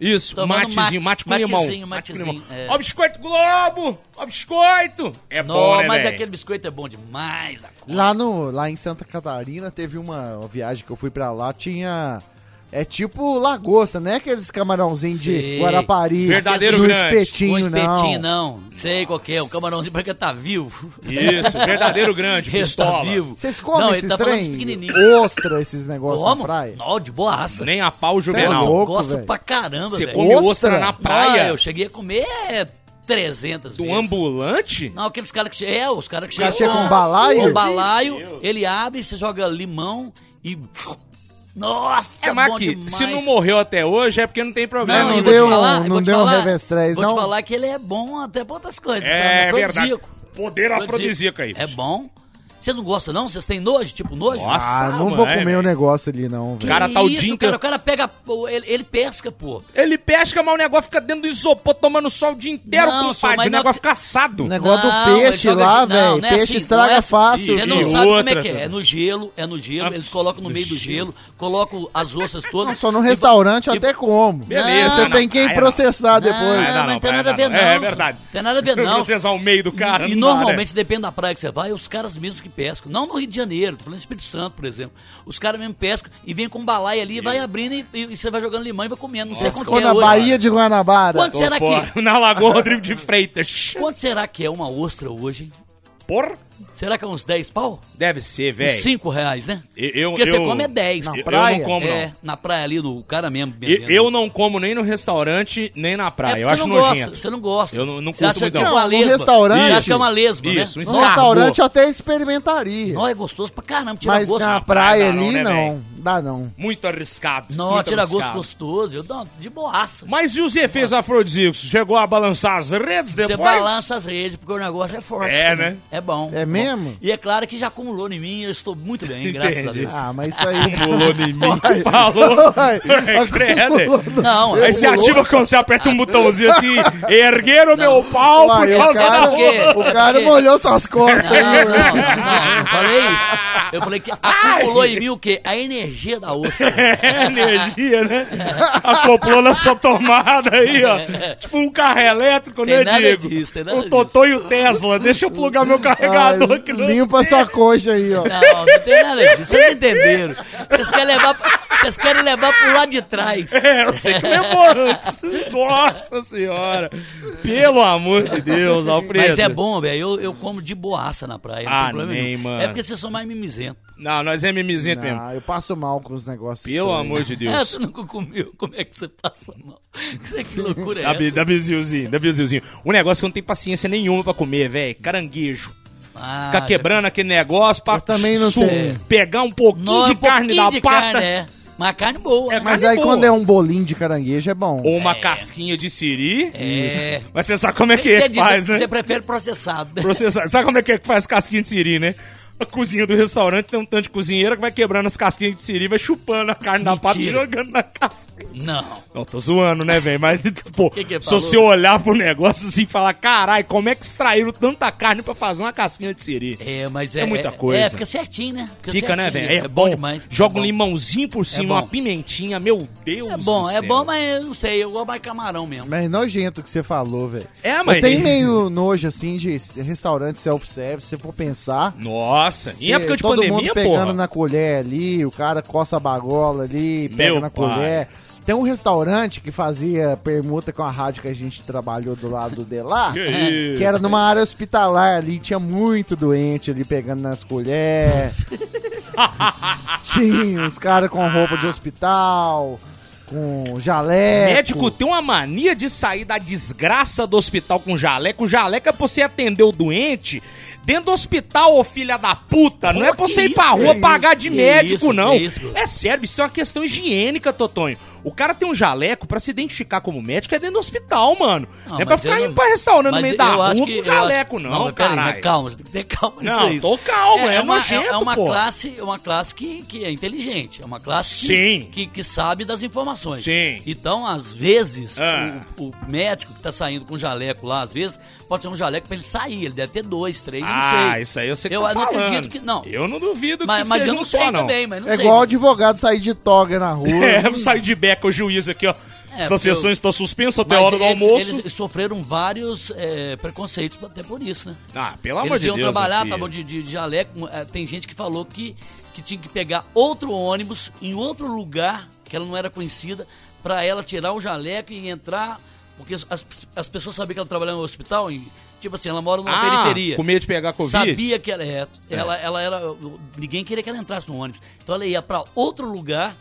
Isso, tomando matezinho, mate, mate, com limão. matezinho, Mate com matezinho, limão. é. Ó, biscoito Globo! Ó, biscoito! É Nó, bom, né, mas véi? aquele biscoito é bom demais. a co- Lá, no, lá em Santa Catarina teve uma, uma viagem que eu fui pra lá, tinha... É tipo lagosta, né? Aqueles camarãozinhos de Sei. Guarapari. Verdadeiro do grande. espetinho, Um espetinho, não. não. Sei qual que é, um camarãozinho pra que tá vivo. Isso, verdadeiro grande, Ele tá pistola. vivo. Vocês comem Não, ele esses tá falando dos trem? pequenininhos. Ostra, esses negócios na Como? praia? Não, de boaça. Nem a pau Cê é juvenal. louco, gosto velho. pra caramba, Você velho. come ostra Ostra? na praia Ah, eu cheguei a comer é, 300 do vezes. ambulante? Não, aqueles caras que chegam. É, os caras que cara chegam. chega com balaio? Com balaio, ele abre, você joga limão e. Nossa, É, mas bom que demais. se não morreu até hoje é porque não tem problema. Não, né? eu não vou te deu- falar, eu não vou te deu um falar- revestrez, Vou não? te falar que ele é bom até pra outras coisas. É, sabe? verdade. Afrodisíaco. Poder afrodisíaco aí. É bom. Você não gosta, não? Vocês têm nojo? Tipo, nojo? Nossa, Ah, não mano, vou é, comer velho. o negócio ali, não, velho. Cara, Que tá o isso, dia inteiro- cara, o cara pega. pô, Ele, ele pesca, pô. Ele pesca, mas o negócio fica dentro do isopor, tomando sol o dia inteiro, Não, só, compadre. mas O não- negócio fica assado. O negócio Não, é- do peixe ele joga lá, ge- não, velho. não é peixe assim, não estraga é assim. fácil. Você não E filho. sabe como outra é que é. É no gelo, é no gelo. Ah, eles colocam no meio do gelo, colocam as osas todas. Não, só no restaurante eu até como. Beleza, Você não, tem quem praia não. processar depois. Praia Não, mas não, tem praia nada a não. ver, não. É, é verdade. Tem nada a ver, não. Vocês ao meio do cara. E não dá, né? normalmente, depende da praia que você vai, os caras mesmos que pescam. Não no Rio de Janeiro, tô falando do Espírito Santo, por exemplo. Os caras mesmo pescam e vem com um balaio ali, vai abrindo e, e você vai jogando limão e vai comendo. Não sei Mas quanto quando que é a hoje. Bahia de Guanabara. Quanto será que... Pô, na Lagoa Rodrigo de Freitas. Quanto será que é uma ostra hoje, hein? Por? Será que é uns 10 pau? Deve ser, Uns velho. 5 reais, né? Eu- eu- Porque você eu- come é 10. Na Eu- Eu praia? não como, é, não. na praia ali, no o cara mesmo. Eu, vendendo. eu não como nem no restaurante, nem na É, praia. porque eu É, você acho não gosta, nojento. Você não gosta. Eu não- não Você curto acha muito, que é não. um uma Não, no lesma. restaurante- Você acha que é uma lesma, Isso, né? um No Escargot. restaurante eu até experimentaria. Não, é gostoso pra caramba, tira mas gosto. na não, praia não, ali, né, não. Dá não. Muito arriscado. Não, muito tira gosto arriscado. gostoso. Eu dou de boaça. Mas e os efeitos afrodisíacos? Chegou a balançar as redes Você depois? balança as redes, porque o negócio é forte. É, né? É bom. É mesmo? E é claro que já acumulou em mim, eu estou muito bem, graças a Entendi. Deus. Ah, mas isso aí. Pulou em mim, falou. Ai, É, credo. acumulou. Não, Aí você ativa quando você aperta um botãozinho assim, ergueram meu pau por Uai, o causa da cara, quê? roupa. o cara Por quê? molhou suas costas. né? Não, não, não, não, eu falei isso. Eu falei que acumulou em mim o quê? A energia da ostra. É energia, né? Acoplou na sua tomada aí, ó. Tipo um carro elétrico, Tem né, nada Diego? disso, tem nada o Totó e o Tesla. Deixa eu plugar meu Ai, carregador aqui no Ah, limpa sua coxa aí, ó. Não, não tem nada disso. Vocês entenderam. Vocês querem levar, vocês querem levar pro lado de trás. É, eu sei que levou antes. Nossa senhora. Pelo amor de Deus, Alfredo. Mas é bom, velho. Eu, eu como de boaça na praia. Não Ah, tem problema nem, nenhum. mano. É porque vocês são mais mimizento. Não, nós é mimizento mesmo. Ah, eu passo mal com os negócios. Pelo estranhos. amor de Ah, Deus. você nunca comeu. Como é que você passa mal? Que, que loucura é Dá, bi- essa? dá bizilzinho, dá bizilzinho. Um negócio que eu não tenho paciência nenhuma pra comer, velho. Caranguejo. Ah, Ficar quebrando aquele negócio pra Eu também não sum- tenho. pegar um pouquinho Não, de um carne pouquinho da de pata. carne, é. Uma carne boa. É, né? Mas Carne aí boa. quando é um bolinho de caranguejo é bom. Ou uma É. casquinha de siri. É. Isso. Mas você sabe como é que é que Entendi, faz, você, né? Você prefere processado. né? Processar. Sabe como é que é que faz casquinha de siri, né? A cozinha do restaurante tem um tanto de cozinheira que vai quebrando as casquinhas de siri, vai chupando a carne da pata e Mentira. jogando na casquinha. Não. Não, tô zoando, né, velho? Mas, pô, Que que ele se falou? você olhar pro negócio assim e falar, carai, como é que extraíram tanta carne pra fazer uma casquinha de siri? É, mas é. É muita coisa. É, fica certinho, né? Fica, né, certinho, velho? É, bom. demais. Joga É um bom. limãozinho por cima, uma bom. pimentinha, meu Deus É bom, do é céu. bom, mas eu não sei, eu gosto mais de camarão mesmo. Mas é nojento o que você falou, velho. É, Eu mas- tenho meio nojo, assim, de restaurante self-service, se for pensar. Nossa, em Se época de todo pandemia, mundo pegando porra. na colher ali, o cara coça a bagola ali, pega Meu na pai. colher. Tem um restaurante que fazia permuta com a rádio que a gente trabalhou do lado de lá, né, Que que, isso. era numa área hospitalar ali, tinha muito doente ali pegando nas colheres. tinha os caras com roupa de hospital, com É, jaleco. Médico tem uma mania de sair da desgraça do hospital com jaleco. O jaleco é pra você atender o doente dentro do hospital, ô filha da puta. Não Pô, é pra que você ir pra isso, rua que pagar isso, de que médico, isso, não. que isso. É sério, isso é uma questão higiênica, Totonho. O cara tem um jaleco pra se identificar como médico é dentro do hospital, mano. Não, é pra mas ficar eu indo pra restaurante no mas meio da eu rua acho que- com eu jaleco, acho- não, mas peraí, mas caralho. calma, você tem que ter calma nisso Não, aí. tô calmo, é uma, nojento, é uma pô. classe, é uma classe que, que é inteligente, é uma classe que- Sim. Que, que sabe das informações. Sim. Então, às vezes, Ah. o, o médico que tá saindo com jaleco lá, às vezes, pode ser um jaleco pra ele sair, ele deve ter dois, três, eu não Ah, sei. isso aí eu sei que Eu tá não falando. acredito que- não. Eu não duvido Mas, que mas seja eu não um sei só, não. também, mas não É sei. igual advogado sair de toga na rua. É, eu saí de beca o juiz aqui, ó. Hum. É, Essa porque eu- sessão está suspensa até Mas a hora do eles- almoço. Eles sofreram vários eh, preconceitos até por isso, né? Ah, pelo amor Eles de iam Deus. trabalhar, meu estavam filho. de, de jaleco. eh, Tem gente que falou que, que tinha que pegar outro ônibus em outro lugar, que ela não era conhecida, pra ela tirar o jaleco e entrar. Porque as, as pessoas sabiam que ela trabalhava no hospital. E, tipo assim, ela mora numa ah, periferia. com medo de pegar Covid? Sabia que ela, é, ela, ela era. Ninguém queria que ela entrasse no ônibus. Então ela ia pra outro lugar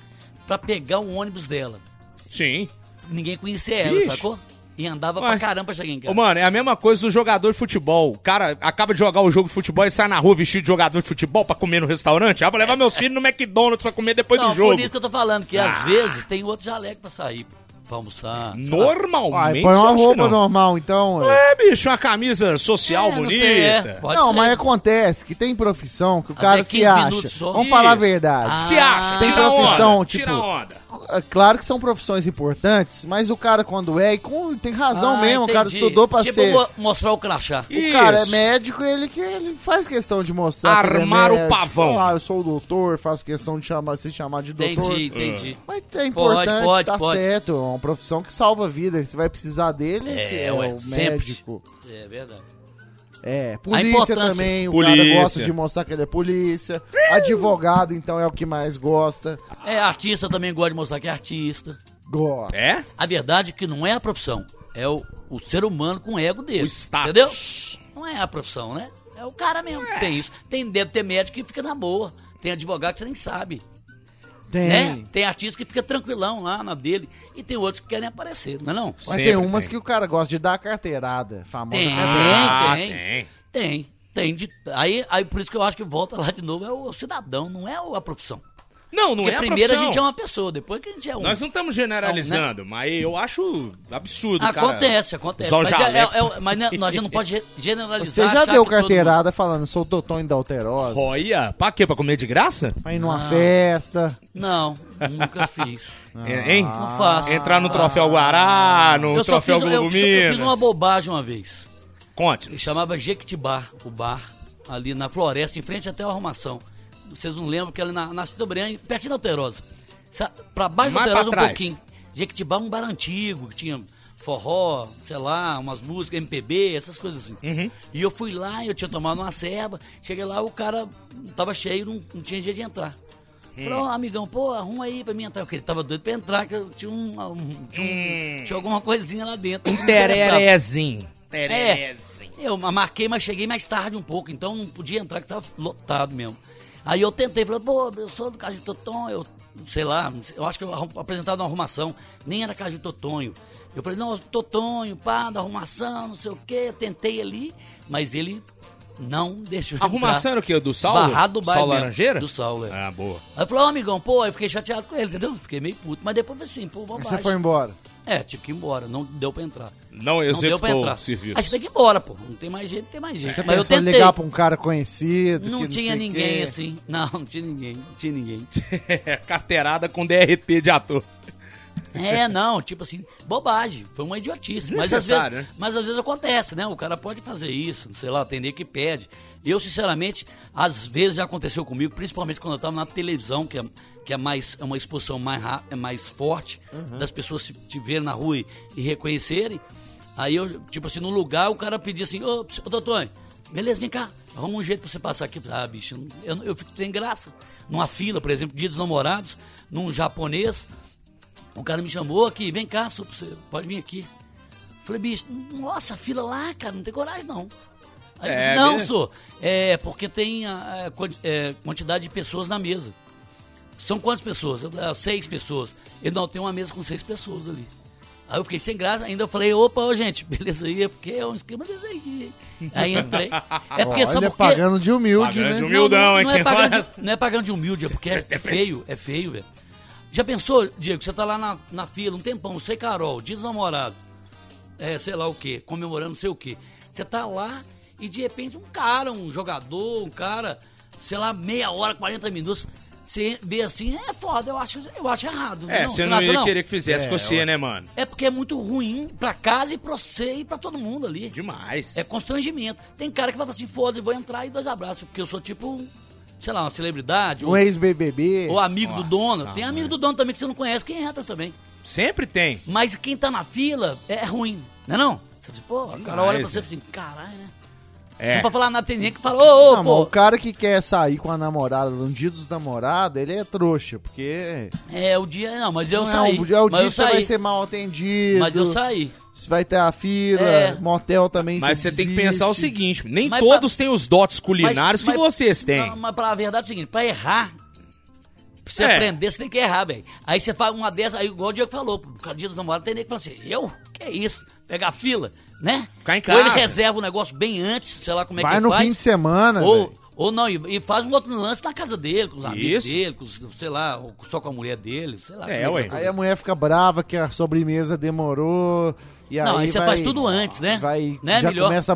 pra pegar o ônibus dela. Sim. Ninguém conhecia ela, Ixi. sacou? E andava Ué. pra caramba pra chegar em casa. Ô, mano, é a mesma coisa do jogador de futebol. O cara acaba de jogar o jogo de futebol e sai na rua vestido de jogador de futebol pra comer no restaurante. Ah, vou levar meus filhos no McDonald's pra comer depois Não, do jogo. Ah. por isso que eu tô falando, que às vezes tem outro jaleco pra sair, pra almoçar. sei lá. Normalmente. Uai, põe eu uma acho que roupa não. normal, então. ué. É, bicho, uma camisa social É, não bonita. sei, é, pode não, ser. mas acontece que tem profissão que o Às cara vezes se 15 acha. minutos só. Vamos falar a Isso. verdade. Se Ah. acha, Tem tira profissão, onda, tipo- Tira onda. É Claro que são profissões importantes, mas o cara quando é, e com- tem razão Ah, mesmo, o cara entendi. estudou pra tipo, ser. mo- mostrar o crachá. O cara é Isso. médico, ele que ele faz questão de mostrar. que ele é Armar o médico. pavão. Ah, eu sou o doutor, faço questão de chamar, se chamar de doutor. Entendi, Ah. entendi. Mas é importante, pode, tá pode. certo. É uma profissão que salva vida. Você vai precisar dele, É, esse é ué, o sempre. médico. É verdade. É, importância. polícia também, o Polícia. cara gosta de mostrar que ele é polícia. Advogado, então, é o que mais gosta. É, artista também gosta de mostrar que é artista. Gosta. É? A verdade é que não é a profissão, é o, o ser humano com o ego dele. O status. Entendeu? Não é a profissão, né? É o cara mesmo que tem isso. Tem, deve ter médico que fica na boa. Tem advogado que você nem sabe. Tem. Né? Tem artista que fica tranquilão lá na dele. E tem outros que querem aparecer, não é não? Mas Sempre tem umas tem. que o cara gosta de dar a carteirada. Famosa né? Tem, carteirada. Ah, tem, tem. tem. Tem, tem. de- aí, aí por isso que eu acho que volta lá de novo é o cidadão, não é o- a profissão. Não, não Porque é primeiro a, profissão. gente é uma pessoa, depois que a gente é um. Nós não estamos generalizando, mas eu acho absurdo, cara. né? né? acontece, acontece. usar o Mas, é- jaleco. é- é- mas não- nós já não pode ge- generalizar. Você já achar deu que todo carteirada falando, sou o Totonho da Alterosa? Olha, pra quê? Pra comer de graça? Pra ir numa Não. festa. mundo- Não, nunca fiz. É, Hein? Não faço. Entrar no não faço. troféu Guará, no Eu só Um troféu fiz, um, eu, Globo eu fiz uma Minas. bobagem uma vez. Conte. Chamava Jequitibá, o bar, ali na floresta, em frente até a arrumação. Vocês não lembram que ali na, na Cito Breanha, pertinho da Alterosa. Sa- Pra baixo da Mais pra Alterosa um trás. pouquinho. Jequitibá é um bar antigo, que tinha forró, sei lá, umas músicas, MPB, essas coisas assim. Uhum. E eu fui lá, eu tinha tomado uma serva, cheguei lá, o cara tava cheio, não, não tinha jeito de entrar. Hum. Falei, ó, amigão, pô, arruma aí pra mim entrar. Porque ele tava doido pra entrar, que eu tinha um. um- tinha, um- Hum. tinha alguma coisinha lá dentro. que me interessava. Tererezinho. É, eu marquei, mas cheguei mais tarde um pouco, então não podia entrar, que tava lotado mesmo. Aí eu tentei, falei, pô, eu sou do Caju Totonho, eu sei lá, eu acho que eu arrum- apresentado uma arrumação, nem era Caju Totonho. Eu falei, não, Totonho, pá, da arrumação, não sei o quê, tentei ali, mas ele Não deixou eu Arrumação entrar. era o quê? Do Saulo? Barrado do bairro Saulo mesmo, Laranjeira? Do Saulo, é. Ah, boa. Aí eu falei, ó, amigão, pô, eu fiquei chateado com ele, entendeu? Fiquei meio puto, mas depois eu falei assim, pô, Aí bobagem. Você foi embora. É, tive que ir embora, não deu pra entrar. Não Não deu pra executou entrar. o serviço. Aí você tem que ir embora, pô. Não tem mais jeito, não tem mais jeito. Você mas eu pensou em tentei. ligar pra um cara conhecido. que Não tinha sei ninguém quê. assim. Não, não tinha ninguém, não tinha ninguém. É, carteirada com DRT de ator. É, não, tipo assim, bobagem, foi uma idiotice. Mas às, vezes, Desnecessário, né? mas às vezes acontece, né? O cara pode fazer isso, sei lá, atender que pede. Eu, sinceramente, às vezes já aconteceu comigo, principalmente quando eu tava na televisão, que é, que é mais é uma exposição mais, ra- é mais forte, Uhum. das pessoas se- te verem na rua e, e reconhecerem. Aí eu, tipo assim, num lugar, o cara pedia assim, ô, ps- ô doutor, Antônio, beleza, vem cá, arruma um jeito pra você passar aqui. Ah, bicho, eu, eu fico sem graça. Numa fila, por exemplo, dia dos namorados, num japonês. O Um cara me chamou aqui, vem cá, sou pra você, pode vir aqui. Falei, bicho, nossa, fila lá, cara, não tem coragem não. Aí ele É, disse, não, mesmo? senhor, é porque tem a, a quan- é, quantidade de pessoas na mesa. São quantas pessoas? Eu falei, "Ah, seis pessoas. Ele, não, tem uma mesa com seis pessoas ali. Aí eu fiquei sem graça, ainda falei, opa, ô, gente, beleza aí, é porque é um esquema desse aqui. Aí entrei. É porque, Olha, sabe por quê? pagando de humilde, Pagando de né? humilde. Humildão, hein, não, não, quem é pagando fala? de, não é pagando de humilde, é porque é, feio, é feio, velho. Já pensou, Diego, você tá lá na, na fila um tempão, sei Carol, dia dos namorados, é, sei lá o quê, comemorando não sei o quê. Você tá lá e de repente um cara, um jogador, um cara, sei lá, meia hora, 40 minutos, você vê assim, é foda, eu acho, eu acho errado. É, você não acha, ia querer que fizesse com você, né, mano? É porque é muito ruim pra casa e pra você e pra todo mundo ali. Demais. É constrangimento. Tem cara que vai falar assim, foda-se, vou entrar e dois abraços, porque eu sou tipo, um, sei lá, uma celebridade, Um ou, ex-BBB. ou amigo do dono. Tem mano. amigo do dono também que você não conhece, quem entra também. Sempre tem. Mas quem tá na fila é ruim, não é não? Você fala assim, pô, o cara Demais, olha pra você e né? fala assim, caralho, né? É. Só pra falar nada, tem gente que fala, ô, ô, Não, mas o pô. cara que quer sair com a namorada no dia dos namorados, ele é trouxa, porque. É, o dia, não, mas eu Não, saí. o dia, o mas dia eu que você vai saí. ser mal atendido. Mas eu saí. Você vai ter a fila, É. motel também. Mas você tem que pensar o desiste. seguinte: nem Mas todos têm os dotes Mas- culinários que mas- vocês têm. Não, mas pra verdade é o seguinte, pra errar, pra você É. aprender, você tem que errar, velho. Aí você faz uma dessas, aí igual o Diego falou, pro cara dia dos namorados tem nem que falar assim, eu? Que isso? Pegar a fila, né? Ficar em Ou ele casa. reserva o negócio bem antes, sei lá como né, é que Vai ele no faz. fim de semana. ou, velho. ou não, e, e faz um outro lance na casa dele, com os amigos Isso. dele, com, os- sei lá, ou só com a mulher dele, sei lá. É, como que ué. Aí a mulher fica brava que a sobremesa demorou. E Não, aí aí você vai- faz tudo antes, né? Vai, Né, já melhor? começa a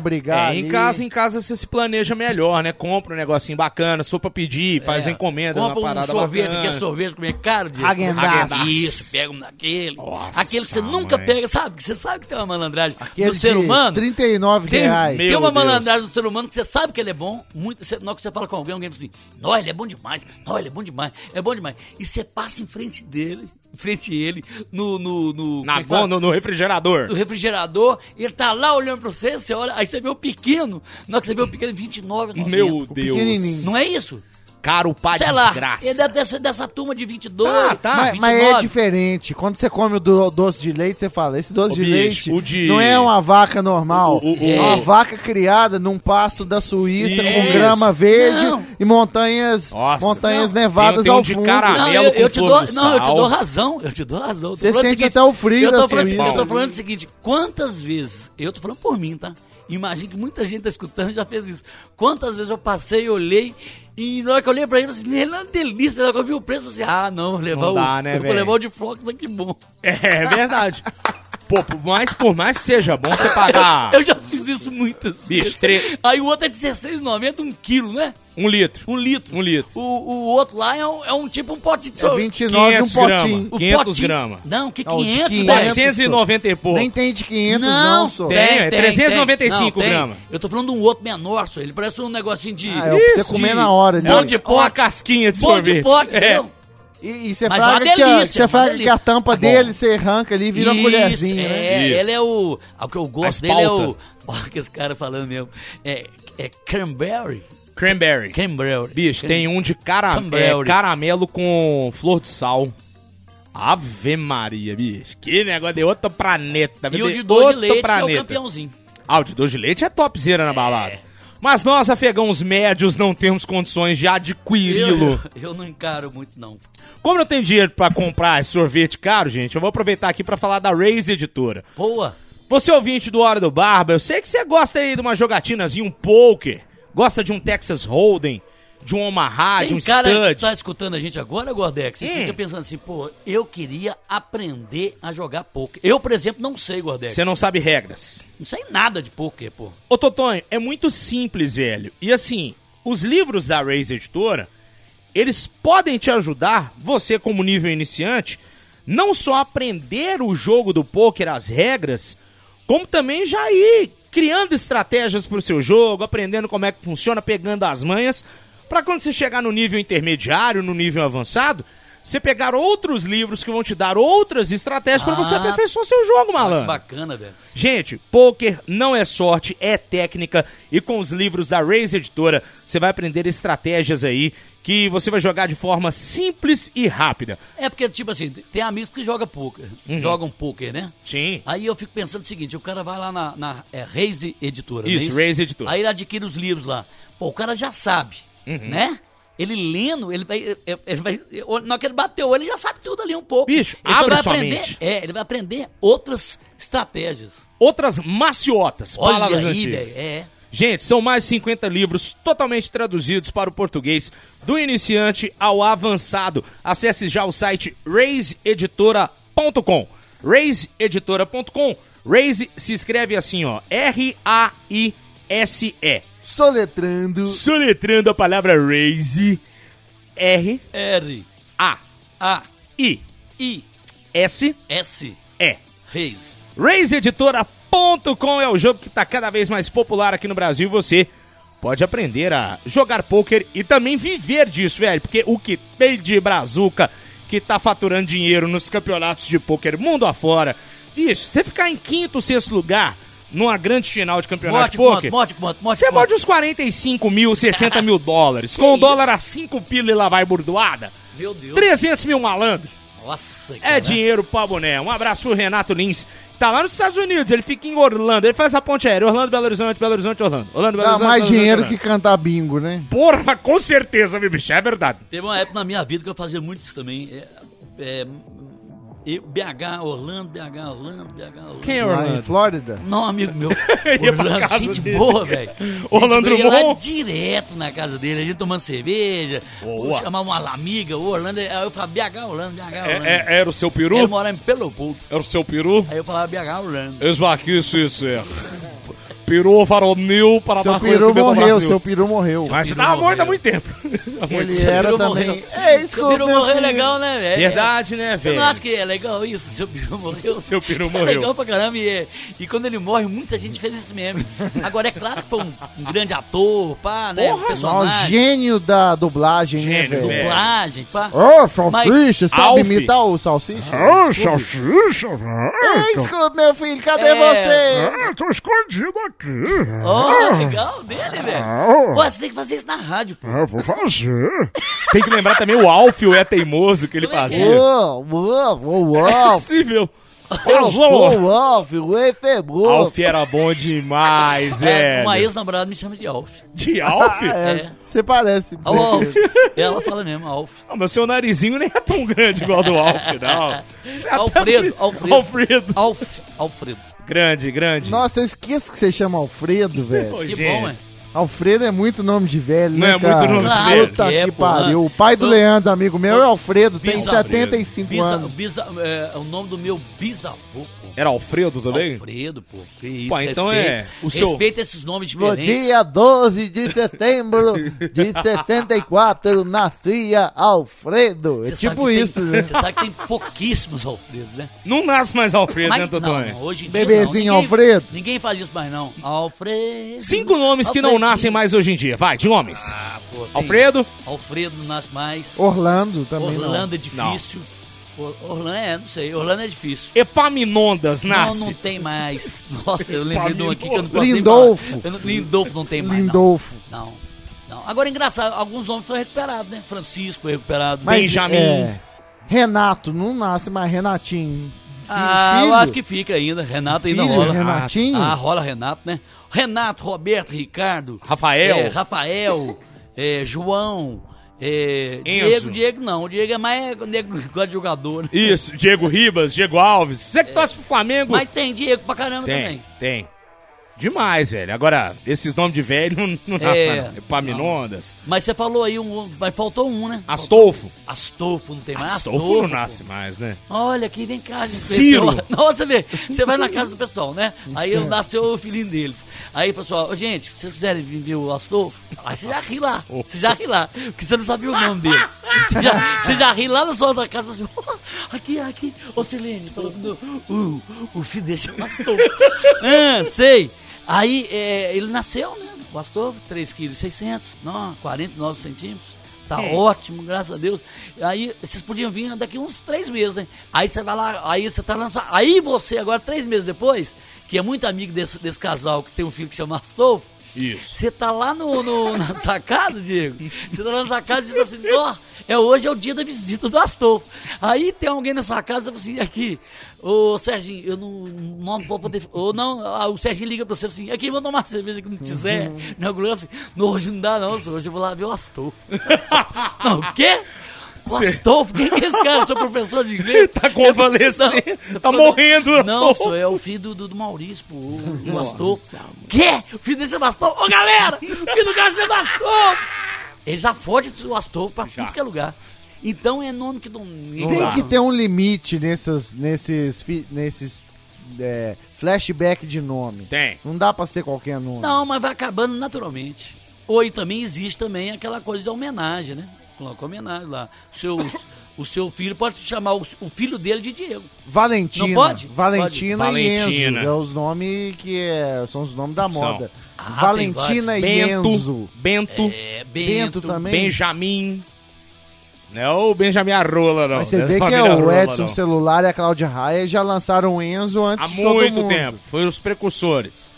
É, brigar. em ali. casa, em casa você se planeja melhor, né? Compra um negocinho bacana, só pra pedir, faz É. uma encomenda, Compra uma um parada sorvete, bacana. que é sorvete como é caro, Diego. Häagen-Dazs. Häagen-Dazs. Isso, pega um daquele. Nossa, aquele que você nunca mãe. pega, sabe? Que você sabe que tem uma malandragem Aquele do ser de humano. 39 Tem, reais. Meu tem uma Deus. malandragem do ser humano que você sabe que ele é bom. Muito, você, na hora que você fala com alguém, alguém diz assim: Não, ele é bom demais. Não, ele é bom demais. É bom demais. E você passa em frente dele, em frente a ele, no. no, no como Na é que fala? gôndola, no refrigerador. do refrigerador, e ele tá lá olhando pra você, você olha, aí você vê o pequeno, na hora que você vê o pequeno, 29, Meu pequenininho. Deus. Não é isso? Caro pá Sei de lá, desgraça. é da- dessa, dessa turma de 22, Tá, tá. mas, mas é diferente. Quando você come o do- doce de leite, você fala: esse doce Ô, de bicho, leite o de- não é uma vaca normal. O- o- o- é uma o- vaca criada num pasto da Suíça com Isso. grama verde Não. e montanhas, Nossa. montanhas Não. nevadas Tem um ao de fundo. É cara- Não, Amarelo eu, eu com te flor dou, do não, eu te sal. dou razão, eu te dou razão. Eu tô Você falando o sente seguinte, até o frio eu da tô, falando, o Suíça. seguinte, eu tô falando o seguinte, quantas vezes, eu tô falando por mim, tá? Imagina que muita gente tá escutando e já fez isso. Quantas vezes eu passei, olhei, e na hora que eu olhei pra ele, eu falei, ele é uma delícia, na hora que eu vi o preço, eu falei, ah, não, vou levar Não o, dá, né, eu vou velho? levar o de Fox, ah, que bom. É verdade. Pô, por mais, por mais que seja bom você pagar Eu já fiz isso muitas Ah. Bicho, vezes. tre- Aí o outro é R$16,90, um quilo, né? um litro. Um litro. Um litro. O, o outro lá é um, é um tipo um pote de É sorvete. 29 um 500 potinho. gramas. 500 potinho- gramas. Não, que Não, de 500, 500. 490 e pouco. Nem tem de 500, não, só. tem. é 395 gramas. Eu tô falando de um outro menor, só. Ele parece um negocinho de... Ah, é o pra você Isso, comer de- na hora. É né? um de pote. Uma casquinha de Bom de sorvete. pote, É. entendeu? E, e você Mas é uma fraga, que, a, delícia, você uma fraga delícia. que a Tá tampa bom. dele, você arranca ali e vira uma Isso, colherzinha, é, né? Isso. ele é o... O que eu gosto As dele é o... pauta. Olha que esse cara falando mesmo. É, é cranberry. Cranberry. Cranberry. Bicho, tem um de cara- é, Cranberry. caramelo com flor de sal. Ave Maria, bicho. Que negócio de outro planeta. E meu o Deus, de doce de outro leite, que é o planeta. campeãozinho. Ah, o de doce de leite é topzera na balada. Mas nós, afegãos médios, não temos condições de adquiri-lo. Eu, eu não encaro muito, não. Como eu tenho dinheiro pra comprar esse sorvete caro, gente, eu vou aproveitar aqui pra falar da Raise Editora. Boa. Você ouvinte do Hora do Barba, eu sei que você gosta aí de uma jogatinazinha, um poker. gosta de um Texas Hold'em, de um Omaha, de Tem um cara que Stud. tá escutando a gente agora, Gordex, e Hum. fica pensando assim, pô, eu queria aprender a jogar poker. Eu, por exemplo, não sei, Gordex. Você não sabe regras. Não sei nada de poker, pô. Ô Totonho, é muito simples, velho. E assim, os livros da Raise Editora, eles podem te ajudar, você como nível iniciante, não só a aprender o jogo do poker, as regras, como também já ir criando estratégias pro seu jogo, aprendendo como é que funciona, pegando as manhas, pra quando você chegar no nível intermediário, no nível avançado, você pegar outros livros que vão te dar outras estratégias pra você Ah. aperfeiçoar seu jogo, Ah, que malandro. bacana, velho. Gente, poker não é sorte, é técnica e com os livros da Raise Editora você vai aprender estratégias aí que você vai jogar de forma simples e rápida. É porque, tipo assim, tem amigos que jogam poker, Uhum. jogam poker, né? Sim. Aí eu fico pensando o seguinte, o cara vai lá na, na é, Raise Editora, Isso, não é Raise Editora. Uhum. Aí ele adquire os livros lá. Pô, o cara já sabe, né? Ele lendo, ele vai, é, ele vai... Na hora que ele bateu, ele já sabe tudo ali um pouco. Bicho, ele só abre vai sua aprender, mente. É, ele vai aprender outras estratégias. Outras maciotas, palavras Olha aí, antigas. velho, é. Gente, são mais de 50 livros totalmente traduzidos para o português, do iniciante ao avançado. Acesse já o site raiseeditora.com. raiseeditora.com. Raise se escreve assim, ó, R A I S E. Soletrando. Soletrando a palavra raise, R R, A A, I I, S S, E. Reis. RaiseEditora.com é o jogo que está cada vez mais popular aqui no Brasil. Você pode aprender a jogar poker e também viver disso, velho, porque o que tem de brazuca que tá faturando dinheiro nos campeonatos de poker mundo afora. Bicho, você ficar em quinto, sexto lugar numa grande final de campeonato Morte, de poker. morte, morte, morte, morte. Você morde uns 45 mil, 60 mil dólares. Com o isso? dólar a 5 pila e lá vai burdoada. Meu Deus. 300 mil malandro. Nossa, né? É dinheiro pra boné. Um abraço pro Renato Lins. Tá lá nos Estados Unidos, ele fica em Orlando. Ele faz a ponte aérea. Orlando, Belo Horizonte, Belo Horizonte, Orlando. Orlando, Belo Dá Horizonte, mais Belo dinheiro que Horizonte, cantar bingo, né? Orlando. Porra, com certeza, meu bicho. É verdade. Teve uma época na minha vida que eu fazia muito isso também. É, é, eu- BH, Orlando, BH, Orlando, BH, Orlando. Quem é Lá em Orlando? Flórida. Não, amigo meu. Ia pra Orlando, casa gente dele. boa, velho. Gente Orlando boa, eu ia lá Drummond? direto na casa dele, a gente tomando cerveja, Boa. chamava uma amiga, o Orlando. Aí eu falava BH, Orlando, BH, Orlando. É- é- era o seu Ele peru? morava em Pelopoldo. Era o seu peru? Aí eu falava BH, Orlando. Eis aqui, isso é. Peru varonil para Seu dar peru conhecimento ao morreu, Brasil. seu peru morreu. Mas já tava morto há muito tempo. Ele era Peru também. morreu. É isso que Seu peru eu morreu é legal, né, velho? Verdade, né, Você velho? não acha que é legal isso? Seu peru morreu? Seu peru É morreu. legal pra caramba. E, é- e quando ele morre, muita gente fez esse meme. Agora, é claro que foi um, um grande ator, pá, né? Porra, um Não, personagem, gênio da dublagem, Gênio né, do velho? É. dublagem, pá. Ô, salsicha, sabe Alf. imitar o salsicha? Ah, salsicha, Ah, Ei, então. velho. Scooby, meu filho, cadê É. você? Ah, tô escondido aqui. Ó, legal dele, velho. Pô, você tem que fazer isso na rádio, pô. Ah, vou fazer. Tem que lembrar também o Alfio é teimoso que é? ele É. fazia. Uou, uou, uou, É uou. possível. Uou, uou, filho, ei, pegou. Alf era bom demais, É, uma velho. ex-namorada me chama de Alf. De Alf? Ah, É. é. Você parece. Ó, o Alf. Ela fala mesmo, Alf. Ah, mas seu narizinho nem é tão grande igual do Alf, não. Você é até- Alfredo, Alfredo. Alfredo. Alf, Alfredo. Grande, grande. Nossa, eu esqueço que você chama Alfredo, velho. Ô, Que gente. bom, é. Alfredo é muito nome de velho, Não né, é cara? muito nome de Puta velho. Puta É, que porra. pariu. O pai do Eu- Leandro, amigo meu, é Alfredo, tem Bisavô. 75 Bisa- anos. bisa- é, é o nome do meu bisavô, pô. Era Alfredo também? Alfredo, pô. Que isso, É, Pô, então é respeita, o seu- Respeita esses nomes No diferentes. dia 12 de setembro de 74, nascia Alfredo. É Você tipo sabe que isso, tem, né? Você sabe que tem pouquíssimos Alfredos, né? Não nasce mais Alfredo, né, Mas não, Totão? hoje em Bebezinho dia não. Ninguém- Alfredo. Ninguém faz isso mais, não. Alfredo. Cinco nomes que não Alfredinho. nascem mais hoje em dia. Vai, de homens. Ah, pô, tem- Alfredo, Alfredo não nasce mais. Orlando também Orlando é difícil. Or- Orlando é, não sei. Orlando é difícil. Epaminondas nasce. Não, não tem mais. Nossa, eu lembrei de um aqui que eu não posso Lindolfo. Nem falar. Eu não- Lindolfo não tem não. mais, não. Lindolfo. Não. não. Agora, engraçado, alguns nomes foram recuperados, né? Francisco foi recuperado. Mas- Benjamin. é, Renato, não nasce mais Renatinho. Ah, Filho? eu acho que fica ainda. Renato ainda Filho, rola. Renatinho? Ah, rola Renato, né? Renato, Roberto, Ricardo. Rafael. é, Rafael. é, João. é, Enzo. Diego, Diego não. O Diego é mais negro gosta de jogador. né? Isso, É. Diego Ribas, Diego Alves. Você que torce pro Flamengo? Mas tem Diego pra caramba tem, também. tem. Demais, velho. Agora, esses nomes de velho não, não nasce É. mais, não. Epaminondas. Mas você falou aí um, mas faltou um, né? Astolfo. Astolfo, não tem mais Astolfo, Astolfo. não nasce mais, né? Olha aqui, vem cá, gente. Ciro. Pessoal- Nossa, vê, você vai na casa do pessoal, né? Aí nasceu o filhinho deles. Aí, pessoal, "Ô, gente, se vocês quiserem vir ver o Astolfo, aí você já ri lá. Você já ri lá, porque você não sabia o nome dele. Você já, você já ri lá no sol da casa, assim, "Ó, aqui, aqui. Ô, Celene, falou, "Não, o, o filho dele chama Astolfo. ah, sei. Aí, é, ele nasceu, né? O Astolfo, 3,6 kg, 49 centímetros. Tá ótimo, graças a Deus. Aí vocês podiam vir daqui uns três meses, né? Aí você vai lá, aí você tá lançando. Aí você, agora, três meses depois, que é muito amigo desse, desse casal que tem um filho que chama Astolfo, Isso. você tá lá no, no- na sua casa, Diego? Você tá lá na sua casa e tipo assim, ó, é, hoje é o dia da visita do Astolfo. Aí tem alguém na sua casa e fala assim, aqui, ô Serginho, eu não, não vou poder. Ou não, ah, o Serginho liga pra você assim, aqui, vou tomar uma cerveja que não quiser. Não, o assim, não, hoje não dá, não, senhor, hoje eu vou lá ver o Astolfo. não, o quê? O Astolfo, quem que é esse cara? Eu sou professor de inglês. Tá Eu falei assim, convalescendo, não, tá morrendo o Não, Astolfo. senhor, é o filho do, do, do Maurício, pô, o, o Astolfo. Quê? O filho desse Astolfo? Ô, galera! O filho do cara chama Astolfo! Ele já foge do Astolfo pra tudo que é lugar. Então é nome que não... Tem dá. que ter um limite nessas, nesses, fi- nesses é, flashback de nome. Tem. Não dá pra ser qualquer nome. Não, mas vai acabando naturalmente. Ou e também existe também aquela coisa de homenagem, né? Coloca homenagem lá. O seu, o seu filho pode chamar o, o filho dele de Diego. Valentina. Não pode? Valentina Pode. e Valentina. Enzo. É os nomes que é- são os nomes da moda. Ah, tem Valentina vários. e Bento. Enzo. Bento. É, Bento, também. Benjamin. Não é o Benjamin Arrola, não. Mas você Não vê que é família o Arrola, Edson não. Celular e a Cláudia Raia e já lançaram o Enzo antes Há de todo mundo. muito tempo. Foi os precursores.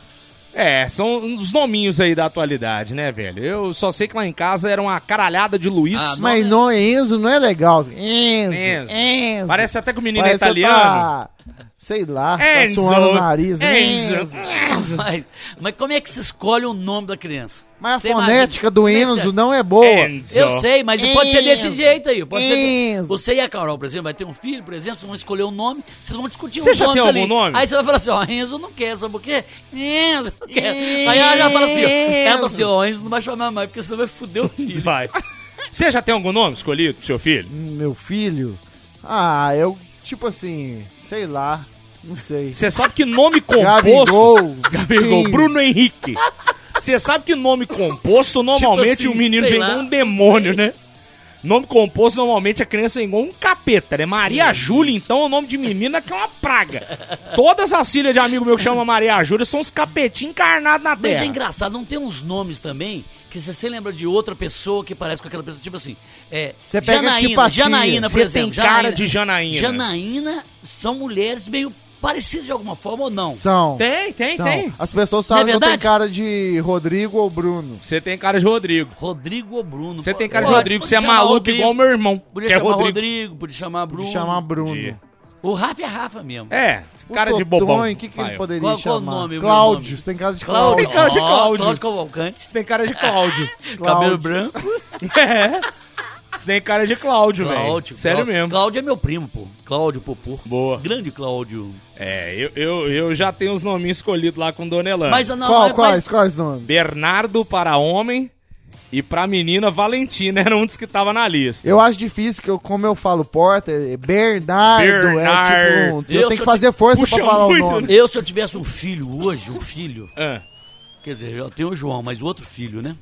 É, são uns nominhos aí da atualidade, né, velho? Eu só sei que lá em casa era uma caralhada de Luiz. Ah, Mas não, Enzo não é legal. Enzo, Enzo. Enzo. Parece até que o menino Parece é que italiano. Tá, sei lá, Enzo. tá suando o nariz. Enzo. Enzo. Mas, mas como é que se escolhe o nome da criança? Mas Você a fonética imagina- do como é que Enzo você- não é boa. Enzo. Eu sei, mas pode ser desse Enzo. jeito aí. Pode ser. Enzo. Você e a Carol, por exemplo, vai ter um filho, por exemplo, vocês vão escolher um nome, vocês vão discutir Você um já nome. tem algum nome? Aí você vai falar assim, ó, Enzo não quer, sabe por quê? Enzo não quer. Aí ela já fala assim, ó, ela fala assim, ó, Enzo não vai chamar mais, porque senão vai Hum. foder o filho. Vai. Você já tem algum nome escolhido pro seu filho? Hum, Meu filho. Ah, eu, tipo assim, sei lá, não sei. Você sabe que nome composto. Gabigol. Pegou Tim. Bruno Henrique. Você sabe que nome composto, normalmente Tipo assim, o menino sei vem lá. igual um demônio, né? Nome composto, normalmente a criança vem igual um capeta, né? Maria Júlia, então, é o nome de menina que é uma praga. Todas as filhas de amigo meu que chama Maria Júlia são uns capetinhos encarnados na Mas é terra. engraçado, não tem uns nomes também que você se lembra de outra pessoa que parece com aquela pessoa, tipo assim, é, Você pega Janaína, antipatias. Janaína, por tipo, Você exemplo. tem cara de Janaína. né? Janaína são mulheres meio parecidas de alguma forma ou não? São. Tem, tem, são. tem. As pessoas sabem Não é que eu tenho verdade? cara de Rodrigo ou Bruno. Você tem cara de Rodrigo. Rodrigo ou Bruno? Você tem cara de Pode- Rodrigo, pode você é chamar maluco Rodrigo. igual meu irmão. Podia que é chamar Rodrigo. Rodrigo. podia chamar Me Bruno. chamar Bruno. Dia. O Rafa é Rafa mesmo. É, O cara de Totonho, bobão. O que, que ele Vai, ó. poderia Qual- chamar? qual o nome, o meu Cláudio. nome? Você tem cara de Cláudio. Cláudio. Tem cara de Ó, Cláudio. Cavalcante. Você tem cara de Cláudio. Cabelo Cláudio. branco. é. Você tem cara de Cláudio, velho. Cláudio. Sério Cláudio. mesmo. Cláudio é meu primo, pô. Cláudio Popô. Boa. Grande Cláudio. É, eu, eu, eu já tenho os nominhos escolhidos lá com Dona Elane. Mas não, é Qual, mas- quais, quais nomes? Bernardo para homem e pra menina Valentina era um dos que tava na lista. Eu acho difícil, que eu, como eu falo porta, é Bernardo, é tipo um- Bernardo. Eu, Eu tenho sou que fazer força Puxa pra falar muito, o nome. né? Eu, se eu tivesse um filho hoje, um filho, Ah, quer dizer, eu tenho o João, mas o outro filho, né?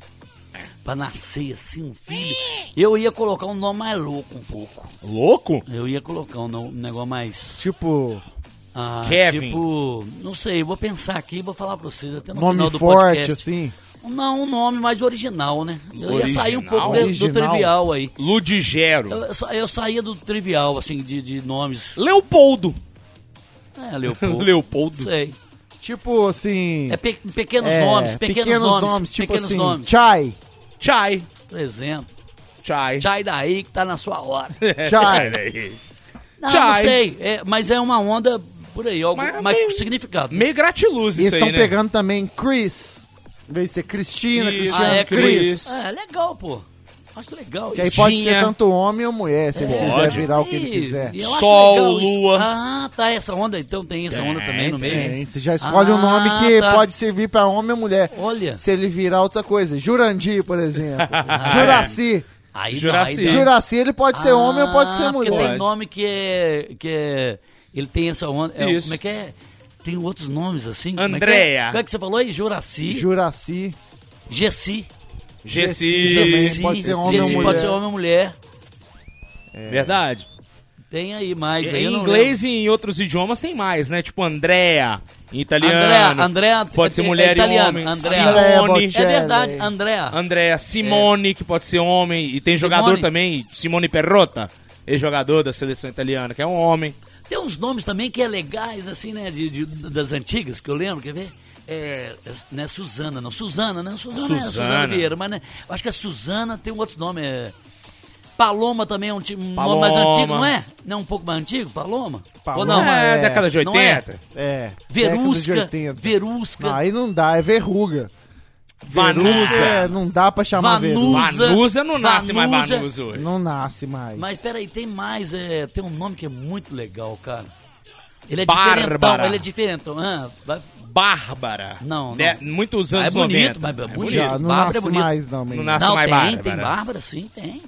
Pra nascer assim, um filho, eu ia colocar um nome mais louco um pouco. louco? Eu ia colocar um, no- um negócio mais. Tipo, ah, Kevin. Tipo, não sei, vou pensar aqui e vou falar pra vocês até no final nome do forte, podcast. assim. Não, um nome mais original, né? Eu ia Original? sair um pouco de- do Original. trivial aí. Ludigero. Eu, sa- eu saía do trivial, assim, de, de nomes. Leopoldo. É, Leopoldo. Leopoldo. Sei. Tipo assim. É pe- pequenos é, nomes, pequenos, nomes. tipo pequenos assim. nomes. Chai. Chai. Por exemplo. É. Chai. né? Sai daí que tá na sua hora. Chai. Não, não Chai. sei. é, mas é uma onda por aí, algo, Mas é mas meio- com significado. Meio gratiluz E eles isso estão aí, né? pegando também Chris. Em vez de ser Cristina, Isso. Cristiano, Ah, é Chris. Cris. É, legal, pô. Acho legal Que aí pode Tinha. ser tanto homem ou mulher, se ele quiser Pode. virar o que ele E- quiser. É. e eu acho Sol, legal isso. lua. Ah, tá, essa onda, então tem essa onda também no meio. Tem, você já escolhe um nome Ah, que tá. pode servir pra homem ou mulher. Olha. Se ele virar outra coisa. Jurandir, por exemplo. É. Juraci. Aí dá, Juraci. aí dá. Juraci, ele pode ser homem ou pode Ah, ser porque mulher. tem nome que é. Que é ele tem essa onda. é, Isso. como é que é? Tem outros nomes assim? como é que é? Andréia. Como é que você falou aí? Juraci. Juraci. Gessi. Gessi. Gessi. pode ser homem Gessi ou mulher. pode ser homem ou mulher. Verdade. Tem aí mais. aí Em eu não inglês e em outros idiomas tem mais, né? Tipo Andrea, em lembro. italiano. Andrea, Andrea. Pode ser é- é mulher italiano, e homem. Andrea. Andrea Simone. Bocelli. É verdade, Sim. Andrea. Andrea Simone, que pode ser homem. E tem Simone. jogador também, Simone Perrotta, ex-jogador da seleção italiana, que é um homem. Tem uns nomes também que é legais, assim, né? de- de- das antigas, que eu lembro, quer ver? É, não é Suzana, não. Suzana, né? Suzana, é Suzana. Suzana Vieira, mas né, eu acho que a Suzana tem um outro nome. É... Paloma também é um, ti- um nome Paloma. mais antigo, não é? Não é um pouco mais antigo? Paloma? Paloma. Ou não? é, é. década de Não 80. É. década de Verusca, 80. Verusca, Não, aí não dá, é verruga. Vanusa. É, não dá pra chamar verruga. Vanusa. Vanusa não nasce mais Vanusa. Vanusa hoje. Não nasce mais. Mas peraí, tem mais. É, tem um nome que é muito legal, cara. Ele é Bárbara. diferentão, ele é diferentão. Ah, vai- Bárbara. Não, não. Né? Muitos Ah, anos é 90. bonito, mas é É bonito. Já, não Bárbara é nasce bonito. mais, não, menino. Não nasce não, mais tem, Bárbara. tem Bárbara, sim, tem.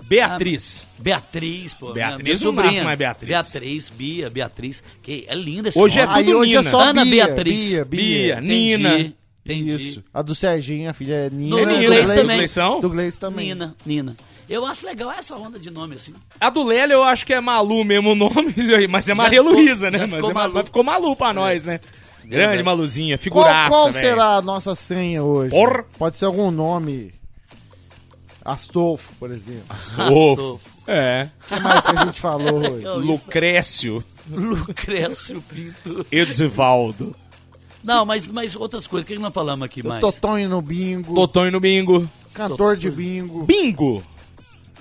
Ah, Beatriz. Beatriz, pô. Beatriz minha não sobrinha. nasce mais Beatriz. Beatriz, Bia, Beatriz. Que é linda esse Hoje é nome. tudo aí hoje Nina. é só Ana Bia, Beatriz. Bia, Bia, Bia. Entendi, Nina. Entendi. Isso. A do Serginho, a filha é Nina. No do inglês Gleison- também. Gleison? Do Gleison também. Nina, Nina. Eu acho legal essa onda de nome assim. A do Lélia eu acho que é Malu mesmo o nome, mas é Maria ficou- Luísa, né? já Mas, ficou é Ma- Malu. mas ficou Malu pra nós, né? Grande Maluzinha, Qual, figuraça, qual velho. será a nossa senha hoje? Por- Pode ser algum nome. Astolfo, por exemplo. Ovo. É. O que mais que a gente falou hoje? Lucrécio Lucrécio Pinto. Edivaldo. Não, mas, mas outras coisas. O que que nós falamos aqui mais? Totonho no bingo. Totão e no bingo. Cantor de bingo. Bingo!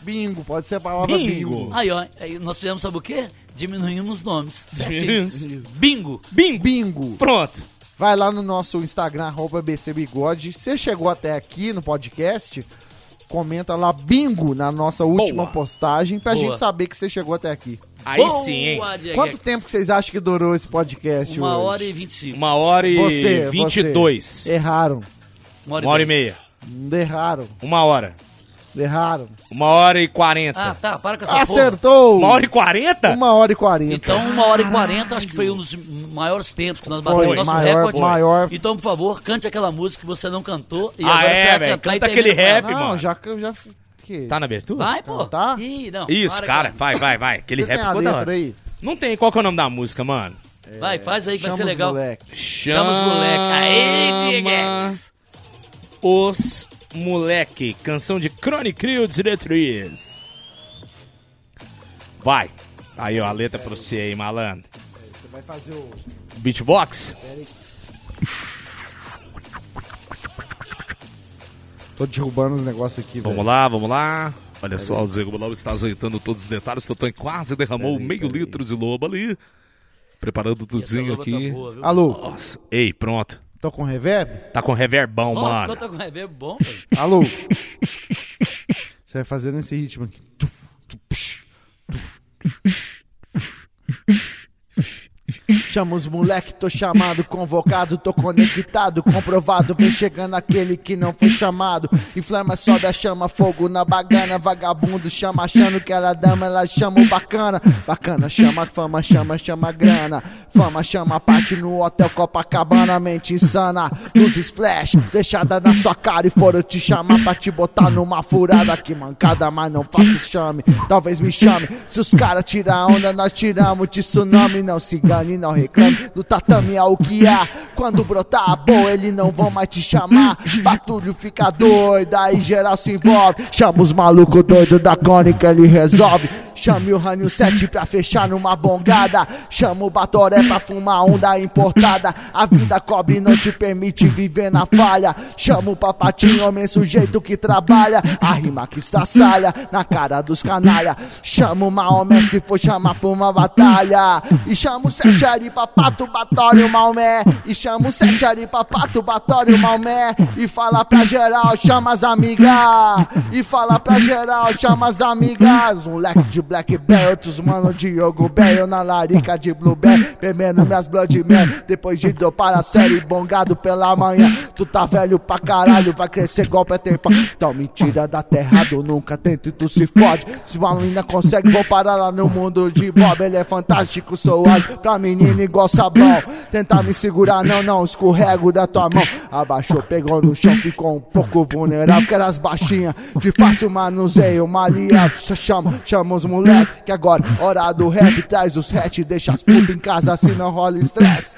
Bingo, pode ser a palavra Bingo. bingo. Aí, ó. aí Nós fizemos, sabe o quê? Diminuímos os nomes. certinho. Isso. Bingo. Bingo! Bingo. Pronto. Vai lá no nosso Instagram, arroba BC Bigode. Você chegou até aqui no podcast, comenta lá bingo na nossa última Boa. postagem pra Boa. gente saber que você chegou até aqui. Aí Boa, sim, hein? Diego. Quanto tempo que vocês acham que durou esse podcast Uma hoje? hora e vinte e cinco. Uma hora e Você, É, 22. Você. Erraram. Uma hora e dez. meia. Erraram. Uma hora. Erraram. Uma hora e quarenta. Ah, tá. Para com essa porra. Acertou! Uma hora e quarenta? Uma hora e quarenta. Então, uma hora e quarenta, acho que foi um dos maiores tempos que nós batemos Foi, nosso maior, recorde. maior. Então, por favor, cante aquela música que você não cantou. E Ah, agora é, você vai velho. cantar e Canta termina aquele com ela. rap. Não, mano. já que eu já. f- Que... Tá na abertura? Vai, pô. Então tá. Ih, não. Isso, Para, cara. Vai, vai, vai. Aquele Você tem rap a ficou da letra hora. aí? Não tem. Qual que é o nome da música, mano? Vai, faz aí que vai Chama ser os legal. moleque. Chama os moleques. Aê, Chama Diegues. Os Moleque. Canção de Crone Crew Diretriz. Vai. Aí, ó, a letra pra você aí, malandro. Você vai fazer o. É. Beatbox? Tô derrubando os negócios aqui, Vamos velho. lá, vamos lá. Olha só, o Zé Gobolau está ajeitando todos os detalhes. O Totan quase derramou Peraí, meio peraí. litro de lobo ali. Preparando Essa tudinho loba tá aqui. boa, viu? Alô, Nossa. Ei, pronto. tô com reverb? Tá com reverbão, Ó, mano. Canta com reverb um bom, velho. Alô. Você vai fazer nesse ritmo aqui. Chama os moleque, tô chamado, convocado, tô conectado, comprovado. Vem chegando aquele que não foi chamado. Inflama, sobe a chama, fogo na bagana. Vagabundo chama, achando que ela é dama, ela chama o bacana. Bacana, chama fama, chama, chama grana. Fama, chama parte no hotel Copacabana, mente insana. Luzes flash, deixada na sua cara. E foram te chamar pra te botar numa furada. Que mancada, mas não faço chame. Talvez me chame. Se os caras tirar onda, nós tiramos de tsunami. Não se engane, não reclame. No tatame é o que há. Quando brotar a boa, eles não vão mais te chamar. Batulho fica doido, aí geral se envolve. Chama os malucos doido da cônica, ele resolve. Chame o Ranio 7 pra fechar numa bongada. Chama o Batoré pra fumar onda importada. A vida cobre não te permite viver na falha. Chama o papatinho, homem sujeito que trabalha. A rima que estraçalha na cara dos canalha. Chama o Maomé se for chamar pra uma batalha. E chama o Sete Ari pra pato, batório, Maomé. E chama o Sete Ari pra pato, batório, Maomé. E fala pra geral, chama as amigas. E fala pra geral, chama as amigas. Um leque de Black Belt, os mano Diogo Bell. Na larica de Blueberry, bebendo minhas Blood Man. Depois de dopar a série, bongado pela manhã. Tu tá velho pra caralho, vai crescer igual Peter Pan. Então me tira da terra do nunca tento e tu se fode. Se uma menina consegue, vou parar lá no mundo de Bob. Ele é fantástico, sou ágil pra menina igual sabão. Tentar me segurar, não, não, escorrego da tua mão. Abaixou, pegou no chão, ficou um pouco vulnerável. Que eras baixinha, de fácil manuseio, maleável. Ch- Chama, chama os moleque, que agora, hora do rap, traz os hatch, deixa as putas em casa, assim não rola estresse.